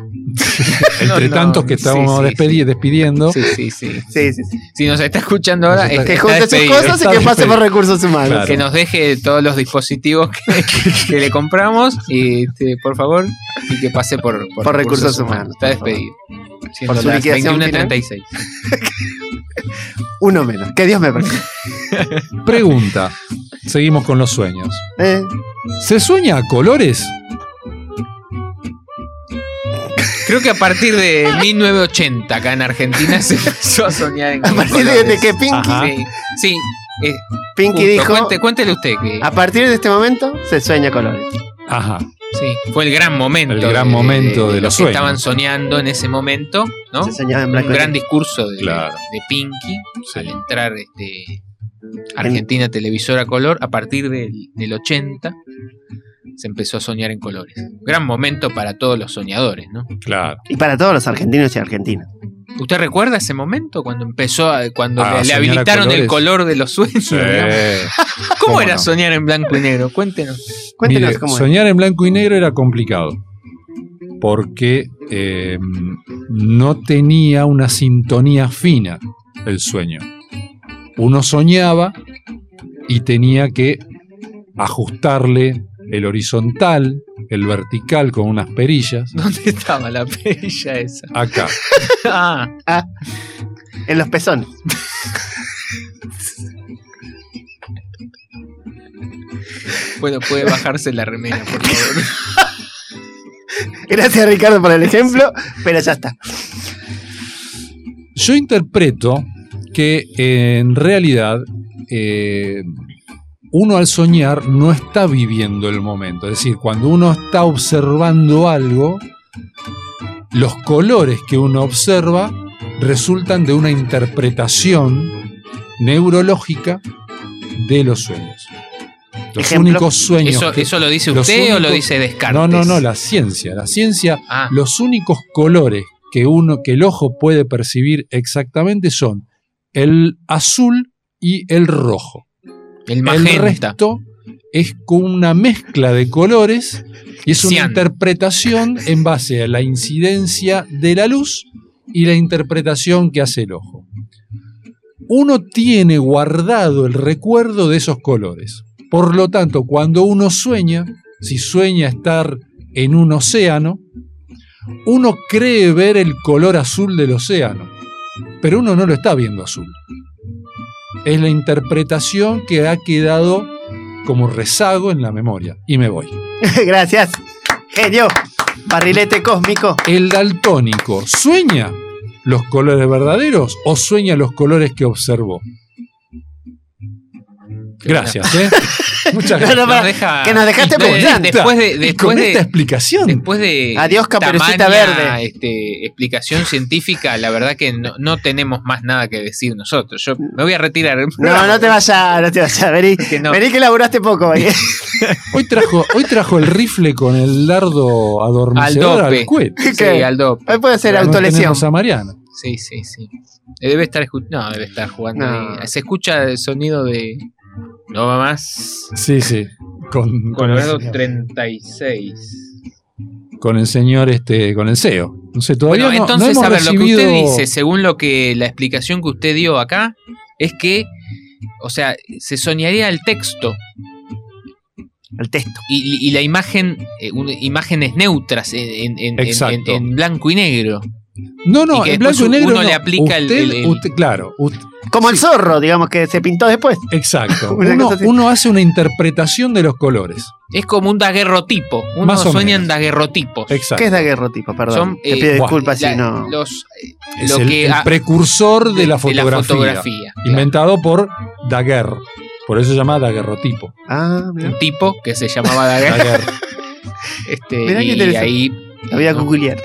Speaker 4: <laughs>
Speaker 2: Entre
Speaker 4: No, no,
Speaker 2: tantos que
Speaker 4: sí,
Speaker 2: estamos
Speaker 4: sí,
Speaker 2: despedi-
Speaker 4: sí.
Speaker 2: despidiendo.
Speaker 4: Sí, sí, sí.
Speaker 3: Sí, sí, sí.
Speaker 4: Si nos está escuchando ahora,
Speaker 2: Nos está-
Speaker 4: es que
Speaker 3: Que
Speaker 4: está
Speaker 3: junte sus
Speaker 4: despedido.
Speaker 3: cosas y
Speaker 2: Está
Speaker 3: que pase
Speaker 2: despedido.
Speaker 3: por recursos humanos.
Speaker 2: Claro.
Speaker 4: Que nos deje todos los dispositivos que, que le compramos, y, este, por favor, y que pase por,
Speaker 3: Por recursos humanos,
Speaker 4: Está
Speaker 3: por favor.
Speaker 4: despedido. Siendo
Speaker 3: Por su
Speaker 4: las
Speaker 3: liquidación
Speaker 4: 21.36.
Speaker 3: Uno menos. Que Dios me perdone.
Speaker 2: Pregunta. Seguimos con los sueños.
Speaker 3: Eh,
Speaker 2: ¿Se sueña a colores?
Speaker 4: Creo que a partir de 1980 acá en Argentina se empezó a soñar en
Speaker 3: a partir de, de
Speaker 4: colores.
Speaker 3: que Pinky,
Speaker 2: Ajá.
Speaker 4: Sí, sí, eh,
Speaker 3: Pinky
Speaker 4: justo.
Speaker 3: dijo,
Speaker 4: Cuente- cuéntele usted que
Speaker 2: Ah.
Speaker 3: a partir de este momento se sueña colores.
Speaker 2: Ajá.
Speaker 4: sí, fue el gran momento.
Speaker 2: El gran momento de los
Speaker 4: que
Speaker 2: sueños.
Speaker 4: Estaban soñando en ese momento, ¿no?
Speaker 3: Se soñaba en
Speaker 4: Un
Speaker 3: blanco y
Speaker 4: gran
Speaker 3: negro.
Speaker 4: discurso de,
Speaker 2: Claro.
Speaker 4: de Pinky
Speaker 2: Sí.
Speaker 4: al entrar este, Argentina Televisora Color a partir del, del 80 se empezó a soñar en colores. Gran momento para todos los soñadores, ¿no?
Speaker 2: Claro.
Speaker 3: Y para todos los argentinos y argentinas.
Speaker 4: ¿Usted recuerda ese momento cuando empezó, a- cuando
Speaker 2: Ah,
Speaker 4: le- le,
Speaker 2: soñar a
Speaker 4: habilitaron el
Speaker 2: colores.
Speaker 4: color de los sueños?
Speaker 2: Sí.
Speaker 4: digamos? ¿Cómo,
Speaker 2: ¿Cómo
Speaker 4: era
Speaker 2: no?
Speaker 4: soñar en blanco y negro? Cuéntenos.
Speaker 3: Cuéntenos
Speaker 2: Mire,
Speaker 3: cómo es.
Speaker 2: soñar en blanco y negro era complicado porque eh, no tenía una sintonía fina el sueño. Uno soñaba y tenía que ajustarle el horizontal, el vertical con unas perillas.
Speaker 4: <laughs> ¿Dónde estaba la perilla esa?
Speaker 2: Acá.
Speaker 4: Ah,
Speaker 3: En los pezones.
Speaker 4: bueno, puede bajarse la remera, por favor.
Speaker 3: Gracias Ricardo por el ejemplo, pero ya está. <laughs>
Speaker 2: Yo interpreto que eh, en realidad eh, uno al soñar no está viviendo el momento. Es decir, cuando uno está observando algo, los colores que uno observa resultan de una interpretación neurológica de los sueños. Los
Speaker 3: Ejemplo.
Speaker 2: únicos sueños.
Speaker 4: <laughs> ¿Eso,
Speaker 2: que-
Speaker 4: eso lo dice
Speaker 2: los
Speaker 4: usted o lo
Speaker 2: únicos-
Speaker 4: dice Descartes?
Speaker 2: no, no, no, la ciencia. La ciencia
Speaker 4: Ah,
Speaker 2: los únicos colores que uno que el ojo puede percibir exactamente son el azul y el rojo.
Speaker 4: el
Speaker 2: El
Speaker 4: magenta.
Speaker 2: resto es con una mezcla de colores y es una
Speaker 4: Cian.
Speaker 2: interpretación en base a la incidencia de la luz y la interpretación que hace el ojo. Uno tiene guardado el recuerdo de esos colores. Por lo tanto, cuando uno sueña, si sueña estar en un océano, uno cree ver el color azul del océano, pero uno no lo está viendo azul. Es la interpretación que ha quedado como rezago en la memoria. Y me voy.
Speaker 3: Gracias. Genio. Barrilete
Speaker 4: <laughs>
Speaker 3: cósmico.
Speaker 2: ¿El daltónico sueña los colores verdaderos o sueña los colores que observó?
Speaker 4: <laughs>
Speaker 2: Gracias, ¿eh? Muchas
Speaker 3: No,
Speaker 2: gracias.
Speaker 4: Nos
Speaker 3: no, para-
Speaker 4: deja-
Speaker 3: que nos dejaste
Speaker 4: Después-
Speaker 3: preguntando.
Speaker 4: Después de,
Speaker 2: Y con
Speaker 4: después de,
Speaker 2: esta explicación,
Speaker 4: Después de.
Speaker 3: Adiós, Caperucita Verde.
Speaker 4: Este, explicación científica, la verdad que no, no tenemos más nada que decir nosotros. Yo me voy a retirar. <laughs>
Speaker 3: No, no te vayas, no te vayas. Vení,
Speaker 4: Que no.
Speaker 3: vení que laburaste poco. vení. <laughs>
Speaker 2: hoy trajo, hoy trajo el rifle con el dardo adormecedor
Speaker 4: Al
Speaker 2: al,
Speaker 4: dope.
Speaker 2: cohete.
Speaker 4: Sí, Aldo.
Speaker 3: Hoy puede ser
Speaker 2: No
Speaker 3: autolesión.
Speaker 2: tenemos a Mariana.
Speaker 4: Sí, sí, sí. Eh, Debe estar escuchando. No, debe estar jugando.
Speaker 3: No.
Speaker 4: ahí. Se escucha el sonido de. No va más.
Speaker 2: Sí, sí. Con, con,
Speaker 4: Colorado
Speaker 2: el,
Speaker 4: 36.
Speaker 2: con el señor, este, con el CEO. No sé, todavía
Speaker 4: Bueno,
Speaker 2: no- no
Speaker 4: entonces,
Speaker 2: hemos
Speaker 4: a ver,
Speaker 2: recibido-
Speaker 4: lo que usted dice, según lo que la explicación que usted dio acá, es que, o sea, se soñaría el texto
Speaker 3: El texto.
Speaker 4: y, y la imagen, eh, un- imágenes neutras en, en- en-
Speaker 2: Exacto.
Speaker 4: en- en blanco y negro.
Speaker 2: No, no,
Speaker 4: y que
Speaker 2: en
Speaker 4: después
Speaker 2: blanco y negro
Speaker 4: uno
Speaker 2: no.
Speaker 4: le aplica el-
Speaker 2: Usted-
Speaker 4: el- el-
Speaker 2: usted- claro, usted-
Speaker 3: Como el zorro, digamos, que se pintó después.
Speaker 2: exacto.
Speaker 3: Una
Speaker 2: uno,
Speaker 3: cosa así.
Speaker 2: uno hace una interpretación de los colores.
Speaker 4: Es como un daguerrotipo. Uno
Speaker 2: Más o
Speaker 4: sueña en
Speaker 2: menos.
Speaker 4: daguerrotipos.
Speaker 2: Exacto.
Speaker 3: ¿Qué es daguerrotipo? Perdón.
Speaker 4: Son,
Speaker 3: Te
Speaker 4: eh,
Speaker 3: pido
Speaker 2: bueno,
Speaker 3: disculpas
Speaker 4: La-
Speaker 3: si no.
Speaker 4: los- eh,
Speaker 2: Es
Speaker 4: lo
Speaker 2: el,
Speaker 4: que
Speaker 2: el
Speaker 4: ha-
Speaker 2: precursor de, la fotografía.
Speaker 4: fotografía, claro.
Speaker 2: Inventado por Daguerre. Por eso se llama daguerrotipo.
Speaker 3: Ah, mirá.
Speaker 4: Un tipo que se llamaba Daguerre.
Speaker 2: Daguerre.
Speaker 4: este,
Speaker 3: Mirá qué
Speaker 4: y
Speaker 3: interesante.
Speaker 4: ahí.
Speaker 3: Lo voy a
Speaker 4: ¿no?
Speaker 3: googlear.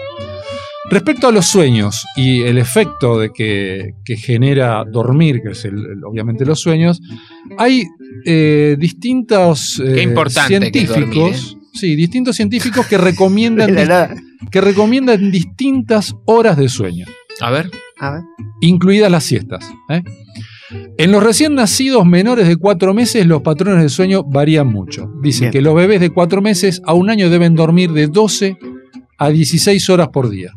Speaker 2: Respecto a los sueños y el efecto de que, que genera dormir, que es el- el- obviamente los sueños, hay eh, distintos eh,
Speaker 4: Qué importante que es
Speaker 2: científicos,
Speaker 4: dormir,
Speaker 2: sí, distintos científicos que recomiendan,
Speaker 3: De la nada.
Speaker 2: que recomiendan distintas horas de sueño,
Speaker 4: A ver.
Speaker 3: A ver.
Speaker 2: incluidas las siestas. ¿eh? En los recién nacidos menores de cuatro meses, los patrones de sueño varían mucho. Dicen
Speaker 3: Bien.
Speaker 2: que los bebés de cuatro meses a un año deben dormir de 12 a 16 horas por día.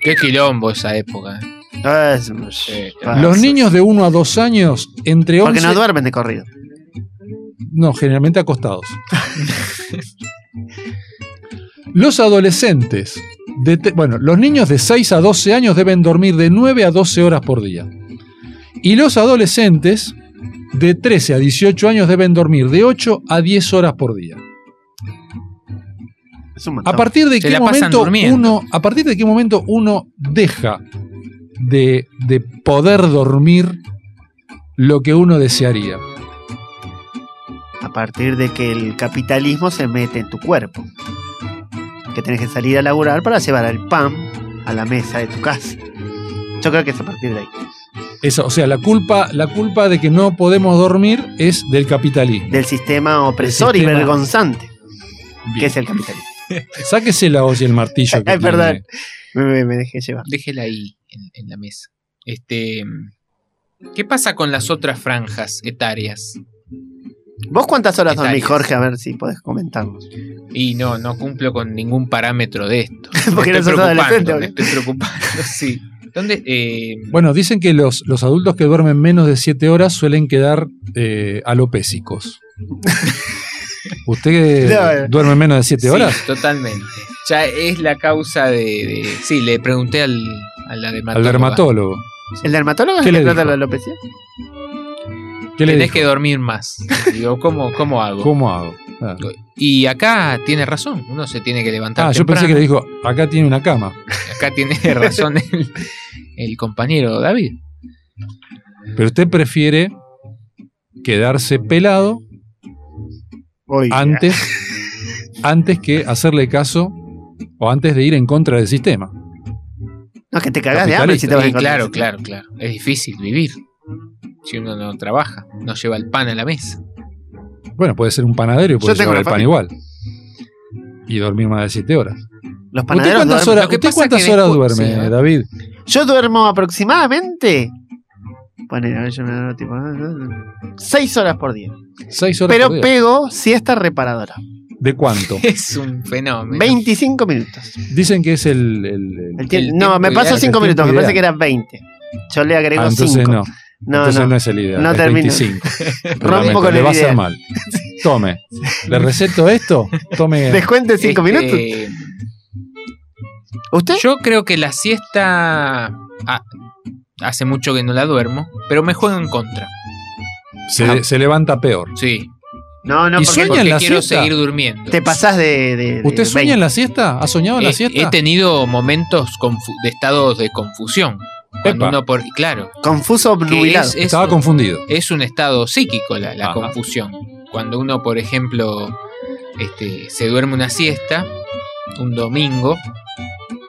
Speaker 4: Qué quilombo esa época. ¿eh?
Speaker 3: Ah, es- Ah,
Speaker 2: Los
Speaker 3: sí.
Speaker 2: niños de 1 a 2 años, entre
Speaker 3: Porque
Speaker 2: 11.
Speaker 3: no duermen de corrido.
Speaker 2: no,
Speaker 4: <laughs>
Speaker 2: generalmente acostados. los adolescentes. de te- bueno, los niños de 6 a 12 años deben dormir de 9 a 12 horas por día. Y los adolescentes de 13 a 18 años deben dormir de 8 a 10 horas por día.
Speaker 3: Es un montón.
Speaker 2: ¿A partir de
Speaker 4: Se
Speaker 2: qué
Speaker 4: la pasan
Speaker 2: momento
Speaker 4: durmiendo.
Speaker 2: uno, a partir de qué momento uno deja de, de poder dormir lo que uno desearía?
Speaker 3: A partir de que el capitalismo se mete en tu cuerpo. Que tenés que salir a laburar para llevar el pan a la mesa de tu casa. Yo creo que es a partir de ahí.
Speaker 2: Eso, o sea, la culpa, la culpa de que no podemos dormir es del capitalismo.
Speaker 3: Del sistema opresor
Speaker 2: sistema.
Speaker 3: y vergonzante que
Speaker 2: Bien.
Speaker 3: es el capitalismo.
Speaker 2: Sáquese la olla y el martillo. que
Speaker 3: Ay,
Speaker 2: tiene.
Speaker 3: perdón. Me, me- me dejé llevar.
Speaker 4: Déjela ahí en, en la mesa. Este. ¿Qué pasa con las otras franjas etarias?
Speaker 3: ¿Vos cuántas horas dormís,
Speaker 4: Detalles.
Speaker 3: Jorge? A ver si podés comentarnos.
Speaker 4: Y no, no cumplo con ningún parámetro de esto.
Speaker 3: Porque
Speaker 4: me
Speaker 3: no sos
Speaker 4: estoy
Speaker 3: adolescente,
Speaker 4: preocupando, me
Speaker 3: boludo.
Speaker 4: estoy preocupando, <laughs> sí. ¿Dónde? eh,
Speaker 2: Bueno, dicen que los, los adultos que duermen menos de 7 horas suelen quedar eh, alopésicos. ¿Usted eh,
Speaker 3: No.
Speaker 2: duerme menos de 7
Speaker 4: sí,
Speaker 2: horas?
Speaker 4: totalmente. Ya es la causa de. de- sí, le pregunté al, al dermatólogo.
Speaker 2: Al dermatólogo.
Speaker 3: ¿El dermatólogo es
Speaker 2: ¿Qué
Speaker 3: el que
Speaker 2: le
Speaker 3: trata
Speaker 2: dijo?
Speaker 3: la alopecia?
Speaker 2: ¿Qué le
Speaker 4: Tenés
Speaker 2: dijo?
Speaker 4: que dormir
Speaker 2: <laughs>
Speaker 4: más. Digo, ¿cómo, cómo hago?
Speaker 2: ¿Cómo hago? Ah,
Speaker 4: Y acá tiene razón. Uno se tiene que levantar.
Speaker 2: Ah, yo pensé que le dijo, acá tiene una cama.
Speaker 4: Acá tiene
Speaker 2: <laughs>
Speaker 4: razón el, el compañero David.
Speaker 2: Pero usted prefiere quedarse pelado
Speaker 3: Uy,
Speaker 2: antes,
Speaker 3: <laughs>
Speaker 2: antes que hacerle caso o antes de ir en contra del sistema.
Speaker 3: No, es que te cagás de hambre si te vas a
Speaker 4: Sí,
Speaker 3: encontrar.
Speaker 4: claro, claro, claro. Es difícil vivir si uno no trabaja, no lleva el pan a la mesa. <laughs>
Speaker 2: Bueno, puede ser un panadero y puede
Speaker 3: Yo tengo
Speaker 2: llevar
Speaker 3: una
Speaker 2: el pan
Speaker 3: fácil.
Speaker 2: igual. Y dormir más de 7 horas.
Speaker 3: Los
Speaker 2: ¿Usted
Speaker 3: panaderos
Speaker 2: cuántas
Speaker 3: duermen-
Speaker 2: horas,
Speaker 4: Lo que
Speaker 2: usted
Speaker 4: pasa
Speaker 2: cuántas
Speaker 4: es que
Speaker 2: horas
Speaker 4: después-
Speaker 2: duerme,
Speaker 4: sí, ¿eh?
Speaker 2: David?
Speaker 3: Yo duermo aproximadamente. Bueno, a ver, yo me duermo tipo. ah, ah, ah, Seis horas por día.
Speaker 2: 6 horas
Speaker 3: Pero
Speaker 2: por día.
Speaker 3: pego siesta reparadora.
Speaker 2: ¿De cuánto?
Speaker 4: Es un fenómeno.
Speaker 3: 25 minutos.
Speaker 2: Dicen que es el... el- el-
Speaker 3: El tiempo-
Speaker 4: El
Speaker 3: no,
Speaker 4: tiempo
Speaker 3: me paso
Speaker 4: ideal.
Speaker 3: 5
Speaker 2: El tiempo
Speaker 3: minutos. Me parece
Speaker 2: ideal.
Speaker 3: que eran 20. Yo le agrego
Speaker 2: Ah, entonces
Speaker 3: 5.
Speaker 2: no.
Speaker 3: no,
Speaker 2: entonces no.
Speaker 3: no.
Speaker 2: es el ideal.
Speaker 3: No
Speaker 2: es
Speaker 3: termino. <laughs>
Speaker 2: 25.
Speaker 3: Rompo con
Speaker 2: Le
Speaker 3: el
Speaker 2: va a hacer
Speaker 3: ideal. <laughs>
Speaker 2: mal. Tome. ¿Le receto esto? Tome.
Speaker 3: Descuente 5
Speaker 4: Este,
Speaker 3: minutos. ¿Usted?
Speaker 4: Yo creo que la siesta ah, hace mucho que no la duermo, pero me juega en contra.
Speaker 2: Se, se levanta peor.
Speaker 4: Sí.
Speaker 3: No, no,
Speaker 2: ¿Y
Speaker 3: porque
Speaker 2: sueña?
Speaker 4: Porque
Speaker 2: en la
Speaker 4: quiero
Speaker 2: siesta?
Speaker 4: seguir durmiendo.
Speaker 3: te pasás de. de- de
Speaker 2: ¿Usted sueña
Speaker 3: 20.
Speaker 2: en la siesta? ¿Ha soñado en la
Speaker 4: He-
Speaker 2: siesta?
Speaker 4: He, tenido momentos confu- de estados de confusión. Cuando
Speaker 2: Epa.
Speaker 4: uno por, claro,
Speaker 3: Confuso
Speaker 4: que
Speaker 3: obnubilado.
Speaker 4: es, es-
Speaker 2: Estaba confundido.
Speaker 4: es un estado psíquico la, la
Speaker 2: Ajá.
Speaker 4: confusión. Cuando uno, por ejemplo, este, se duerme una siesta, un domingo,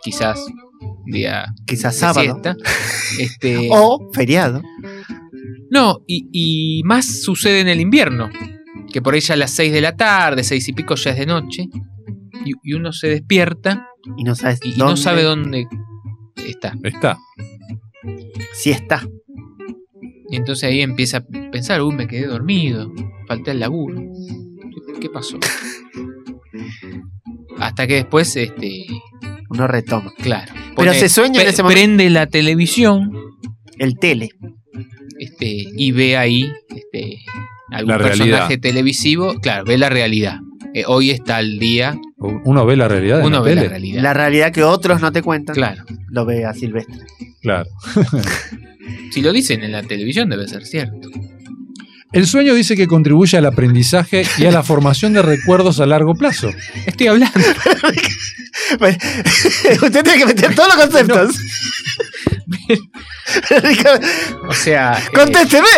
Speaker 4: quizás un día
Speaker 3: Quizás
Speaker 4: de
Speaker 3: sábado. <laughs>
Speaker 4: siesta, este,
Speaker 3: O feriado.
Speaker 4: no, y, y más sucede en el invierno, que por ahí ya a las 6 de la tarde, seis y pico ya es de noche, y, y uno se despierta
Speaker 3: Y no sabes
Speaker 4: y, y no sabe dónde está.
Speaker 2: Está.
Speaker 3: Sí está.
Speaker 4: Y entonces ahí empieza a pensar, uy, me quedé dormido, falté al laburo. ¿Qué pasó? Hasta que después, este,
Speaker 3: Uno retoma.
Speaker 4: claro.
Speaker 3: Pero se sueña en
Speaker 4: pre-
Speaker 3: ese momento.
Speaker 4: Prende la televisión
Speaker 3: El tele.
Speaker 4: este, y ve ahí este, algún
Speaker 1: La realidad.
Speaker 4: personaje televisivo. Claro, ve la realidad. Eh, hoy está el día,
Speaker 2: Uno ve la realidad. en
Speaker 4: uno
Speaker 2: Ah, la
Speaker 4: ve la
Speaker 2: tele.
Speaker 4: realidad.
Speaker 3: La realidad que otros no te cuentan.
Speaker 4: Claro.
Speaker 3: Lo ve a Silvestre.
Speaker 2: Claro.
Speaker 4: Si lo dicen en la televisión debe ser
Speaker 3: <laughs>
Speaker 4: cierto.
Speaker 2: El sueño dice que contribuye al aprendizaje y a la formación de recuerdos a largo plazo.
Speaker 4: Estoy hablando.
Speaker 3: <laughs> Usted tiene que meter todos los conceptos. <laughs> Ricardo,
Speaker 4: O sea. eh,
Speaker 3: ¡Contésteme!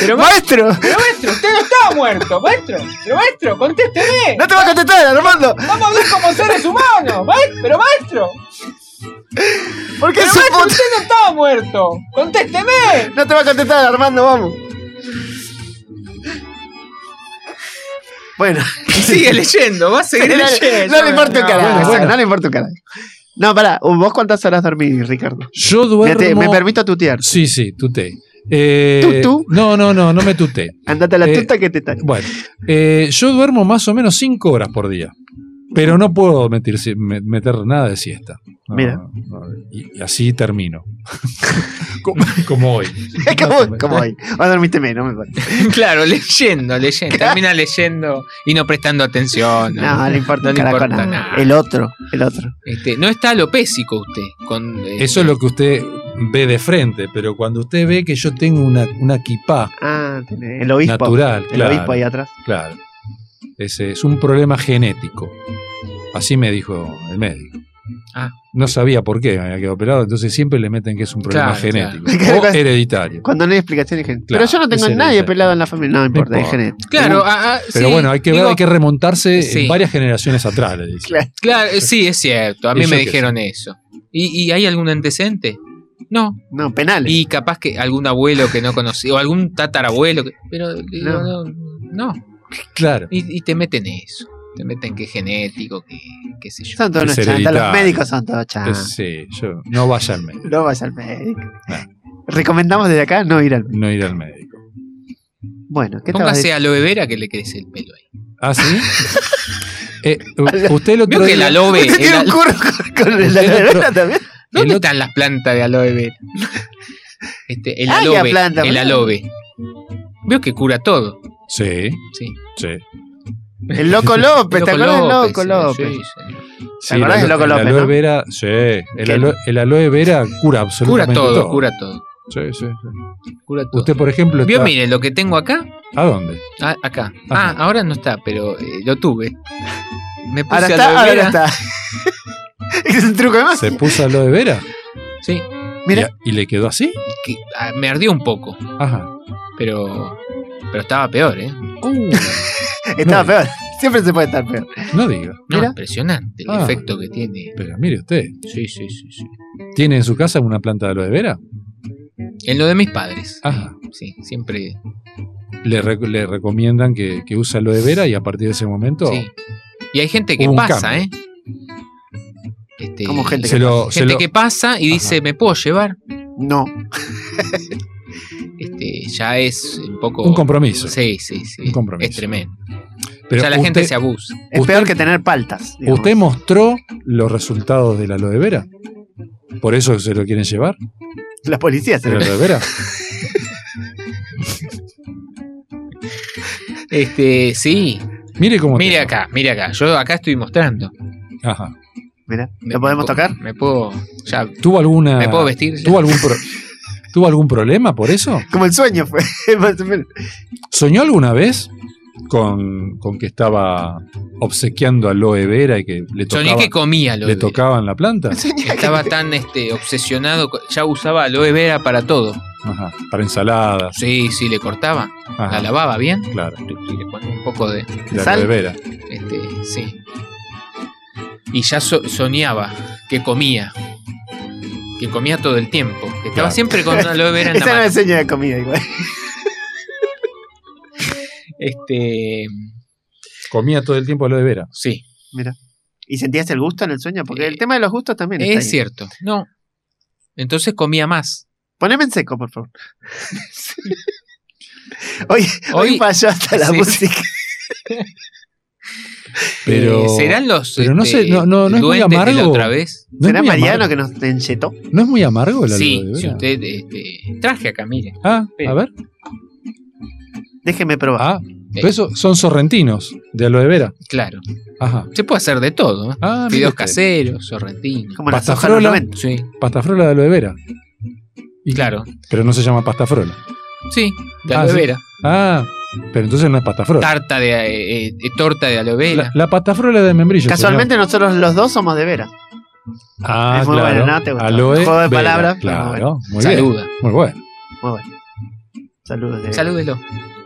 Speaker 4: pero ma-
Speaker 3: <laughs> ¡Maestro!
Speaker 5: Pero maestro, usted no estaba muerto, maestro. Pero maestro, contésteme.
Speaker 3: ¡No te va a contestar, Armando!
Speaker 5: Vamos a hablar como seres humanos. maest- Pero maestro,
Speaker 3: ¿Por qué
Speaker 5: pero
Speaker 3: su
Speaker 5: maestro,
Speaker 3: puta-
Speaker 5: usted no estaba muerto. Contésteme.
Speaker 3: No te va a contestar, Armando, vamos. Bueno,
Speaker 4: sigue leyendo, va a seguir
Speaker 3: <laughs> no, le-
Speaker 4: leyendo.
Speaker 3: no le importa un carajo.
Speaker 2: bueno,
Speaker 3: o sea,
Speaker 2: bueno.
Speaker 3: No le importa un carajo. No, pará, ¿vos cuántas horas dormís, Ricardo?
Speaker 2: Yo
Speaker 3: Me,
Speaker 2: duermo.
Speaker 3: te- me permito tutear.
Speaker 2: Sí, sí, tuté. Eh,
Speaker 3: ¿Tutú?
Speaker 2: No, no, no, no me tuté.
Speaker 3: Andate a la
Speaker 2: Eh,
Speaker 3: tuta que te tal. <laughs>
Speaker 2: Bueno, eh, yo duermo más o menos 5 horas por día. Pero no puedo meter, si- me- meter nada de siesta. No,
Speaker 3: Mira.
Speaker 2: no, y, y así termino. <laughs> como, como hoy. pues.
Speaker 3: como, como hoy. Hoy dormiste menos, me parece.
Speaker 4: Claro, leyendo, leyendo. Termina leyendo y no prestando atención.
Speaker 3: No, no le importa,
Speaker 4: no
Speaker 3: un
Speaker 4: le
Speaker 3: carajo
Speaker 4: importa
Speaker 3: nada.
Speaker 4: nada.
Speaker 3: El otro, el otro.
Speaker 4: Este, no está alopésico usted. Con, eh,
Speaker 2: Eso es lo que usted ve de frente. Pero cuando usted ve que yo tengo una, una kipá
Speaker 3: Ah, tenés- el obispo.
Speaker 2: natural,
Speaker 3: El
Speaker 2: claro,
Speaker 3: obispo ahí atrás.
Speaker 2: claro. Ese es un problema genético. Así me dijo el médico.
Speaker 4: Ah.
Speaker 2: No sabía por qué me había quedado operado, entonces siempre le meten que es un problema
Speaker 4: Claro,
Speaker 2: genético
Speaker 3: <laughs> claro.
Speaker 2: o hereditario.
Speaker 3: Cuando no hay explicaciones genéticas.
Speaker 2: Claro,
Speaker 3: Pero yo no tengo
Speaker 2: ese
Speaker 3: nadie
Speaker 2: era el-
Speaker 3: pelado en la familia. No, me importa, es
Speaker 2: importa.
Speaker 3: genético.
Speaker 4: Claro, ah, ah,
Speaker 2: Pero
Speaker 4: sí,
Speaker 2: bueno, hay que ver,
Speaker 4: digo,
Speaker 2: hay que remontarse en
Speaker 4: Sí.
Speaker 2: varias generaciones atrás, le dice.
Speaker 3: Claro.
Speaker 4: Claro, eh, sí, es cierto. A mí
Speaker 2: Eso
Speaker 4: me
Speaker 2: que
Speaker 4: dijeron eso. ¿Y, y hay algún antecedente? No.
Speaker 3: No, penales.
Speaker 4: Y capaz que algún abuelo que no conocí, o algún tatarabuelo. que- pero digo, no.
Speaker 3: No.
Speaker 4: no.
Speaker 2: Claro.
Speaker 4: Y, y te meten eso. Te meten que es genético, que qué sé yo.
Speaker 3: Son todos unos
Speaker 2: Es
Speaker 3: chantas. Los
Speaker 2: hereditario.
Speaker 3: médicos son todos
Speaker 2: Es-
Speaker 3: chantas.
Speaker 2: sí, yo- no vaya al médico,
Speaker 3: No vayas al médico.
Speaker 2: Ah.
Speaker 3: Recomendamos desde acá no ir al médico.
Speaker 2: no ir al médico.
Speaker 3: Bueno, ¿qué estabas
Speaker 4: Póngase aloe vera que le crece el pelo ahí. <laughs>
Speaker 2: ¿Ah, sí? Eh, u- usted el
Speaker 4: Veo
Speaker 2: otro
Speaker 4: que el
Speaker 2: día,
Speaker 4: aloe
Speaker 3: diciendo?
Speaker 4: el
Speaker 3: ¿Usted tiene un
Speaker 4: alo-
Speaker 3: curro con, con
Speaker 2: Usted
Speaker 3: la
Speaker 2: lo
Speaker 3: nevera
Speaker 2: pro-
Speaker 3: también?
Speaker 4: ¿Dónde
Speaker 2: el
Speaker 4: están las plantas de aloe vera? Este, el
Speaker 3: Hay
Speaker 4: aloe,
Speaker 3: Ah, planta,
Speaker 4: el
Speaker 3: ¿verdad?
Speaker 4: aloe. Veo que cura todo.
Speaker 2: Sí,
Speaker 4: Sí.
Speaker 2: sí.
Speaker 3: El Loco López, ¿te acuerdas del Loco
Speaker 4: sí,
Speaker 3: López?
Speaker 4: sí, sí.
Speaker 2: Sí,
Speaker 3: acordás
Speaker 2: el
Speaker 3: de Loco
Speaker 2: alo- el
Speaker 3: López,
Speaker 2: aloe
Speaker 3: no?
Speaker 2: vera, sí, el
Speaker 3: Que-
Speaker 2: aloe, el aloe vera cura
Speaker 4: Cura
Speaker 2: absolutamente
Speaker 4: todo, cura todo.
Speaker 2: Sí, sí, sí.
Speaker 4: Cura todo.
Speaker 2: Usted, por ejemplo,
Speaker 4: Vio,
Speaker 2: está-
Speaker 4: mire, lo que tengo acá,
Speaker 2: ¿a dónde?
Speaker 4: ah, acá.
Speaker 2: Ajá.
Speaker 4: Ah, ahora no está, pero eh, lo tuve. Me puse
Speaker 3: Ahora
Speaker 4: aloe
Speaker 3: está, ahora
Speaker 4: vera.
Speaker 3: está. <laughs> es un truco más.
Speaker 2: ¿Se puso aloe vera?
Speaker 4: <laughs> Sí,
Speaker 3: Mira,
Speaker 2: ¿Y, y le quedó así?
Speaker 4: que, ah, me ardió un poco,
Speaker 2: Ajá.
Speaker 4: pero pero estaba peor, ¿eh?
Speaker 3: estaba
Speaker 2: no.
Speaker 3: peor. Siempre se puede estar peor.
Speaker 2: No diga.
Speaker 4: No,
Speaker 3: Mira.
Speaker 4: impresionante el
Speaker 2: Ah.
Speaker 4: efecto que tiene.
Speaker 2: Pero mire usted,
Speaker 4: Sí, sí, sí, sí.
Speaker 2: ¿tiene en su casa una planta de aloe vera?
Speaker 4: En lo de mis padres.
Speaker 2: Ajá.
Speaker 4: Sí, siempre.
Speaker 2: Le, rec- le recomiendan que, que use aloe vera y a partir de ese momento
Speaker 4: Sí. Y hay gente que
Speaker 2: Hubo un
Speaker 4: pasa,
Speaker 2: cambio.
Speaker 4: ¿eh? Este,
Speaker 3: Como gente
Speaker 2: se,
Speaker 3: que
Speaker 2: lo, se
Speaker 4: gente
Speaker 2: lo-
Speaker 4: que pasa y dice, ¿me puedo llevar?
Speaker 3: No.
Speaker 4: Este, ya es un poco.
Speaker 2: Un compromiso.
Speaker 4: Sí, sí, sí.
Speaker 2: Un compromiso.
Speaker 4: Es tremendo.
Speaker 2: Pero
Speaker 4: ya la
Speaker 2: usted,
Speaker 4: gente se abusa.
Speaker 3: Es
Speaker 2: Usted-
Speaker 3: peor que tener paltas. digamos.
Speaker 2: ¿Usted mostró los resultados del aloe vera? ¿Por eso se lo quieren llevar?
Speaker 3: La policía se
Speaker 2: ¿El
Speaker 3: lo
Speaker 2: aloe
Speaker 4: <laughs>
Speaker 2: vera?
Speaker 4: Este, sí.
Speaker 2: Mire cómo
Speaker 4: Mire
Speaker 2: tiene.
Speaker 4: acá, mire acá. Yo acá estoy mostrando.
Speaker 2: Ajá.
Speaker 3: Mira,
Speaker 4: Me-
Speaker 3: ¿lo podemos
Speaker 4: me puedo-
Speaker 3: tocar?
Speaker 4: Me puedo. Ya,
Speaker 2: ¿Tuvo alguna.
Speaker 4: me puedo vestir. ya?
Speaker 2: ¿Tuvo algún, pro- ¿Tuvo algún problema por eso?
Speaker 3: Como el sueño fue. <laughs> más o menos.
Speaker 2: ¿Soñó alguna vez con, con que estaba obsequiando aloe vera y que le
Speaker 4: Soñé
Speaker 2: tocaban,
Speaker 4: que comía lo
Speaker 2: le tocaban la planta?
Speaker 4: Estaba tan este, obsesionado, con- ya usaba aloe vera para todo.
Speaker 2: Ajá, para ensaladas.
Speaker 4: Sí, sí, le cortaba,
Speaker 2: Ajá,
Speaker 4: la lavaba bien
Speaker 2: Claro,
Speaker 4: y le ponía un poco de,
Speaker 2: de
Speaker 3: Sal.
Speaker 2: aloe vera.
Speaker 4: este, sí. Y ya so- soñaba que comía, que comía todo el tiempo, que estaba
Speaker 2: Claro.
Speaker 4: siempre con una aloe vera en la
Speaker 3: <laughs> Esa no
Speaker 4: mano.
Speaker 3: es sueño de comida igual.
Speaker 4: Este,
Speaker 2: Comía todo el tiempo aloe vera.
Speaker 4: sí,
Speaker 3: ¿Y sentías el gusto en el sueño? Porque el tema de los gustos también está
Speaker 4: Eh, es
Speaker 3: ahí.
Speaker 4: cierto. No, Entonces comía
Speaker 2: <laughs>
Speaker 4: más.
Speaker 3: Poneme en seco, por favor. <laughs> hoy, hoy,
Speaker 4: Hoy-
Speaker 3: falló hasta la
Speaker 4: sí.
Speaker 3: música.
Speaker 2: Pero,
Speaker 4: Eh, ¿Serán los
Speaker 2: pero no
Speaker 4: este,
Speaker 2: sé, no, no, no es muy
Speaker 4: duendes de la
Speaker 2: amargo.
Speaker 4: otra vez?
Speaker 2: ¿No es
Speaker 3: ¿Será
Speaker 2: muy
Speaker 3: Mariano
Speaker 2: amargo?
Speaker 3: que nos enchetó?
Speaker 2: ¿No es muy amargo el aloe
Speaker 4: sí,
Speaker 2: vera?
Speaker 4: si usted este, traje acá, mire.
Speaker 2: Ah, a
Speaker 4: Espera.
Speaker 2: ver.
Speaker 3: Déjeme probar.
Speaker 2: Ah, pero eso son sorrentinos de aloe vera.
Speaker 4: Eh, Claro.
Speaker 2: Ajá.
Speaker 4: Se puede hacer de todo. ¿no?
Speaker 2: Ah, mire
Speaker 4: Fideos
Speaker 2: usted.
Speaker 4: caseros, sorrentinos.
Speaker 3: Como la
Speaker 2: pasta
Speaker 3: soja de los
Speaker 2: frola.
Speaker 3: 90.
Speaker 4: Sí,
Speaker 2: Pastafrola de aloe vera.
Speaker 4: claro.
Speaker 2: Pero no se llama pastafrola.
Speaker 4: Sí, de
Speaker 2: Ah,
Speaker 4: aloe
Speaker 2: sí.
Speaker 4: vera.
Speaker 2: Ah, pero entonces no es pastafrola.
Speaker 4: Tarta de, eh, eh, torta de aloe vera.
Speaker 2: La, la pastafrola de membrillo. señor.
Speaker 3: Casualmente nosotros los dos somos de vera.
Speaker 2: Ah,
Speaker 3: es muy
Speaker 2: claro.
Speaker 3: bueno, ¿no? Te gustó.
Speaker 2: Aloe
Speaker 3: Juego de
Speaker 2: vera,
Speaker 3: palabras,
Speaker 2: Claro,
Speaker 3: pero
Speaker 2: muy bien.
Speaker 4: Saluda.
Speaker 2: Muy bueno.
Speaker 3: Muy bueno. Saludos de vera.
Speaker 4: Salúdelo.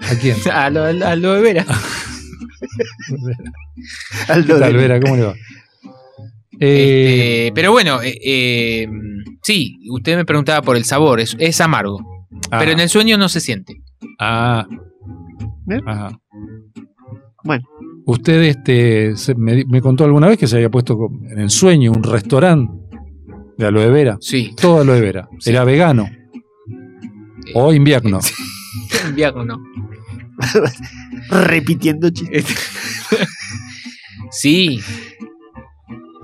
Speaker 4: <laughs>
Speaker 2: ¿A
Speaker 3: <laughs>
Speaker 2: quién?
Speaker 4: A lo- a aloe vera.
Speaker 2: Ah,
Speaker 3: Aldo
Speaker 2: ¿Qué
Speaker 3: de-
Speaker 2: tal, Vera? ¿Cómo le va? Eh,
Speaker 4: <laughs> Este, pero bueno, eh, eh, sí, usted me preguntaba por el sabor, es, es amargo,
Speaker 2: ah,
Speaker 4: pero en el sueño no se siente.
Speaker 2: ah.
Speaker 3: ¿Eh?
Speaker 2: Ajá.
Speaker 3: Bueno.
Speaker 2: Usted este, se- me, me contó alguna vez que se había puesto con- en el sueño un restaurante de aloe vera.
Speaker 4: Sí, <laughs>
Speaker 2: Todo aloe vera.
Speaker 4: Sí.
Speaker 2: Era vegano. O invierno.
Speaker 4: diácono.
Speaker 3: Repitiendo chistes.
Speaker 4: Este- Sí.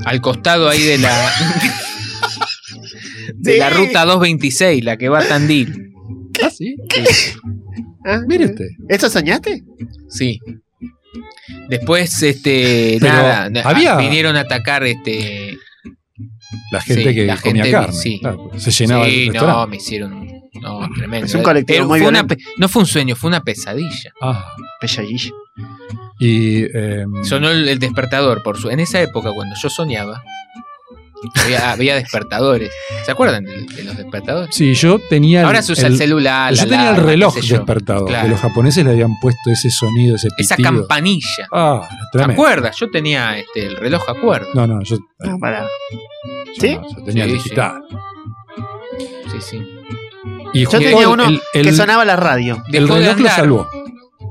Speaker 4: Al costado ahí de la de la
Speaker 3: Sí.
Speaker 4: ruta 226, la que va a Tandil.
Speaker 2: <laughs> ¿Ah, sí?
Speaker 3: Ah,
Speaker 2: Mire usted.
Speaker 3: ¿Eso soñaste?
Speaker 4: Sí. Después este
Speaker 2: Pero
Speaker 4: nada, na-
Speaker 2: había-
Speaker 4: vinieron a atacar este
Speaker 2: La gente
Speaker 4: Sí,
Speaker 2: que
Speaker 4: la
Speaker 2: comía
Speaker 4: gente,
Speaker 2: carne.
Speaker 4: sí.
Speaker 2: claro, se llenaba
Speaker 4: sí,
Speaker 2: el
Speaker 4: no,
Speaker 2: restaurante.
Speaker 4: me hicieron no, tremendo.
Speaker 3: Es un colectivo
Speaker 4: Pero
Speaker 3: muy
Speaker 4: fue una
Speaker 3: violento.
Speaker 4: pe- no fue un sueño, fue una pesadilla.
Speaker 2: Ah,
Speaker 3: Pesadilla.
Speaker 2: y em,
Speaker 4: Sonó el, el despertador, por su. En esa época, cuando yo soñaba, había, había despertadores. ¿Se acuerdan de, de los despertadores?
Speaker 2: sí, yo tenía el-
Speaker 4: Ahora se usa el,
Speaker 2: el-
Speaker 4: celular. la
Speaker 2: yo tenía el
Speaker 4: alarma, qué
Speaker 2: reloj
Speaker 4: sé yo.
Speaker 2: despertador.
Speaker 4: Claro.
Speaker 2: Que los japoneses le habían puesto ese sonido, ese pitido.
Speaker 4: Esa campanilla.
Speaker 2: Ah,
Speaker 4: ¿Te
Speaker 2: tremendo.
Speaker 4: acuerdas? Yo tenía este, el reloj a cuerda.
Speaker 2: No, no, yo,
Speaker 3: No, para.
Speaker 2: yo
Speaker 3: ¿Sí?
Speaker 2: no, yo tenía
Speaker 4: Sí,
Speaker 2: el
Speaker 4: sí.
Speaker 2: digital.
Speaker 4: Sí, sí.
Speaker 2: Y
Speaker 3: Yo tenía uno
Speaker 2: el, el-
Speaker 3: que sonaba la radio. <laughs>
Speaker 2: el
Speaker 4: Dejó de
Speaker 2: reloj lo
Speaker 4: andar.
Speaker 2: salvó.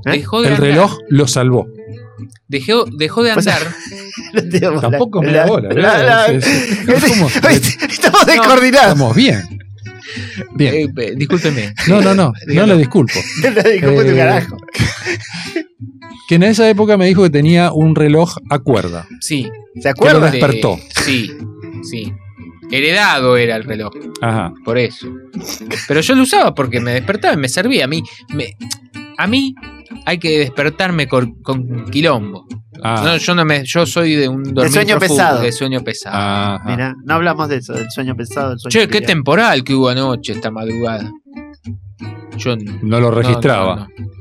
Speaker 3: ¿Eh?
Speaker 4: Dejó de
Speaker 2: El
Speaker 4: andar.
Speaker 2: reloj lo salvó.
Speaker 4: Dejó, dejó de
Speaker 3: Pues-
Speaker 4: andar.
Speaker 3: No te dio bola.
Speaker 2: Tampoco me da bola, ¿verdad? Es-
Speaker 3: <laughs>
Speaker 2: es- es como-
Speaker 3: Estamos descoordinados.
Speaker 2: Estamos bien. Bien.
Speaker 4: Eh, eh, discúlpeme.
Speaker 2: No,
Speaker 4: <laughs>
Speaker 2: no, no. No
Speaker 3: <laughs>
Speaker 2: le disculpo.
Speaker 3: Te disculpo tu
Speaker 2: Eh,
Speaker 3: carajo.
Speaker 2: Que en esa época me dijo que tenía un reloj a cuerda. <laughs>
Speaker 4: Sí.
Speaker 3: ¿Se
Speaker 2: Que lo
Speaker 3: acuerdan?
Speaker 2: despertó.
Speaker 4: eh, sí, sí. Heredado era el reloj.
Speaker 2: Ajá.
Speaker 4: por eso. Pero yo lo usaba porque me despertaba y me servía. A mí, me- a mí hay que despertarme cor- con, quilombo.
Speaker 2: Ah.
Speaker 4: No, yo no me, yo soy de un dormir
Speaker 3: sueño
Speaker 4: profundo,
Speaker 3: pesado.
Speaker 4: De sueño pesado.
Speaker 2: Ajá.
Speaker 3: Mirá, no hablamos de eso, del sueño pesado, del sueño
Speaker 4: Che, qué
Speaker 3: liviano.
Speaker 4: temporal que hubo anoche esta madrugada. Yo no-
Speaker 2: No lo registraba.
Speaker 4: no, no.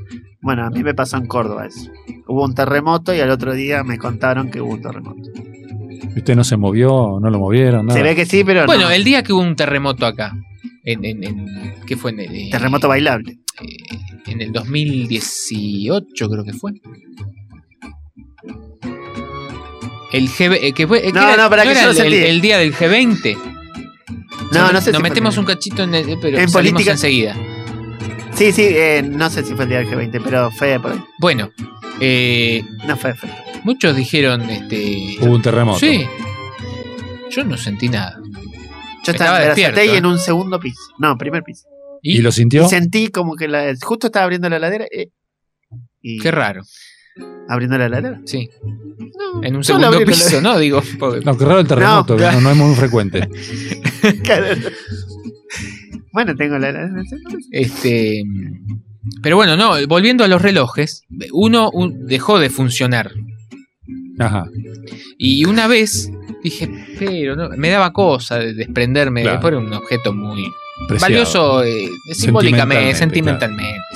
Speaker 3: Bueno, a mí me pasó en Córdoba eso. Hubo un terremoto y al otro día me contaron que hubo un terremoto.
Speaker 2: Usted no se movió, no lo movieron, nada.
Speaker 3: Se ve que sí, pero
Speaker 4: Bueno,
Speaker 3: no.
Speaker 4: el día que hubo un terremoto acá. En, en, en- ¿Qué fue? En el,
Speaker 3: Terremoto bailable.
Speaker 4: eh, en el 2018 creo que fue. El G eh, que fue eh, que
Speaker 3: No, no, pará, que
Speaker 4: era
Speaker 3: yo lo
Speaker 4: el,
Speaker 3: sentí.
Speaker 4: el- el día del G20.
Speaker 3: No, no sé si
Speaker 4: Nos
Speaker 3: fue
Speaker 4: metemos
Speaker 3: el-
Speaker 4: un cachito en el, eh, pero
Speaker 3: En
Speaker 4: salimos
Speaker 3: política-
Speaker 4: enseguida.
Speaker 3: Sí, sí, eh, no sé si fue el día del G20, pero fue por ahí.
Speaker 4: Bueno, eh,
Speaker 3: No fue, fue.
Speaker 4: muchos dijeron este
Speaker 2: Hubo un terremoto.
Speaker 4: Sí. Yo no sentí nada.
Speaker 3: Yo estaba,
Speaker 4: Estaba
Speaker 3: en
Speaker 4: despierto,
Speaker 3: Verazategui
Speaker 4: ¿eh?
Speaker 3: en un segundo piso. No, primer piso.
Speaker 2: ¿Y,
Speaker 4: Y,
Speaker 2: lo
Speaker 3: Y
Speaker 2: sintió?
Speaker 3: sentí como que la, justo estaba abriendo la ladera. eh, y
Speaker 4: qué raro,
Speaker 3: abriendo la ladera.
Speaker 4: sí.
Speaker 2: Mm.
Speaker 4: en un
Speaker 3: solo
Speaker 4: segundo
Speaker 3: abrí la-
Speaker 4: piso, ¿no? Digo, porque-
Speaker 2: <laughs> No, qué raro el terremoto,
Speaker 3: No,
Speaker 2: que no, no es
Speaker 4: <laughs>
Speaker 2: muy frecuente.
Speaker 3: bueno, tengo la ladera.
Speaker 4: Este, pero bueno, no, volviendo a los relojes, uno un- dejó de funcionar.
Speaker 2: Ajá.
Speaker 4: Y una vez dije, pero no, me daba cosa de desprenderme,
Speaker 2: Claro.
Speaker 4: por un objeto muy
Speaker 2: Preciado.
Speaker 4: valioso eh, simbólicamente,
Speaker 2: Sentimentalmente,
Speaker 4: sentimentalmente,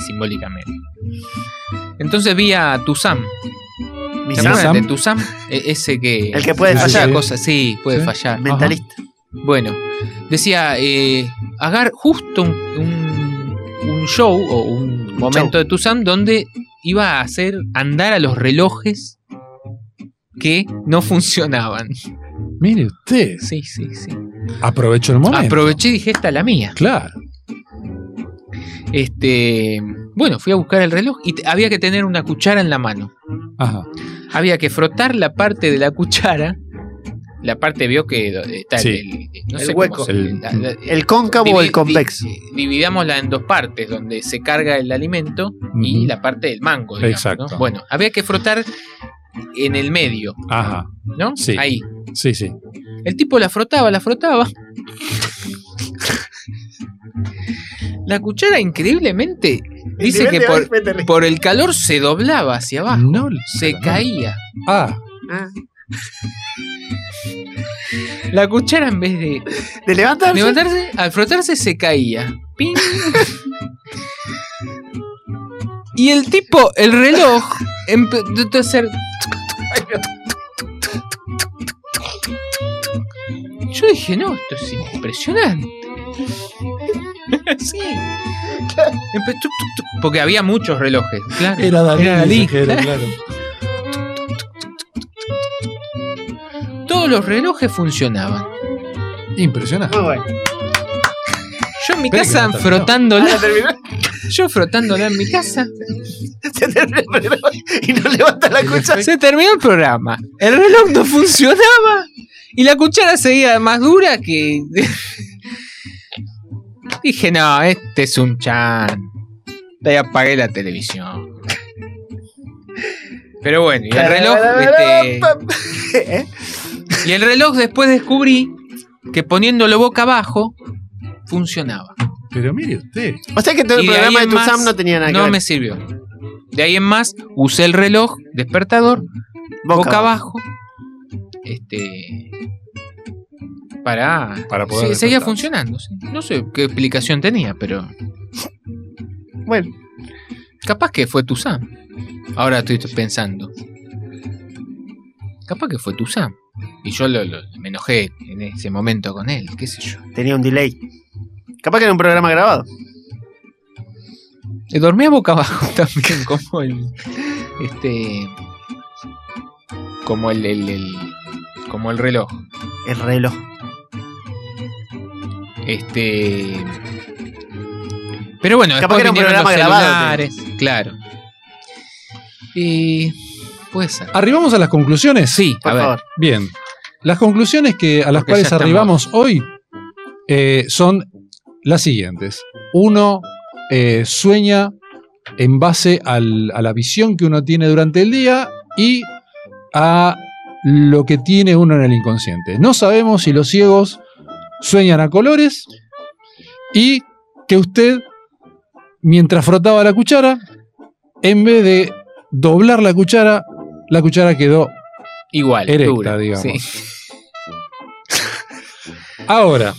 Speaker 4: simbólicamente. Entonces vi a Tuzam.
Speaker 3: Mi
Speaker 4: ¿Se
Speaker 2: Sam?
Speaker 4: acuerdan
Speaker 2: Sam?
Speaker 4: de Tuzam? E- ese que.
Speaker 3: El que puede
Speaker 4: hacía
Speaker 2: fallar.
Speaker 4: cosas, sí, puede
Speaker 2: Sí.
Speaker 4: fallar.
Speaker 3: mentalista.
Speaker 4: Bueno, decía, eh, agar justo un, un- un show o un momento de Tuzán donde iba a hacer andar a los relojes que no <laughs> funcionaban.
Speaker 2: Mire usted,
Speaker 4: Sí, sí, sí.
Speaker 2: aprovechó el momento.
Speaker 4: Aproveché y dije, esta es la mía.
Speaker 2: Claro.
Speaker 4: Este, bueno, fui a buscar el reloj y t- había que tener una cuchara en la mano.
Speaker 2: Ajá.
Speaker 4: Había que frotar la parte de la cuchara, la parte vio que do- eh, está el-
Speaker 2: Sí.
Speaker 4: el, no
Speaker 3: El
Speaker 4: sé cómo
Speaker 3: hueco.
Speaker 4: se-
Speaker 2: El-
Speaker 4: la- la-
Speaker 3: ¿El cóncavo o
Speaker 4: Divi-
Speaker 3: el convexo?
Speaker 4: di- dividámosla en dos partes, donde se carga el alimento y
Speaker 2: Ujú.
Speaker 4: la parte del mango. digamos,
Speaker 2: Exacto.
Speaker 4: ¿no? Bueno, había que frotar en el medio,
Speaker 2: Ajá.
Speaker 4: ¿no?
Speaker 2: Sí.
Speaker 4: Ahí.
Speaker 2: Sí, sí.
Speaker 4: El tipo la frotaba, la frotaba. La cuchara increíblemente dice que por, por el calor se doblaba hacia abajo,
Speaker 2: No,
Speaker 4: Ah, se
Speaker 2: no.
Speaker 4: caía.
Speaker 2: Ah,
Speaker 4: La cuchara en vez de
Speaker 3: ¿De levantarse?
Speaker 4: levantarse, al frotarse se caía. Ping. y el tipo, el reloj, empezó a hacer. Yo dije, no, esto es impresionante. sí. Empe- tuc, tuc, tuc, Porque había muchos relojes, claro.
Speaker 2: era Dalí.
Speaker 4: Era Dalí,
Speaker 2: dijera,
Speaker 4: claro.
Speaker 2: claro.
Speaker 4: Todos los relojes funcionaban.
Speaker 2: Impresionante.
Speaker 3: Muy bueno.
Speaker 4: Yo en mi
Speaker 2: Espera que
Speaker 4: casa
Speaker 2: no terminó.
Speaker 4: frotándola. Yo frotándola en mi casa.
Speaker 3: Se termina el reloj y no levanta la cuchara.
Speaker 4: Se terminó el programa. El reloj no funcionaba. Y la cuchara seguía más dura que. <laughs> Dije, no, este es un chan. Y apagué la televisión. Pero bueno, y el reloj. este,
Speaker 3: <laughs> ¿Eh?
Speaker 4: y el reloj después descubrí que poniéndolo boca abajo funcionaba.
Speaker 2: Pero mire usted.
Speaker 3: O sea que todo el
Speaker 4: Y de
Speaker 3: programa
Speaker 4: ahí en
Speaker 3: de tu
Speaker 4: más,
Speaker 3: Sam no tenía nada que
Speaker 4: No
Speaker 3: ver.
Speaker 4: me sirvió. De ahí en más, usé el reloj despertador boca, abajo. Este. Para.
Speaker 2: Para poder
Speaker 4: se- seguía
Speaker 2: despertar.
Speaker 4: funcionando. sí. No sé qué explicación tenía, pero.
Speaker 3: Bueno.
Speaker 4: Capaz que fue Tuzán. Ahora estoy pensando. Capaz que fue Tuzán. Y yo lo- lo- me enojé en ese momento con él, qué sé yo.
Speaker 3: Tenía un delay. Capaz que era un programa grabado.
Speaker 4: Eh, Dormía boca abajo <laughs> también, como el. Este. Como el. el- el- como el reloj.
Speaker 3: El reloj.
Speaker 4: Este. Pero bueno, después
Speaker 3: Capaz que era un
Speaker 4: vinieron
Speaker 3: programa
Speaker 4: los
Speaker 3: grabado,
Speaker 4: celulares, Claro. Y. Puede ser.
Speaker 2: Arribamos a las conclusiones.
Speaker 4: Sí,
Speaker 3: Por
Speaker 4: a ver.
Speaker 3: favor.
Speaker 2: Bien. Las conclusiones que, a las
Speaker 4: Porque
Speaker 2: cuales
Speaker 4: ya estamos.
Speaker 2: arribamos hoy eh, son las siguientes. Uno eh, sueña en base al- a la visión que uno tiene durante el día y a lo que tiene uno en el inconsciente. No sabemos si los ciegos sueñan a colores y que usted, mientras frotaba la cuchara, en vez de doblar la cuchara, la cuchara quedó
Speaker 4: Igual,
Speaker 2: Erecta,
Speaker 4: dura.
Speaker 2: digamos.
Speaker 4: sí.
Speaker 3: <laughs>
Speaker 2: Ahora,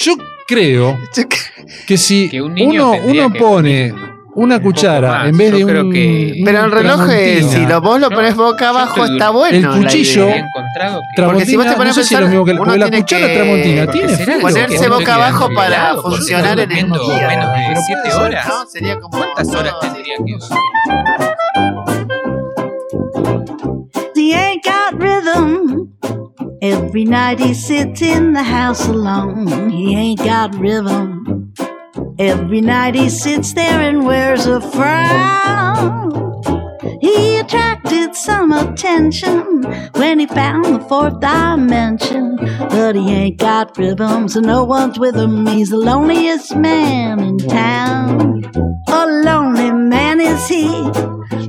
Speaker 2: yo creo que si
Speaker 4: Que un niño
Speaker 2: uno,
Speaker 4: tendría
Speaker 2: uno
Speaker 4: que-
Speaker 2: pone una
Speaker 4: un poco
Speaker 2: cuchara
Speaker 4: más,
Speaker 2: en vez
Speaker 4: yo
Speaker 2: de
Speaker 4: creo
Speaker 2: un.
Speaker 4: que-
Speaker 3: Pero el reloj, eh,
Speaker 2: tramontina,
Speaker 3: si lo, vos lo
Speaker 4: Mm, Yo-
Speaker 3: pones boca
Speaker 4: yo
Speaker 3: abajo,
Speaker 4: estoy-
Speaker 3: está bueno.
Speaker 2: El
Speaker 3: la
Speaker 2: cuchillo-
Speaker 4: Había
Speaker 3: idea.
Speaker 4: encontrado que-
Speaker 2: Tramontina,
Speaker 3: Porque si vos te pones
Speaker 2: no
Speaker 3: a
Speaker 2: sé si es lo
Speaker 3: pensar,
Speaker 2: mismo que la,
Speaker 3: uno
Speaker 2: porque la
Speaker 3: tiene
Speaker 2: cuchara
Speaker 3: que-
Speaker 2: tramontina
Speaker 3: porque
Speaker 2: tiene
Speaker 4: será
Speaker 2: filo.
Speaker 4: algo que
Speaker 3: Ponerse
Speaker 4: estoy
Speaker 3: boca
Speaker 4: quedando
Speaker 3: abajo para
Speaker 4: pegado, porque yo
Speaker 3: funcionar
Speaker 4: estoy
Speaker 3: en el
Speaker 4: durmiendo
Speaker 3: día.
Speaker 4: menos de
Speaker 2: Pero
Speaker 4: siete
Speaker 2: puede ser,
Speaker 4: horas.
Speaker 3: No, sería como.
Speaker 4: ¿Cuántas horas
Speaker 3: no,
Speaker 4: tendría que
Speaker 11: He ain't got rhythm. Every night he sits in the house alone. He ain't got rhythm. Every night he sits there and wears a frown. He attracted some attention when he found the fourth dimension. But he ain't got rhythm, so no one's with him. He's the loneliest man in town. A lonely man is he,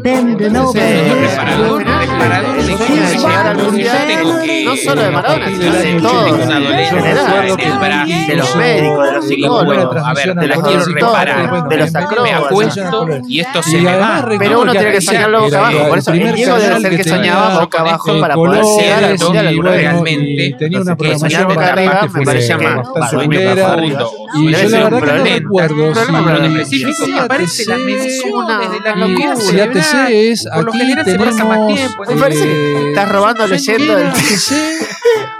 Speaker 11: bending over.
Speaker 4: Señor
Speaker 11: his
Speaker 4: preparador,
Speaker 3: Eh, eh,
Speaker 4: preparador,
Speaker 3: eh,
Speaker 4: sí,
Speaker 3: eh,
Speaker 4: sí,
Speaker 3: eh,
Speaker 4: sí,
Speaker 3: eh,
Speaker 4: llegar al
Speaker 3: eh,
Speaker 4: mundial,
Speaker 3: eh,
Speaker 4: tengo que-
Speaker 3: no solo de Maradona,
Speaker 4: Sí,
Speaker 3: sino
Speaker 2: de la
Speaker 3: de
Speaker 2: noche,
Speaker 3: todos.
Speaker 2: tengo una
Speaker 3: En
Speaker 2: dolencia
Speaker 3: general.
Speaker 4: en el brazo,
Speaker 3: de los
Speaker 2: Yo-
Speaker 3: médicos, de los
Speaker 2: Sí,
Speaker 3: psicólogos.
Speaker 2: bueno,
Speaker 4: A ver, te la
Speaker 3: de
Speaker 4: quiero
Speaker 3: los
Speaker 4: reparar.
Speaker 3: de los
Speaker 4: me
Speaker 3: acróbatas.
Speaker 4: acuesto y esto se
Speaker 2: Y
Speaker 4: me
Speaker 2: además
Speaker 4: va.
Speaker 2: recuerdo
Speaker 3: Pero uno tiene que
Speaker 2: aquel
Speaker 3: sacarlo boca
Speaker 2: era
Speaker 3: abajo, por
Speaker 2: el
Speaker 3: eso
Speaker 2: primer
Speaker 3: el Diego debe
Speaker 2: canal
Speaker 3: ser que
Speaker 2: tenía
Speaker 3: soñaba boca abajo
Speaker 2: de
Speaker 3: para poder
Speaker 2: colores,
Speaker 3: llegar al mundial
Speaker 2: y
Speaker 3: alguna
Speaker 2: bueno,
Speaker 3: vez.
Speaker 4: realmente.
Speaker 2: y tenía una
Speaker 3: Entonces, que
Speaker 2: programación
Speaker 3: soñar boca
Speaker 2: bastante
Speaker 3: arriba me parece
Speaker 2: fulera,
Speaker 3: más-
Speaker 2: bastante
Speaker 3: para mí me
Speaker 2: fulera,
Speaker 3: parece
Speaker 2: y
Speaker 3: Debe
Speaker 2: yo
Speaker 3: ser
Speaker 2: la
Speaker 3: un
Speaker 2: verdad que no
Speaker 3: problema.
Speaker 2: recuerdo si
Speaker 3: Problema, pero no
Speaker 4: específico
Speaker 2: si
Speaker 4: que aparece las
Speaker 2: ATC
Speaker 4: mediciones de las
Speaker 2: y uh,
Speaker 4: locuras
Speaker 2: si ATC es
Speaker 4: Por lo
Speaker 2: aquí
Speaker 4: general se
Speaker 2: tenemos eh,
Speaker 4: pasa más tiempo, ¿eh?
Speaker 3: Me parece que estás robando leyendo del- Así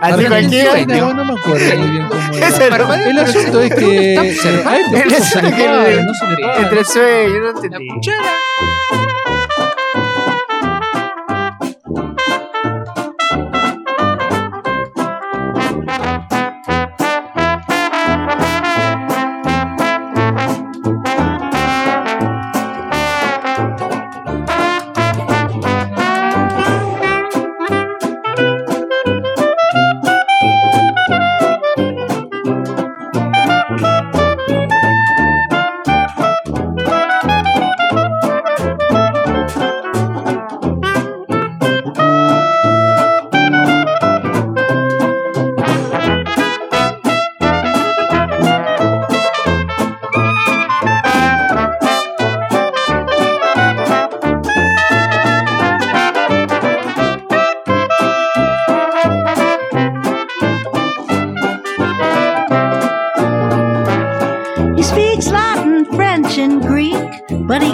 Speaker 2: Argentina,
Speaker 3: cualquiera.
Speaker 2: no, no me acuerdo muy bien cómo
Speaker 3: <laughs>
Speaker 2: era.
Speaker 3: Es el-
Speaker 2: el asunto es que
Speaker 4: Está
Speaker 2: eh,
Speaker 4: observando.
Speaker 2: a este
Speaker 3: El
Speaker 2: tipo se
Speaker 3: asunto
Speaker 2: le
Speaker 3: es que-
Speaker 2: paga, no se le paga.
Speaker 3: Entre sueños, no
Speaker 4: La
Speaker 3: entendí.
Speaker 4: cuchara.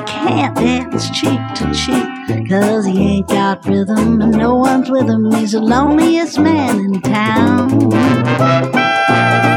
Speaker 11: can't dance cheek to cheek. Cause he ain't got rhythm and no one's with him. He's the loneliest man in town.